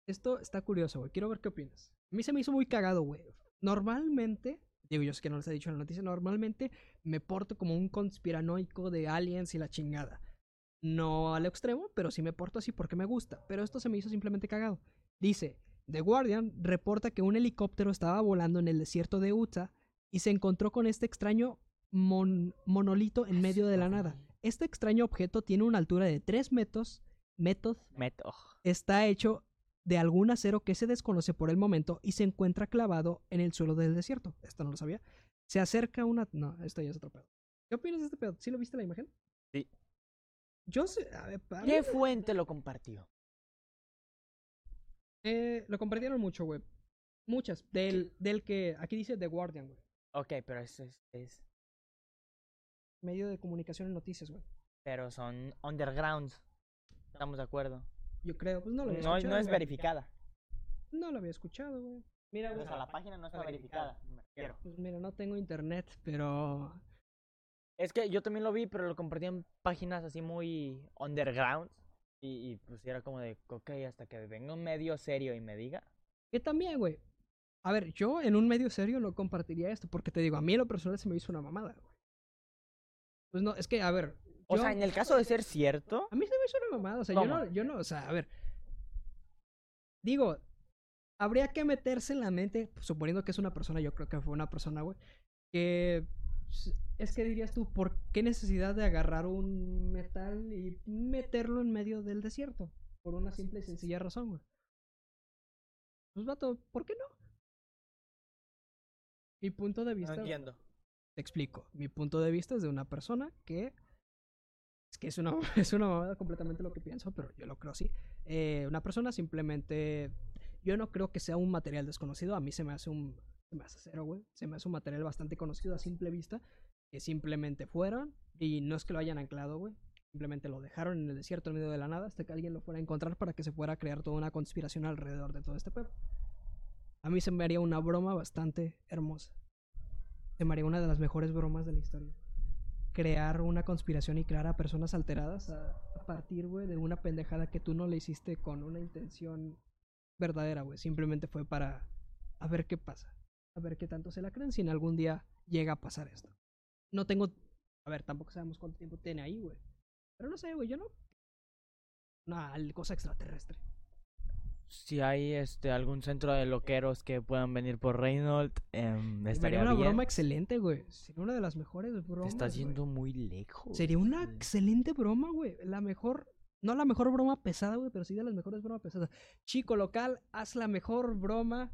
S1: Esto está curioso, güey. Quiero ver qué opinas. A mí se me hizo muy cagado, güey. Normalmente, digo yo, es que no les he dicho en la noticia, normalmente me porto como un conspiranoico de aliens y la chingada. No al extremo, pero sí me porto así porque me gusta. Pero esto se me hizo simplemente cagado. Dice, The Guardian reporta que un helicóptero estaba volando en el desierto de Utah y se encontró con este extraño mon- monolito en medio de la nada. Este extraño objeto tiene una altura de 3 metros, metros,
S2: Met- oh,
S1: está hecho de algún acero que se desconoce por el momento y se encuentra clavado en el suelo del desierto. Esto no lo sabía. Se acerca una... No, esto ya es otro pedo. ¿Qué opinas de este pedo? ¿Sí lo viste la imagen?
S2: Sí.
S1: Yo sé... A ver, para-
S2: ¿Qué fuente lo compartió?
S1: eh, lo compartieron mucho, güey. Muchas. Del, del que... Aquí dice The Guardian, güey.
S2: Ok, pero es, es, es-
S1: Medio de comunicación y noticias, güey.
S2: Pero son undergrounds. Estamos de acuerdo.
S1: Yo creo. Pues no lo había
S2: No,
S1: escuchado.
S2: no es
S1: güey.
S2: verificada.
S1: No lo había escuchado, güey. Mira,
S2: O
S1: güey.
S2: sea, la página no está verificada. me refiero.
S1: Pues mira, no tengo internet, pero...
S2: Es que yo también lo vi, pero lo compartían páginas así muy underground. Y, y pues era como de, ok, hasta que venga un medio serio y me diga.
S1: Que también, güey. A ver, yo en un medio serio no compartiría esto, porque te digo, a mí en lo personal se me hizo una mamada, güey. Pues no, es que, a ver.
S2: O
S1: yo-
S2: sea, en el caso de ser cierto,
S1: A mí se me hizo una mamada, o sea, yo
S2: ¿Cómo?
S1: no, yo no, o sea, a ver. Digo, habría que meterse en la mente, suponiendo que es una persona, yo creo que fue una persona, güey, que s- es que dirías tú, ¿por qué necesidad de agarrar un metal y meterlo en medio del desierto? Por una simple y sencilla razón, güey. Pues vato, ¿por qué no? Mi punto de
S2: no
S1: vista.
S2: entiendo.
S1: Te explico. Mi punto de vista es de una persona que. Es que es una, es una mamada completamente lo que pienso, pero yo lo creo así. Eh, una persona simplemente. Yo no creo que sea un material desconocido. A mí se me hace un. Se me hace cero, güey. Se me hace un material bastante conocido a simple vista. Que simplemente fueron. Y no es que lo hayan anclado, güey. Simplemente lo dejaron en el desierto en medio de la nada hasta que alguien lo fuera a encontrar para que se fuera a crear toda una conspiración alrededor de todo este pedo. A mí se me haría una broma bastante hermosa. Se me haría una de las mejores bromas de la historia. Crear una conspiración y crear a personas alteradas a, a partir, güey, de una pendejada que tú no le hiciste con una intención verdadera, güey. Simplemente fue para a ver qué pasa. A ver qué tanto se la creen si en algún día llega a pasar esto. No tengo... A ver, tampoco sabemos cuánto tiempo tiene ahí, güey. Pero no sé, güey, yo no... Una cosa extraterrestre.
S2: Si hay este algún centro de loqueros que puedan venir por Reynolds, em,
S1: Sería
S2: estaría
S1: una
S2: bien.
S1: broma excelente, güey. Sería una de las mejores bromas.
S2: Te estás
S1: güey.
S2: yendo muy lejos.
S1: Sería una
S2: güey.
S1: excelente broma, güey. La mejor, no la mejor broma pesada, güey, pero sí de las mejores bromas pesadas. Chico local, haz la mejor broma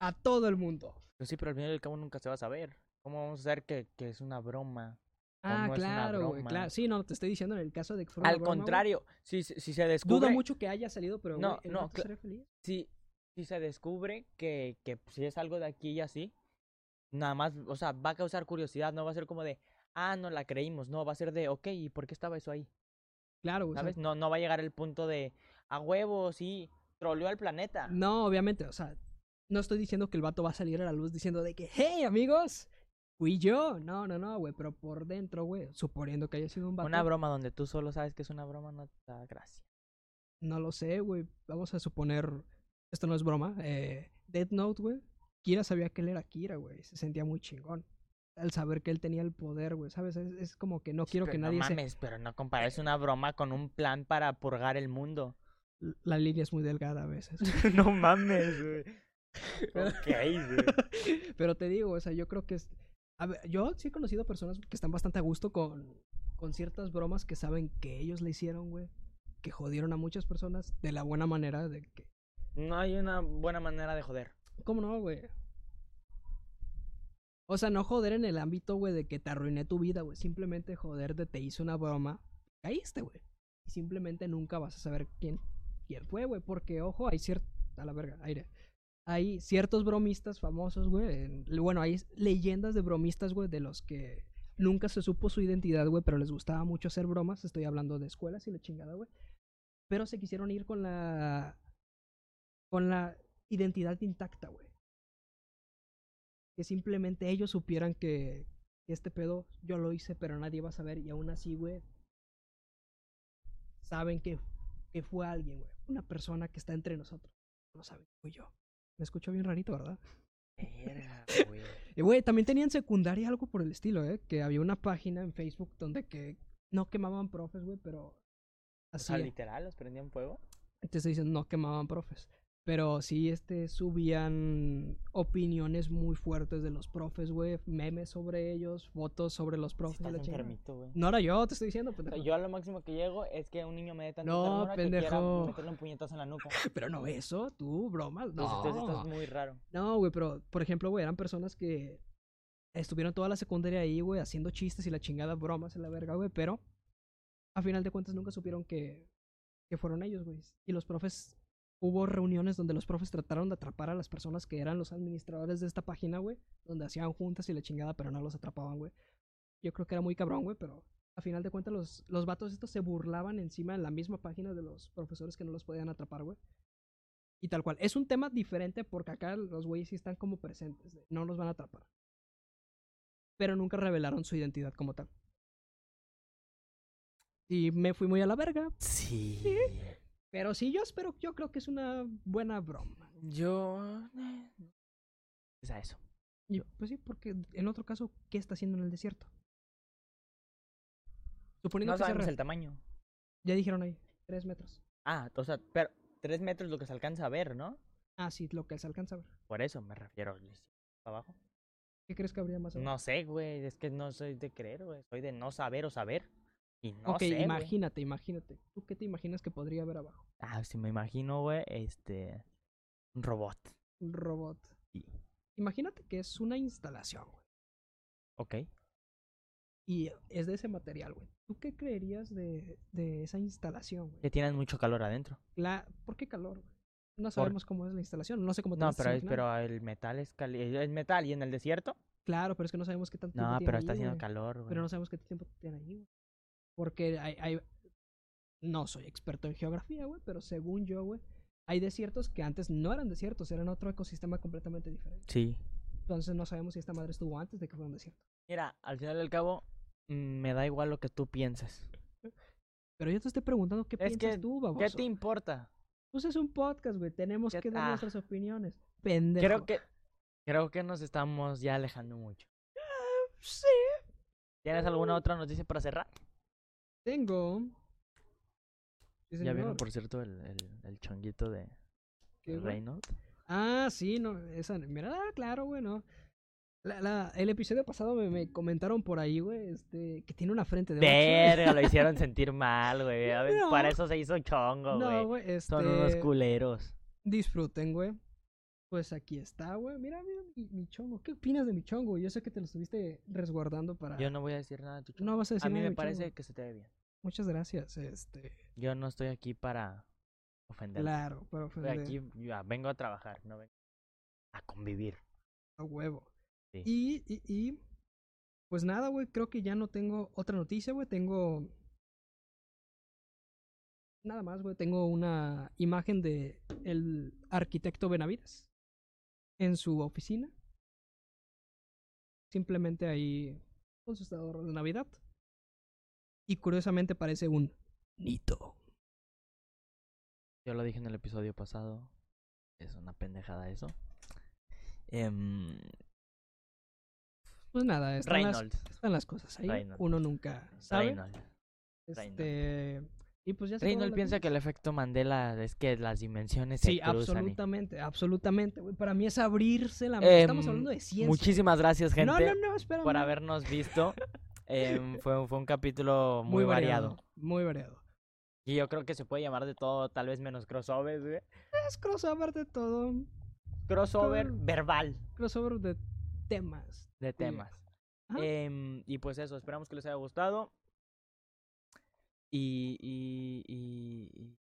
S1: a todo el mundo.
S2: Pues sí, pero al final del cabo nunca se va a saber. ¿Cómo vamos a saber que, que es una broma?
S1: Ah,
S2: no es una
S1: claro, güey.
S2: broma.
S1: Claro. Sí, no, te estoy diciendo en el caso de que fuera una
S2: Al
S1: broma, güey,
S2: contrario, si, se- si se descubre.
S1: Dudo mucho que haya salido, pero
S2: No,
S1: güey, el
S2: no,
S1: vato
S2: cla-
S1: sería feliz.
S2: Si, si se descubre que, pues, que si es algo de aquí y así, nada más, o sea, va a causar curiosidad, no va a ser como de, ah, no la creímos. No, va a ser de, ok, ¿y por qué estaba eso ahí?
S1: Claro, güey. o sea,
S2: ¿Sabes? No, no va a llegar el punto de, a huevo, sí, troleó al planeta.
S1: No, obviamente, o sea, no estoy diciendo que el vato va a salir a la luz diciendo de que, hey, amigos, fui yo. No, no, no, güey, pero por dentro, güey, suponiendo que haya sido un vato.
S2: Una broma donde tú solo sabes que es una broma no te da gracia.
S1: No lo sé, güey. Vamos a suponer, esto no es broma, eh, Death Note, güey. Kira sabía que él era Kira, güey. Se sentía muy chingón. Al saber que él tenía el poder, güey, ¿sabes? Es, es como que no quiero
S2: Pero
S1: que
S2: no
S1: nadie se...
S2: mames, pero no compares una broma con un plan para purgar el mundo.
S1: La línea es muy delgada a veces.
S2: no mames, güey. Ok, güey.
S1: Pero te digo, o sea, yo creo que es... A ver, yo sí he conocido personas que están bastante a gusto con, con ciertas bromas que saben que ellos le hicieron, güey. Que jodieron a muchas personas de la buena manera de que...
S2: No hay una buena manera de joder.
S1: ¿Cómo no, güey? O sea, no joder en el ámbito, güey, de que te arruiné tu vida, güey. Simplemente joder de te hice una broma. Caíste, güey. Y simplemente nunca vas a saber quién, quién fue, güey. Porque, ojo, hay cierto... A la verga, aire. Hay ciertos bromistas famosos, güey. en- Bueno, hay leyendas de bromistas, güey, de los que nunca se supo su identidad, güey, pero les gustaba mucho hacer bromas. Estoy hablando de escuelas y la chingada, güey. Pero se quisieron ir con la... Con la identidad intacta, güey que simplemente ellos supieran que que este pedo yo lo hice, pero nadie va a saber. Y aún así, güey, saben que, que fue alguien, güey. Una persona que está entre nosotros. No saben, que fui yo. Me escucho bien rarito, ¿verdad?
S2: Verga, güey.
S1: Y, güey, también tenía en secundaria algo por el estilo, ¿eh? Que había una página en Facebook donde que no quemaban profes, güey, pero...
S2: O
S1: Así,
S2: sea, literal, los prendían fuego.
S1: Entonces dicen, no quemaban profes. Pero sí, este, subían opiniones muy fuertes de los profes, güey. Memes sobre ellos, fotos sobre los
S2: Sí
S1: profes. y
S2: Estás
S1: la chingada.
S2: enfermito, güey.
S1: No era yo, te estoy diciendo,
S2: O sea,
S1: pendejo.
S2: yo a lo máximo que llego es que un niño me dé tanta
S1: No,
S2: ternura que quiera
S1: pendejo.
S2: meterle un puñetazo en la nuca.
S1: Pero no eso, tú, bromas.
S2: Pues
S1: No,
S2: entonces estás muy raro.
S1: no, güey, pero, por ejemplo, güey, eran personas que estuvieron toda la secundaria ahí, güey, haciendo chistes y la chingada bromas en la verga, güey, pero a final de cuentas nunca supieron que, que fueron ellos, güey. Y los profes, hubo reuniones donde los profes trataron de atrapar a las personas que eran los administradores de esta página, güey, donde hacían juntas y la chingada, pero no los atrapaban, güey. Yo creo que era muy cabrón, güey, pero a final de cuentas los, los vatos estos se burlaban encima en la misma página de los profesores que no los podían atrapar, güey. Y tal cual. Es un tema diferente porque acá los güeyes sí están como presentes. de, No los van a atrapar. Pero nunca revelaron su identidad como tal. Y me fui muy a la verga.
S2: Sí.
S1: Pero sí, yo espero, yo creo que es una buena broma.
S2: Yo. Es a eso.
S1: Y, pues sí, porque en otro caso, ¿qué está haciendo en el desierto? Suponiendo
S2: No
S1: que sea
S2: sabemos
S1: real.
S2: el tamaño.
S1: Ya dijeron ahí, tres metros.
S2: Ah, o sea, pero tres metros es lo que se alcanza a ver, ¿no?
S1: Ah, sí, lo que se alcanza a ver.
S2: Por eso me refiero. Luis. ¿Para abajo?
S1: ¿Qué crees que habría más abajo?
S2: No sé, güey. Es que no soy de creer, güey. Soy de no saber o saber. Y no
S1: ok,
S2: sé. güey.
S1: imagínate, imagínate. ¿Tú qué te imaginas que podría haber abajo?
S2: Ah, sí, me imagino, güey. Este. Un robot.
S1: Un robot.
S2: Sí.
S1: Imagínate que es una instalación, güey.
S2: Ok.
S1: Y es de ese material, güey. ¿Tú qué creerías de, de esa instalación, güey?
S2: Que tienen mucho calor adentro.
S1: La, ¿Por qué calor, güey? No sabemos cómo es la instalación, Pues no sé cómo te la
S2: No,
S1: estás
S2: pero,
S1: imaginando.
S2: pero el metal es caliente. Es metal y en el desierto.
S1: Claro, pero es que no sabemos qué tanto tiempo pues
S2: No,
S1: tiene
S2: pero
S1: ahí,
S2: está haciendo
S1: güey.
S2: calor, güey.
S1: Pero no sabemos qué tiempo tiene ahí, güey. Porque hay, hay- No soy experto en geografía, güey, pero según yo, güey, hay desiertos que antes no eran desiertos, eran otro ecosistema completamente diferente.
S2: Sí.
S1: Entonces no sabemos si esta madre estuvo antes de que fuera un desierto.
S2: Mira, al final del cabo, mm, me da igual lo que tú pienses.
S1: Pero yo te estoy preguntando qué
S2: Es
S1: piensas
S2: que-
S1: tú, baboso.
S2: ¿Qué te importa?
S1: Pues es un podcast, güey. Tenemos
S2: Ya
S1: que dar
S2: está.
S1: nuestras opiniones. Pendejo.
S2: Creo que creo que nos estamos ya alejando mucho.
S1: Sí.
S2: ¿Tienes alguna otra noticia para cerrar?
S1: Tengo. Sí,
S2: Ya vieron,
S1: señor,
S2: por cierto, el, el, el chonguito de
S1: ¿qué, güey?
S2: Reynolds.
S1: Ah, sí, no. Esa, mira, ah, claro, güey, no. La, la- el episodio pasado me, me comentaron por ahí, güey, este, que tiene una frente de. ocho.
S2: Verga, lo hicieron sentir mal, güey. Ya ven,
S1: No.
S2: Para eso se hizo chongo, güey.
S1: No, güey, este.
S2: Son unos culeros.
S1: Disfruten, güey. Pues aquí está, güey. Mira, mira, mi, mi chongo. ¿Qué opinas de mi chongo? Yo sé que te lo estuviste resguardando para.
S2: Yo no voy a decir nada de tu chongo.
S1: ah. No vas a decir
S2: a mí
S1: nada de
S2: me
S1: mi chongo.
S2: parece que se te ve bien.
S1: Muchas gracias, este.
S2: Yo no estoy aquí para ofender.
S1: Claro, pues, para
S2: Estoy
S1: ofender.
S2: aquí, ya, vengo a trabajar, no vengo a convivir.
S1: A huevo.
S2: Sí.
S1: Y, y, y Pues nada, güey, creo que ya no tengo otra noticia, güey. Tengo. Nada más, güey. Tengo una imagen de el arquitecto Benavides en su oficina. Simplemente ahí con su estado de Navidad. Y curiosamente parece un Nito.
S2: Yo lo dije en el episodio pasado. Es una pendejada eso. Em,
S1: Pues nada, están, las,
S2: Reynolds.
S1: están las cosas ahí.
S2: Reynolds.
S1: Uno nunca sabe.
S2: Reynolds. Reynolds.
S1: Este, y pues ya se acabó
S2: Reynolds
S1: la
S2: piensa
S1: noticia.
S2: que el efecto Mandela es que las dimensiones
S1: Sí,
S2: se cruzan. y-
S1: absolutamente, absolutamente, güey. Para mí es abrirse la mente. Estamos
S2: Em,
S1: hablando de ciencia.
S2: Muchísimas gracias, gente,
S1: No, no, no, espérame.
S2: por habernos visto. Em, fue, fue un capítulo muy, variado.
S1: Muy variado.
S2: Y yo creo que se puede llamar de todo, tal vez menos crossover, güey.
S1: Es crossover de todo.
S2: Crossover
S1: Creo-
S2: verbal
S1: Crossover de temas.
S2: de temas.
S1: Ajá.
S2: Em, y pues eso, esperamos que les haya gustado. Y. y, y, y-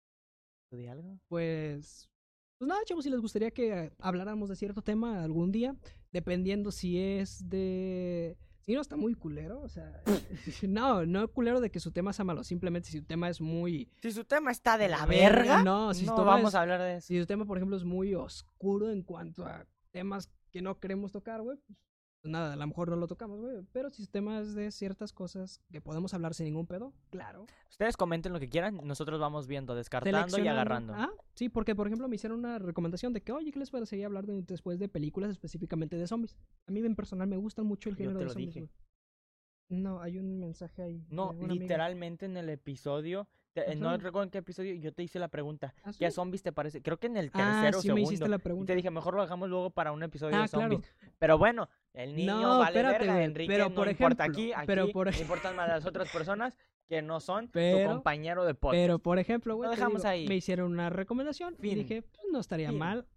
S2: ¿tú di algo?
S1: Pues. Pues nada, chavos, si les gustaría que eh, habláramos de cierto tema algún día, dependiendo si es de. Si no está muy culero, o sea. no, no culero de que su tema sea malo, simplemente si su tema es muy.
S2: Si su tema está de la
S1: Verga,
S2: verga.
S1: no, si su tema
S2: vamos
S1: es-
S2: a hablar de eso.
S1: Si su tema, por ejemplo, es muy oscuro en cuanto a temas que no queremos tocar, güey, pues nada, a lo mejor no lo tocamos, güey. Pero si su tema es de ciertas cosas que podemos hablar sin ningún pedo, claro.
S2: Ustedes comenten lo que quieran, nosotros vamos viendo, descartando y
S1: Seleccionando.
S2: agarrando.
S1: Ah, sí, porque por ejemplo me hicieron una recomendación de que, oye, ¿qué les parecería hablar de- después de películas específicamente de zombies? A mí en personal me gusta mucho el
S2: Yo
S1: género
S2: te
S1: de
S2: lo
S1: zombies.
S2: dije.
S1: güey. No, hay un mensaje ahí. de
S2: No,
S1: una amiga.
S2: literalmente en el episodio, te- eh, no
S1: Ujú.
S2: recuerdo en qué episodio, yo te hice la pregunta,
S1: ¿Ah, sí?
S2: ¿qué zombies te parece? Creo que en el
S1: Ah,
S2: tercero o
S1: sí me
S2: segundo.
S1: hiciste la
S2: Y
S1: pregunta.
S2: te dije, mejor lo dejamos luego para un episodio
S1: Ah,
S2: de zombies.
S1: claro.
S2: Pero bueno, el niño
S1: No,
S2: vale
S1: espérate,
S2: verga,
S1: güey,
S2: Enrique
S1: pero
S2: no
S1: por
S2: importa aquí,
S1: ejemplo,
S2: aquí
S1: pero por ej-
S2: le importan más las otras personas que no son tu
S1: Pero-
S2: compañero de podcast.
S1: Pero por ejemplo, güey,
S2: Lo
S1: te
S2: dejamos
S1: digo,
S2: ahí.
S1: me hicieron una recomendación y
S2: Fin.
S1: dije, pues no estaría
S2: Fin.
S1: mal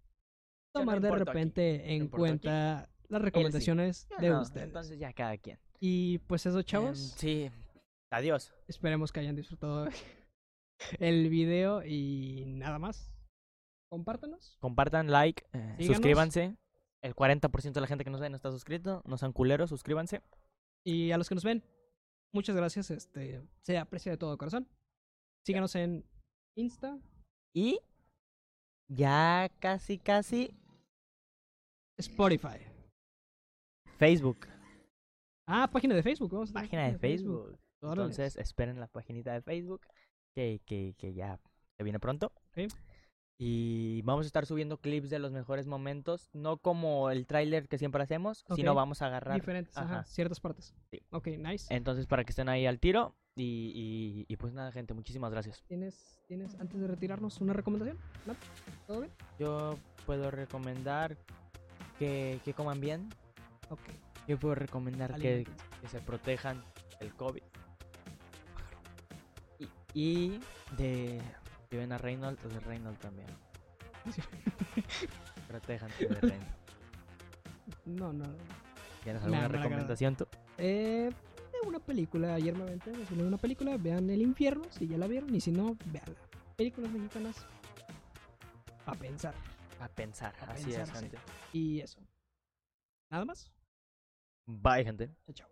S2: no
S1: tomar de
S2: importo aquí,
S1: repente en
S2: importo aquí.
S1: cuenta las recomendaciones
S2: Yo
S1: de
S2: no,
S1: ustedes.
S2: Entonces ya cada quien. Em,
S1: Y pues eso, chavos.
S2: sí, adiós.
S1: Esperemos que hayan disfrutado el video y nada más. Compártanos.
S2: Compartan, like, eh,
S1: Síganos.
S2: suscríbanse. El 40% de la gente que nos ve no está suscrito. No sean culeros, suscríbanse.
S1: Y a los que nos ven, muchas gracias. Este, se aprecia de todo corazón. Síganos en Insta.
S2: Y ya casi, casi
S1: Spotify.
S2: Facebook.
S1: Ah, página de Facebook. Vamos a tener
S2: Página de Facebook.
S1: Órale.
S2: Entonces esperen la paginita de Facebook que, que, que ya se viene pronto.
S1: Sí.
S2: Y vamos a estar subiendo clips de los mejores momentos. No como el tráiler que siempre hacemos, sino
S1: Ok.
S2: vamos a agarrar.
S1: Diferentes, ajá,
S2: Ajá.
S1: ciertas partes.
S2: Sí.
S1: Ok, nice.
S2: Entonces para que estén ahí al tiro. Y, y, y pues nada, gente, muchísimas gracias.
S1: ¿Tienes, ¿Tienes, antes de retirarnos, una recomendación? Nat? ¿Todo bien?
S2: Yo puedo recomendar que, que coman bien.
S1: Ok.
S2: Yo puedo recomendar que,
S1: aliméntense.
S2: que se protejan del COVID. Y, y de. Si ven a Reynolds, pues de Reynolds también.
S1: Sí.
S2: Protéjanse de Reynolds.
S1: No, no.
S2: ¿Tienes
S1: Me
S2: alguna
S1: agrada.
S2: recomendación tú?
S1: Eh, de una película. Ayer me aventé, me subí una película. Vean El Infierno, si ya la vieron. Y si no, veanla. Películas mexicanas. A pensar.
S2: A pensar,
S1: A
S2: así
S1: pensar,
S2: es,
S1: sí.
S2: gente.
S1: Y eso. Nada más.
S2: Bye, gente.
S1: Chao, chao.